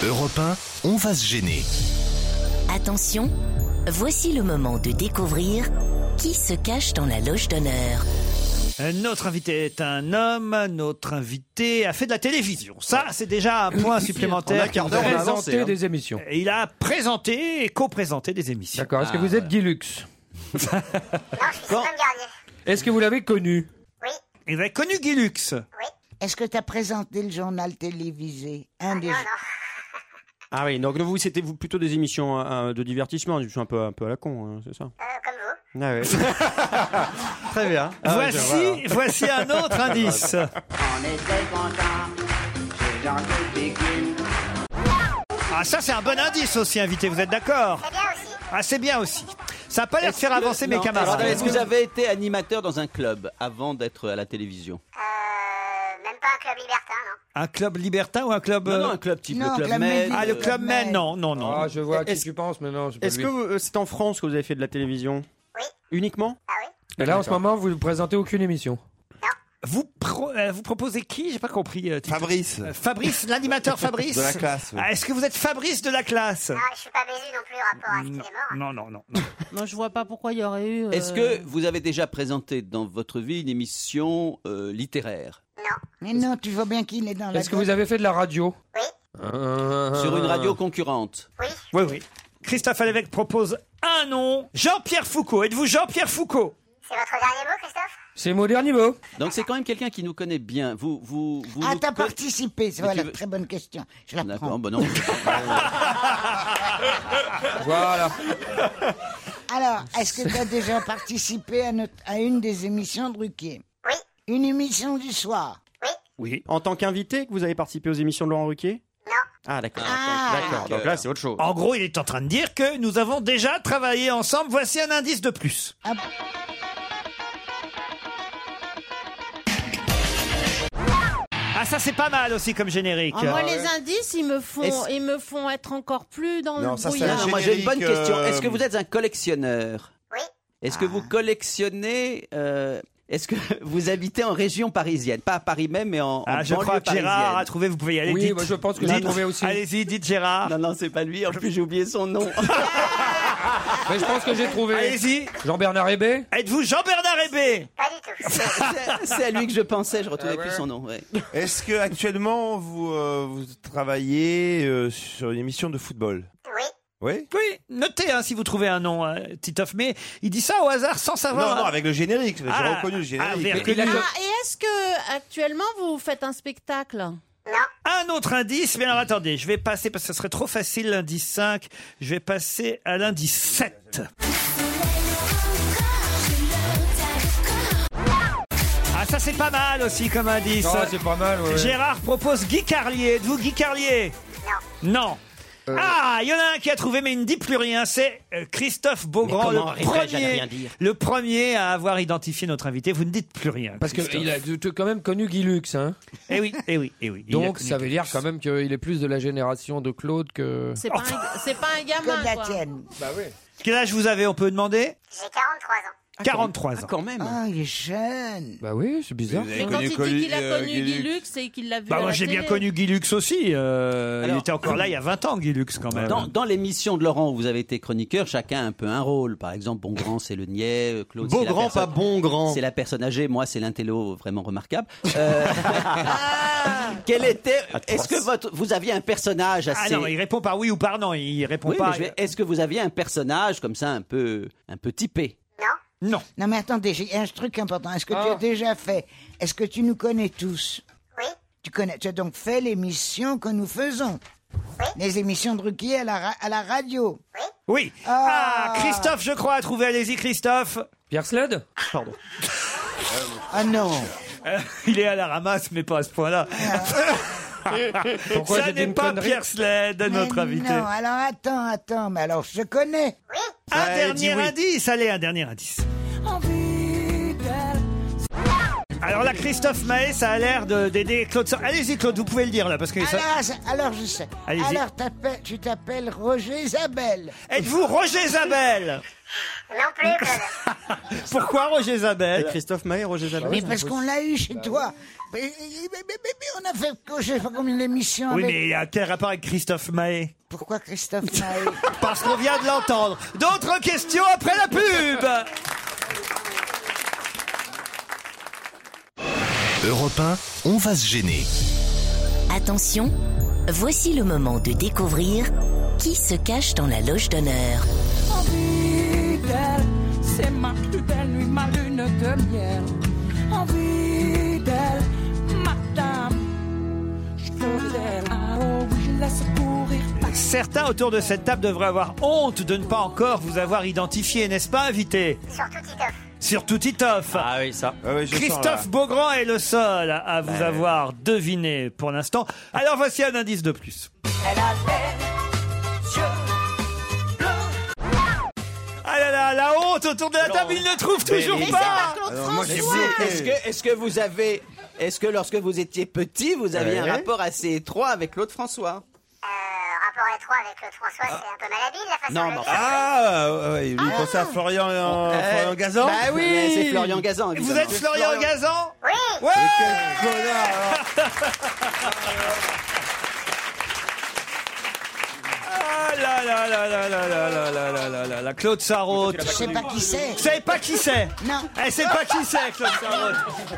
Europe 1, on va se gêner. Attention, voici le moment de découvrir qui se cache dans la loge d'honneur. Euh, Notre invité est un homme. Notre invité a fait de la télévision. Ça, c'est déjà un point supplémentaire. On a quart d'heure, on a avancé, Présenté hein. des émissions. Et Il a présenté et co-présenté des émissions. D'accord. Ah, Est-ce que vous êtes Guy Lux Bon. Est-ce que vous l'avez connu Il avait connu Guy Lux. Est-ce que tu as présenté le journal télévisé Un des... Ah oui, donc vous, c'était vous, plutôt des émissions euh, de divertissement. Je suis un peu, un peu à la con, hein, c'est ça Comme vous. Ah ouais. très bien. Ah ouais, je vois, alors. Voici, voici un autre indice. On était contents, c'est gentil Pékin. Ah, ça, c'est un bon indice aussi, invité. Vous êtes d'accord Ah, c'est bien aussi. Ça n'a pas l'air de Est-ce faire que- avancer mes non, camarades. Est-ce que vous avez été animateur dans un club avant d'être à la télévision Un club libertin ou un club. Non, non, euh, un club type Non, le club, club Med. Med. Ah, le Club Med, non, non, non. Ah, je vois à qui Est-ce- tu penses, mais non, c'est pas Est-ce lui. que vous- euh, c'est en France que vous avez fait de la télévision Oui. Uniquement Ah Et là, en ce moment, vous ne présentez aucune émission. Vous, pro- euh, vous proposez qui J'ai pas compris. euh, Tito. Fabrice. Euh, Fabrice, l'animateur Fabrice. De la classe, oui. Ah, Est-ce que vous êtes Fabrice de la classe Ah, je suis pas baisée non plus rapport à ce qu'il est mort. Non, non, non. Non, je vois pas pourquoi il y aurait eu. euh, Est-ce que vous avez déjà présenté dans votre vie une émission euh, littéraire Mais non, tu vois bien qu'il est dans la... Est-ce que vous avez fait de la radio Euh, Oui. sur une radio concurrente Oui, oui. Christophe Alévèque propose un nom. Jean-Pierre Foucault. Êtes-vous Jean-Pierre Foucault C'est mon dernier mot. Donc c'est quand même quelqu'un qui nous connaît bien. Vous, vous, vous Ah, nous t'as conna- participé, Mais voilà, tu veux- très bonne question. Je la prends. D'accord, bon non. Voilà. Alors, est-ce que tu as déjà participé à, notre- à une des émissions de Ruquier Oui. Une émission du soir Oui. En tant qu'invité que vous avez participé aux émissions de Laurent Ruquier Non. Ah d'accord. d'accord. Donc là c'est autre chose. En gros, il est en train de dire que nous avons déjà travaillé ensemble. Voici un indice de plus. Ah, Ah, ça, c'est pas mal aussi comme générique. Ah, moi, les indices, ils me font, Est-ce- ils me font être encore plus Oh, dans Non, le ça, c'est brouillard. un Non, Ah, moi j'ai une bonne Générique, question. euh, Est-ce que vous êtes un collectionneur Oui. Est-ce que vous Ah. collectionnez euh, Est-ce que vous habitez en région parisienne Pas à Paris même, mais en, en Ah, je banlieue crois que Gérard a parisienne. trouvé, vous pouvez y aller. Oui, dites. moi, je pense que j'ai Dites. trouvé aussi. Allez-y, dites Gérard. Non, non, c'est pas lui. En plus, j'ai oublié son nom. Mais je pense que j'ai trouvé. Allez-y. Jean-Bernard Hébé Êtes-vous Jean-Bernard Hébé C'est- c'est à lui que je pensais. Je Ah retrouvais plus son nom. ouais. Est-ce que actuellement vous, euh, vous travaillez euh, sur une émission de football Oui Oui, notez hein, si vous trouvez un nom, euh, Titoff, mais il dit ça au hasard sans savoir. Non, non, avec le générique, j'ai Ah, reconnu le générique. ah, vous Mais avez il reconnu. a- Ah, et est-ce que actuellement vous faites un spectacle Un autre indice, mais alors attendez, je vais passer, parce que ce serait trop facile l'indice 5, je vais passer à l'indice 7. Ah ça c'est pas mal aussi comme indice. Non, c'est pas mal, ouais. Gérard propose Guy Carlier. Êtes-vous Guy Carlier Non. Non. Euh. Ah, il y en a un qui a trouvé, mais il ne dit plus rien. C'est euh, Christophe Beaugrand, comment le arriverais-je à ne premier, rien dire le premier à avoir identifié notre invité. Vous ne dites plus rien. Parce qu'il Christophe. a de- de- quand même connu Guy Lux. Hein. Eh oui, eh oui, eh oui. Il a Donc connu ça Guy veut dire quand même qu'il est plus de la génération de Claude que. C'est pas, un- c'est pas un gamin. Comme la quoi. tienne. Bah oui. Oh, Quel âge vous avez, on peut demander J'ai 43 ans. 43 ans. Ah, quand même. Ah, il est jeune. Bah oui, c'est bizarre. Mais quand il dit qu'il euh, a connu Guy Lux, c'est qu'il l'a vu. euh, Bah à moi la j'ai bien télé. connu Guy Lux aussi. euh, il Alors- était encore là il y a 20 ans, Guy Lux quand même. Dans, dans l'émission de Laurent où vous avez été chroniqueur, chacun a un peu un rôle. Par exemple, Bongrand, c'est le niais, euh, Claude, c'est la Beaugrand, pas personne- Bongrand. C'est la personne âgée, moi, c'est l'intello vraiment remarquable. Euh, Quel était. Est-ce que votre, vous aviez un personnage Ah assez. non, il répond par oui ou par non. Il répond Oui, pas. mais je vais- Est-ce que vous aviez un personnage comme ça, un peu, un peu typé Non. Non, mais attendez, j'ai un truc important. Est-ce que tu Ah. as déjà fait Est-ce que tu nous connais tous Oui. Tu, connais, tu as donc fait l'émission que nous faisons Les émissions de Ruquier à la, ra- à la radio Oui. Ah, Christophe, je crois, a trouvé. Allez-y, Christophe. Pierre Sled Pardon. Ah non Euh, Il est à la ramasse, mais pas à ce point-là. Pourquoi Ça j'ai dit n'est une pas connerie Pierre Sled, Mais notre invité. Non, alors attends, attends, mais alors je connais. Ah, Un Ouais, dis dernier oui. indice, allez, un dernier indice. Alors là, Christophe Mahé, ça a l'air de- d'aider Claude. Sor- Allez-y, Claude, vous pouvez le dire là, parce que. ça- Alors, Ah, alors je sais. Allez-y. Alors t'appelles- tu t'appelles Roger Isabelle. Êtes-vous Roger Isabelle Non plus. Pourquoi Roger Isabelle Christophe Maé, Roger Isabelle. Mais parce qu'on l'a eu chez toi. Mais, mais- mais- mais- mais on a fait oh, je sais pas combien d'émissions Oui, avec. mais à quel rapport avec Christophe Mahé Pourquoi Christophe Maé Parce qu'on vient de l'entendre. D'autres questions après la pub Europe 1, on va se gêner. Attention, voici le moment de découvrir qui se cache dans la loge d'honneur. Envie d'elle, c'est ma plus belle nuit, ma lune de miel. Envie d'elle, madame, je veux d'elle. Ah oh oui, je laisse courir. Certains autour de cette table devraient avoir honte de ne pas encore vous avoir identifié, n'est-ce pas, invité Surtout Titoff. Surtout Titoff. Ah oui, ça. Christophe Beaugrand est le seul à vous avoir deviné pour l'instant. Alors voici un indice de plus. Elle a les yeux Ah là là, la honte autour de la table, il ne trouve toujours pas. Est-ce que, est-ce que vous avez. Est-ce que lorsque vous étiez petit, vous aviez Ouais. un rapport assez étroit avec Claude François rapport étroit avec Claude François, c'est un peu malhabile la façon Non, de mais le enfin- dire. Ah, euh, ouais, il pensait à Florian, euh, Eh, Florian Gazan bah oui. Mais c'est Florian Gazan, Vous êtes Florian Gazan Oui Ouais Quel connard alors. Ah là là là là là là là là là là là là Claude Sarraute. Je sais pas qui c'est. Vous savez pas qui c'est Non. Elle sait pas qui c'est, Claude Sarraute.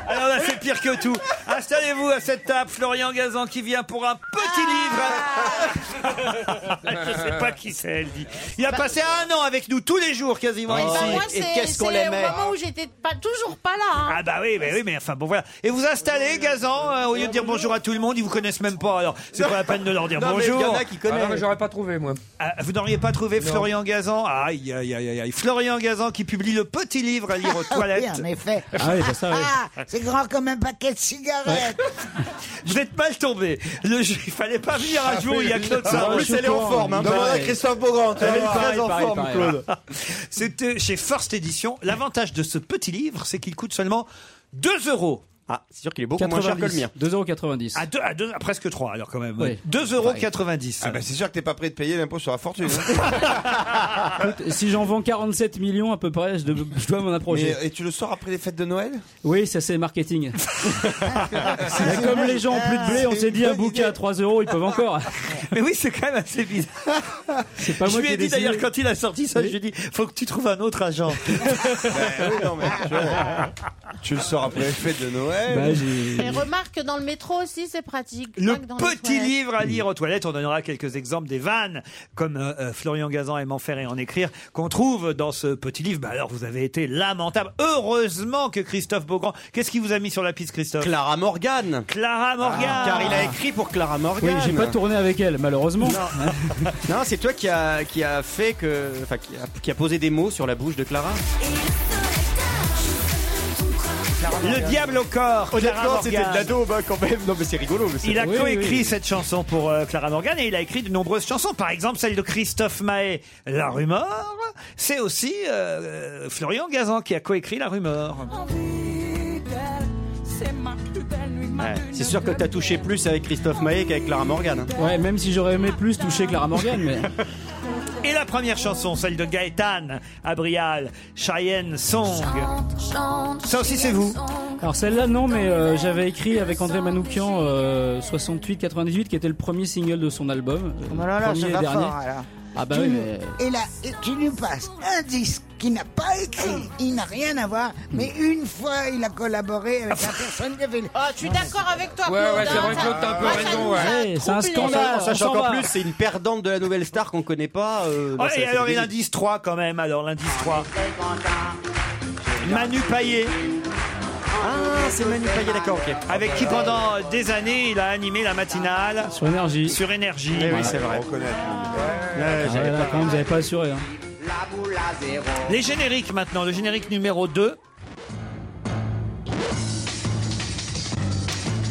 Alors là, c'est pire que tout. Installez-vous à cette table, Florian Gazan qui vient pour un petit Ah. livre. Je sais pas qui c'est, elle dit. Il Bah, a passé un an avec nous tous les jours quasiment Oh. Eh ben, ici. moi, c'est- c'est au moment où j'étais pas, toujours pas là. hein. Ah bah oui, mais oui, mais enfin bon voilà. Et vous installez, Gazan, euh, au lieu de dire bonjour à tout le monde, ils vous connaissent même pas. Alors c'est pas la peine de leur dire Non, mais bonjour. il y en a qui connaissent. Ah non, mais j'aurais pas trouvé moi. Ah, vous n'auriez pas trouvé Non. Florian Gazan Aïe aïe aïe aïe, aïe. Florian Gazan qui publie le petit livre à lire aux Ah toilettes. Oui, en effet. Ah oui, bah ça, oui. Ah, c'est grand comme un paquet de cigarettes. Vous êtes mal tombé. Le jeu, il fallait pas venir un jour où il y a Claude Ah, Sarraute. en plus, elle est en forme, hein. Demande à Christophe Beaugrand, tu vas Elle est voir. très Pareil, en pareil, forme, pareil. Claude. C'était euh, chez First Edition. L'avantage de ce petit livre, c'est qu'il coûte seulement 2 euros. Ah, c'est sûr qu'il est beaucoup 2,90€. À, deux- à, deux- à presque 3 alors quand même. Oui. 2,90€. Ah bah c'est sûr que t'es pas prêt de payer l'impôt sur la fortune. hein. Écoute, si j'en vends 47 millions à peu près, je, de- je dois m'en approcher. Mais, et tu le sors après les fêtes de Noël Oui, ça c'est marketing. Mais comme les gens ont plus de blé, on s'est dit un bouquet à 3 euros, ils peuvent encore. Mais oui, c'est quand même assez bizarre. C'est pas je moi lui qui ai ai dit décidé. d'ailleurs quand il a sorti ça, je lui ai dit faut que tu trouves un autre agent. Tu le sors après les fêtes de Noël. Bah, Et remarque que dans le métro aussi, c'est pratique. Le Pas que dans les petit toilettes. livre à lire aux toilettes, on donnera quelques exemples des vannes, comme euh, euh, Florian Gazan aime en faire et en écrire, qu'on trouve dans ce petit livre. Bah alors, vous avez été lamentable. Heureusement que Christophe Beaugrand. Qu'est-ce qui vous a mis sur la piste, Christophe Clara Morgan. Clara Morgan. Ah, car il a écrit pour Clara Oui, Morgan. j'ai pas tourné avec elle, malheureusement. Non, c'est toi qui a, qui a fait que. Enfin, qui a, qui a posé des mots sur la bouche de Clara. Le diable au corps. Honnêtement, Clara c'était de Morgan. la daube hein, quand même. Non, mais c'est rigolo. Mais c'est- Il a Oui, oui, coécrit oui. cette chanson pour euh, Clara Morgan et il a écrit de nombreuses chansons, par exemple celle de Christophe Maé, La Rumeur. C'est aussi euh, Florian Gazan qui a coécrit La Rumeur. C'est ma plus belle nuit, ma Ouais, lune C'est sûr que de t'as touché plus avec Christophe Maé qu'avec Clara Morgan. hein. Ouais, même si j'aurais aimé plus toucher Clara Morgan, mais. Et la première chanson, celle de Gaëtan, Abrial, Cheyenne Song. Ça aussi c'est vous. Alors celle-là non, mais euh, j'avais écrit avec André Manoukian 68-98, qui était le premier single de son album, euh, Oh là là, premier ça et va dernier. fort, alors. ah bah Tu oui, nous- mais Et là, et tu nous passes un disque qui n'a pas écrit, il n'a rien à voir, mais une fois il a collaboré avec la personne qui avait. Ah, je suis d'accord avec toi, Ouais, Claude, ouais, c'est hein, vrai, ça- Claude, t'as un peu Ah, ça raison, nous a hein. ouais. trop C'est un plu. scandale, En sachant on s'en qu'en va. plus, c'est une perdante de la nouvelle star qu'on connaît pas. euh, bah, Ouais, ça- et ça alors fait et plaisir. l'indice 3 quand même, alors l'indice 3. Manu Paillet. Ah, c'est Manu Paillet, d'accord, ok. Avec qui pendant euh, des années il a animé la matinale. Sur énergie. Sur énergie. Eh oui, c'est vrai. Ah ouais, là, quand même, vous avez pas assuré. hein. Les génériques maintenant, le générique numéro 2.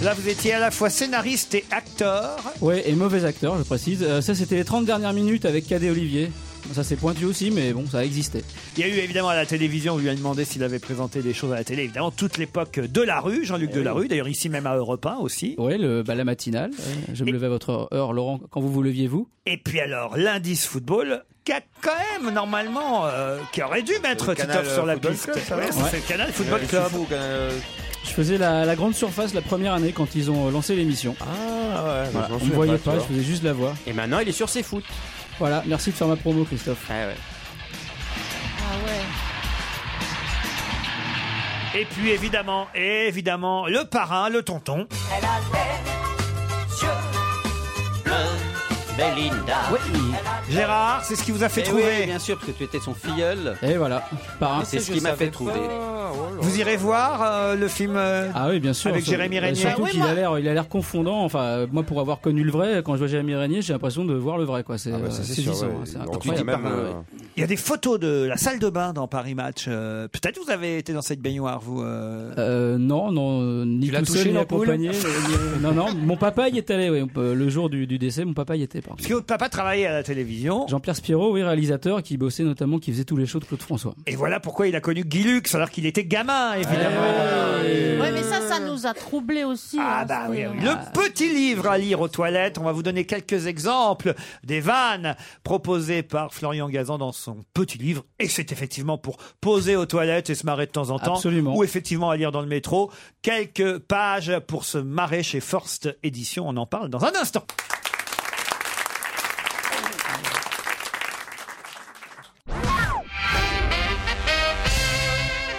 Là, vous étiez à la fois scénariste et acteur. Ouais, et mauvais acteur, je précise. Euh, ça, c'était les 30 dernières minutes avec Cadet Olivier. Ça, c'est pointu aussi, mais bon, ça a existé. Il y a eu évidemment à la télévision, on lui a demandé s'il avait présenté des choses à la télé, évidemment, toute l'époque de la rue, Jean-Luc Eh oui. Delarue, d'ailleurs ici même à Europe 1 aussi. Oui, le, bah, la matinale. euh, Je me levais à votre heure, Laurent, quand vous vous leviez, vous Et puis alors, l'indice football, qui a quand même normalement, euh, qui aurait dû mettre le Canal euh, Titoff sur la Football piste. Club, ça, Ouais, non c'est Ouais. le Canal Football Club. Je faisais la, la grande surface la première année quand ils ont euh, lancé l'émission. bah, Ah ouais, je m'en On souviens me voyait pas, pas, tu vois. je faisais juste la voix. Et maintenant, il est sur ses foot. Voilà, merci de faire ma promo, Christophe. Et puis évidemment, évidemment, le parrain, le tonton. Elle a les yeux Belinda. Gérard, c'est ce qui vous a fait Eh trouver. oui, bien sûr, parce que tu étais son filleul. Et voilà, parrain. C'est ce qui m'a fait trouver. Vous irez voir euh, le film euh, Ah oui, bien sûr. avec sur- Jérémy euh, Régnier. Surtout qu'il a l'air, il a l'air confondant. Enfin, euh, moi, pour avoir connu le vrai, quand je vois Jérémy Régnier, j'ai l'impression de voir le vrai, quoi. C'est euh, Ah bah, ça, c'est saisissant, sûr, ouais. hein, c'est Il incroyable. Tu dis même, euh, Il y a des photos de la salle de bain dans Paris Match. euh, Peut-être vous avez été dans cette baignoire, vous. euh. Euh, non, non, euh, ni Tu l'as tout touché, seul, ni la poule accompagné. ni- non, non, mon papa y est allé, oui. Euh, Le jour du, du décès, mon papa y était. par contre. Parce que votre papa travaillait à la télévision. Jean-Pierre Spiro, oui, réalisateur, qui bossait notamment, qui faisait tous les shows de Claude François. Et voilà pourquoi il a connu Guy Lux, alors qu'il était gamin, évidemment. Ouais, mais ça, ça nous a troublés aussi. hein, Ah bah c'est- oui, oui. Le petit livre à lire aux toilettes, on va vous donner quelques exemples des vannes proposées par Florian Gazan dans son petit livre. Et c'est effectivement pour poser aux toilettes et se marrer de temps en temps. Absolument. Ou effectivement à lire dans le métro. Quelques pages pour se marrer chez Forst Édition, on en parle dans un instant.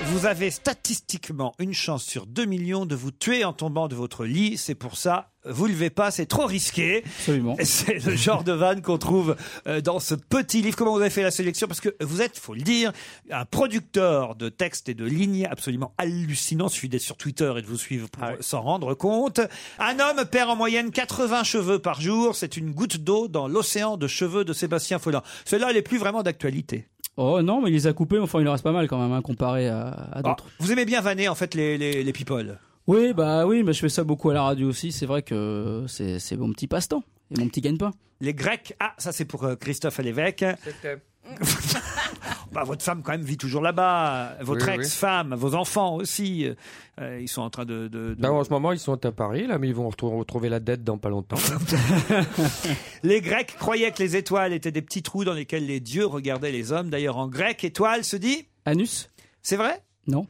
Vous avez statistiquement une chance sur 2 millions de vous tuer en tombant de votre lit. C'est pour ça, vous levez pas, c'est trop risqué. Absolument. C'est le genre de vanne qu'on trouve euh, dans ce petit livre. Comment vous avez fait la sélection Parce que vous êtes, faut le dire, un producteur de textes et de lignes absolument hallucinant. Il suffit d'être sur Twitter et de vous suivre pour s'en rendre compte. Un homme perd en moyenne 80 cheveux par jour. C'est une goutte d'eau dans l'océan de cheveux de Sébastien Folland. Cela n'est plus vraiment d'actualité. Oh non, mais il les a coupés, mais enfin, il en reste pas mal quand même, hein, comparé à, à d'autres. Ah, vous aimez bien vanner en fait les, les, les people Oui, bah oui, mais je fais ça beaucoup à la radio aussi. C'est vrai que c'est c'est mon petit passe-temps et mon petit gagne-pain. Les Grecs, ah, ça c'est pour euh, Christophe à l'évêque. Bah, votre femme, quand même, vit toujours là-bas. Votre Oui, oui. ex-femme, vos enfants aussi. euh, euh, ils sont en train de. de- de- Bah, en ce moment, ils sont à Paris, là, mais ils vont retrou- retrouver la dette dans pas longtemps. Les Grecs croyaient que les étoiles étaient des petits trous dans lesquels les dieux regardaient les hommes. D'ailleurs, en grec, étoile se dit. Anus. C'est vrai Non.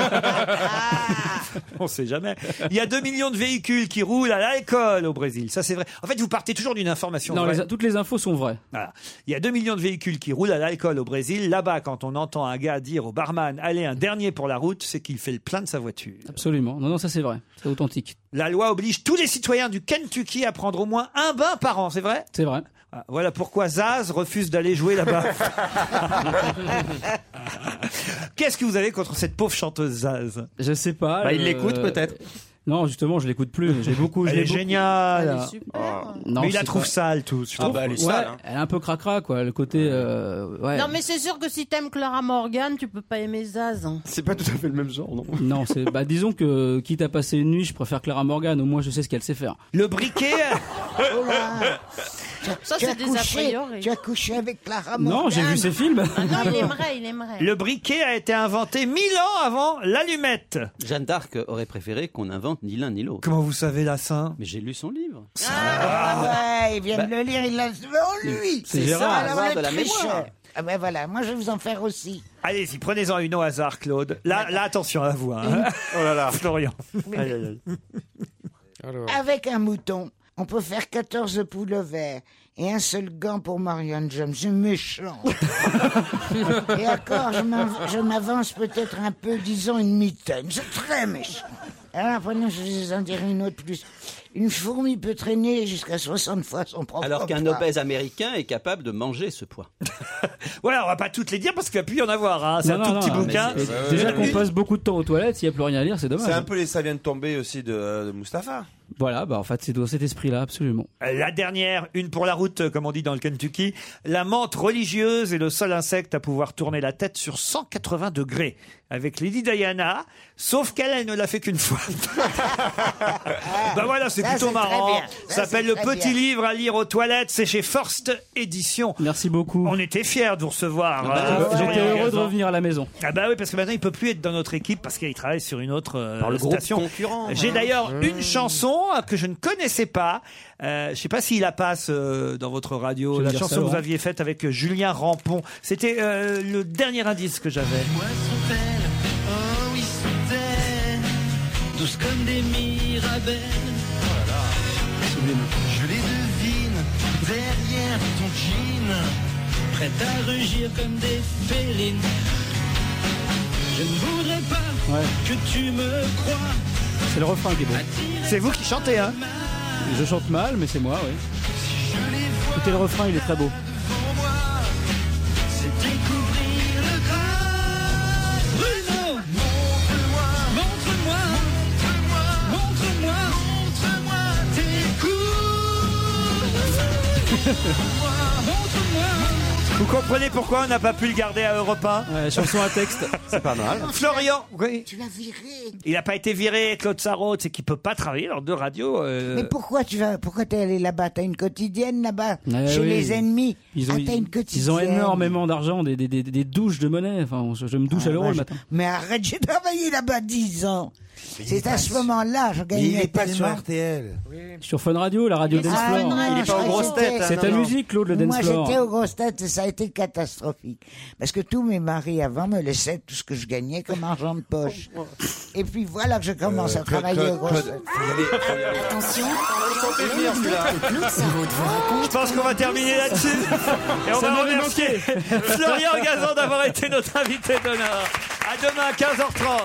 On sait jamais. Il y a 2 millions de véhicules qui roulent à l'alcool au Brésil. Ça, c'est vrai. En fait, vous partez toujours d'une information Non, vraie. les- toutes les infos sont vraies. Voilà. Il y a 2 millions de véhicules qui roulent à l'alcool au Brésil. Là-bas, quand on entend un gars dire au barman, allez, un dernier pour la route, c'est qu'il fait le plein de sa voiture. Absolument. Non, non, ça c'est vrai. C'est authentique. La loi oblige tous les citoyens du Kentucky à prendre au moins un bain par an, c'est vrai Ah, C'est vrai. Voilà pourquoi Zaz refuse d'aller jouer là-bas. Qu'est-ce que vous avez contre cette pauvre chanteuse Zaz Je sais pas. Bah, il euh, l'écoute, peut-être. Non, justement, je l'écoute plus. J'ai beaucoup. je Elle l'ai est beaucoup- géniale. Ah. Elle est Non, Mais il la c'est trouve pas- sale, tous. Je trouve- ouais, Ah, bah, Elle est hein. un peu cracra, quoi. Le côté. euh, ouais. hein. Non, mais c'est sûr que si t'aimes Clara Morgan, tu peux pas aimer Zaz. hein. C'est pas tout à fait le même genre, non Non, c'est. Bah, disons que quitte à passer une nuit, je préfère Clara Morgan. Au moins, je sais ce qu'elle sait faire. Le briquet. Ça, Tu c'est as des couché- a priori. Tu as couché avec Clara Morgan Non, j'ai vu ses films. Ah non, il aimerait, il aimerait. Le briquet a été inventé mille ans avant l'allumette. Jeanne d'Arc aurait préféré qu'on invente ni l'un ni l'autre. Comment vous savez la saint Mais j'ai lu son livre. Ah ouais, il vient Bah- de le lire, il l'a... Oh, lui C'est Gérard, ça, alors Gérard le de la tricheur. Mémoire. Ah ben voilà, moi je vais vous en faire aussi. Allez-y, prenez-en une au hasard, Claude. Là, là attention à vous. hein. Oh là là. Florian. Aïe, aïe, aïe. Avec un mouton, on peut faire 14 poules au vert et un seul gant pour Marion Jones. C'est méchant. et encore, je m'av- je m'avance peut-être un peu, disons une mitaine. C'est très méchant. Alors, après, nous, je vais vous en dire une autre plus. Une fourmi peut traîner jusqu'à 60 fois son propre Alors qu'un poids. obèse américain est capable de manger ce poids. Voilà, on va pas toutes les dire parce qu'il va plus y en avoir. hein. C'est Non, un non, tout non, petit mais bouquin. c'est- c'est- Déjà qu'on passe beaucoup de temps aux toilettes, s'il n'y a plus rien à lire, c'est dommage. C'est un peu les ça vient de tomber aussi de, de Mustapha. Voilà, bah en fait, c'est dans cet esprit-là, absolument. La dernière, une pour la route, comme on dit dans le Kentucky. La menthe religieuse est le seul insecte à pouvoir tourner la tête sur 180 degrés avec Lady Diana, sauf qu'elle, elle ne l'a fait qu'une fois. bah voilà, c'est Ça, plutôt c'est très marrant. bien. Ça, Ça s'appelle c'est Le très Petit bien. Livre à lire aux toilettes. C'est chez First Édition. Merci beaucoup. On était fiers de vous recevoir. Ah bah, euh, J'étais Jean-Pierre heureux de Gazan. revenir à la maison. Ah bah oui, parce que maintenant il peut plus être dans notre équipe parce qu'il travaille sur une autre euh, Par le groupe station. concurrent. J'ai Mmh. d'ailleurs Mmh. une chanson euh, que je ne connaissais pas. Euh, je sais pas s'il la passe euh, dans votre radio. Je vais La dire ça, chanson que vous Laurent. aviez faite avec euh, Julien Rampon. C'était euh, le dernier indice que j'avais. sont-elles Oh oui, sont-elles Douces comme des mirabelles Je les devine derrière ton jean Prête à rugir comme des félines Je ne voudrais pas que tu me crois C'est le refrain qui est bon. C'est vous qui chantez, hein Je chante mal, mais c'est moi, oui. Écoutez le refrain, il est très beau. C'est découvrir le grave Bruno Montre-moi Montre-moi Montre-moi Montre-moi tes coups Montre-moi Vous comprenez pourquoi on n'a pas pu le garder à Europe 1 Chanson à texte. C'est pas mal. Florian, oui. Tu l'as viré. Il n'a pas été viré, Claude Sarraute, c'est qu'il peut pas travailler dans deux radios. euh, Mais pourquoi tu vas, pourquoi t'es allé là-bas T'as une quotidienne là-bas, Eh chez oui. les ennemis. Ils ont, Ah, t'as une quotidienne. ils ont énormément d'argent, des, des, des, des douches de monnaie. Enfin, je, je me douche à l'euro le matin. Mais arrête, Ah, j'ai travaillé là-bas 10 ans. C'est à ce moment-là, je gagnais. tellement. RTL. Sur Fun Radio, la radio Il est Dance sur Floor. Fun Radio, je crois que c'était- C'est ta musique, Claude, le Dance Moi, j'étais Floor. aux grosses têtes et ça a été catastrophique. Parce que tous mes maris avant me laissaient tout ce que je gagnais comme argent de poche. Oh, Et puis voilà que je commence Euh, à travailler aux grosses têtes. Attention, Claude Sarraute Je pense qu'on va terminer là-dessus. Et on Ça va m'avait remercier manqué. Florian Gazan d'avoir été notre invité d'honneur. À demain, 15h30.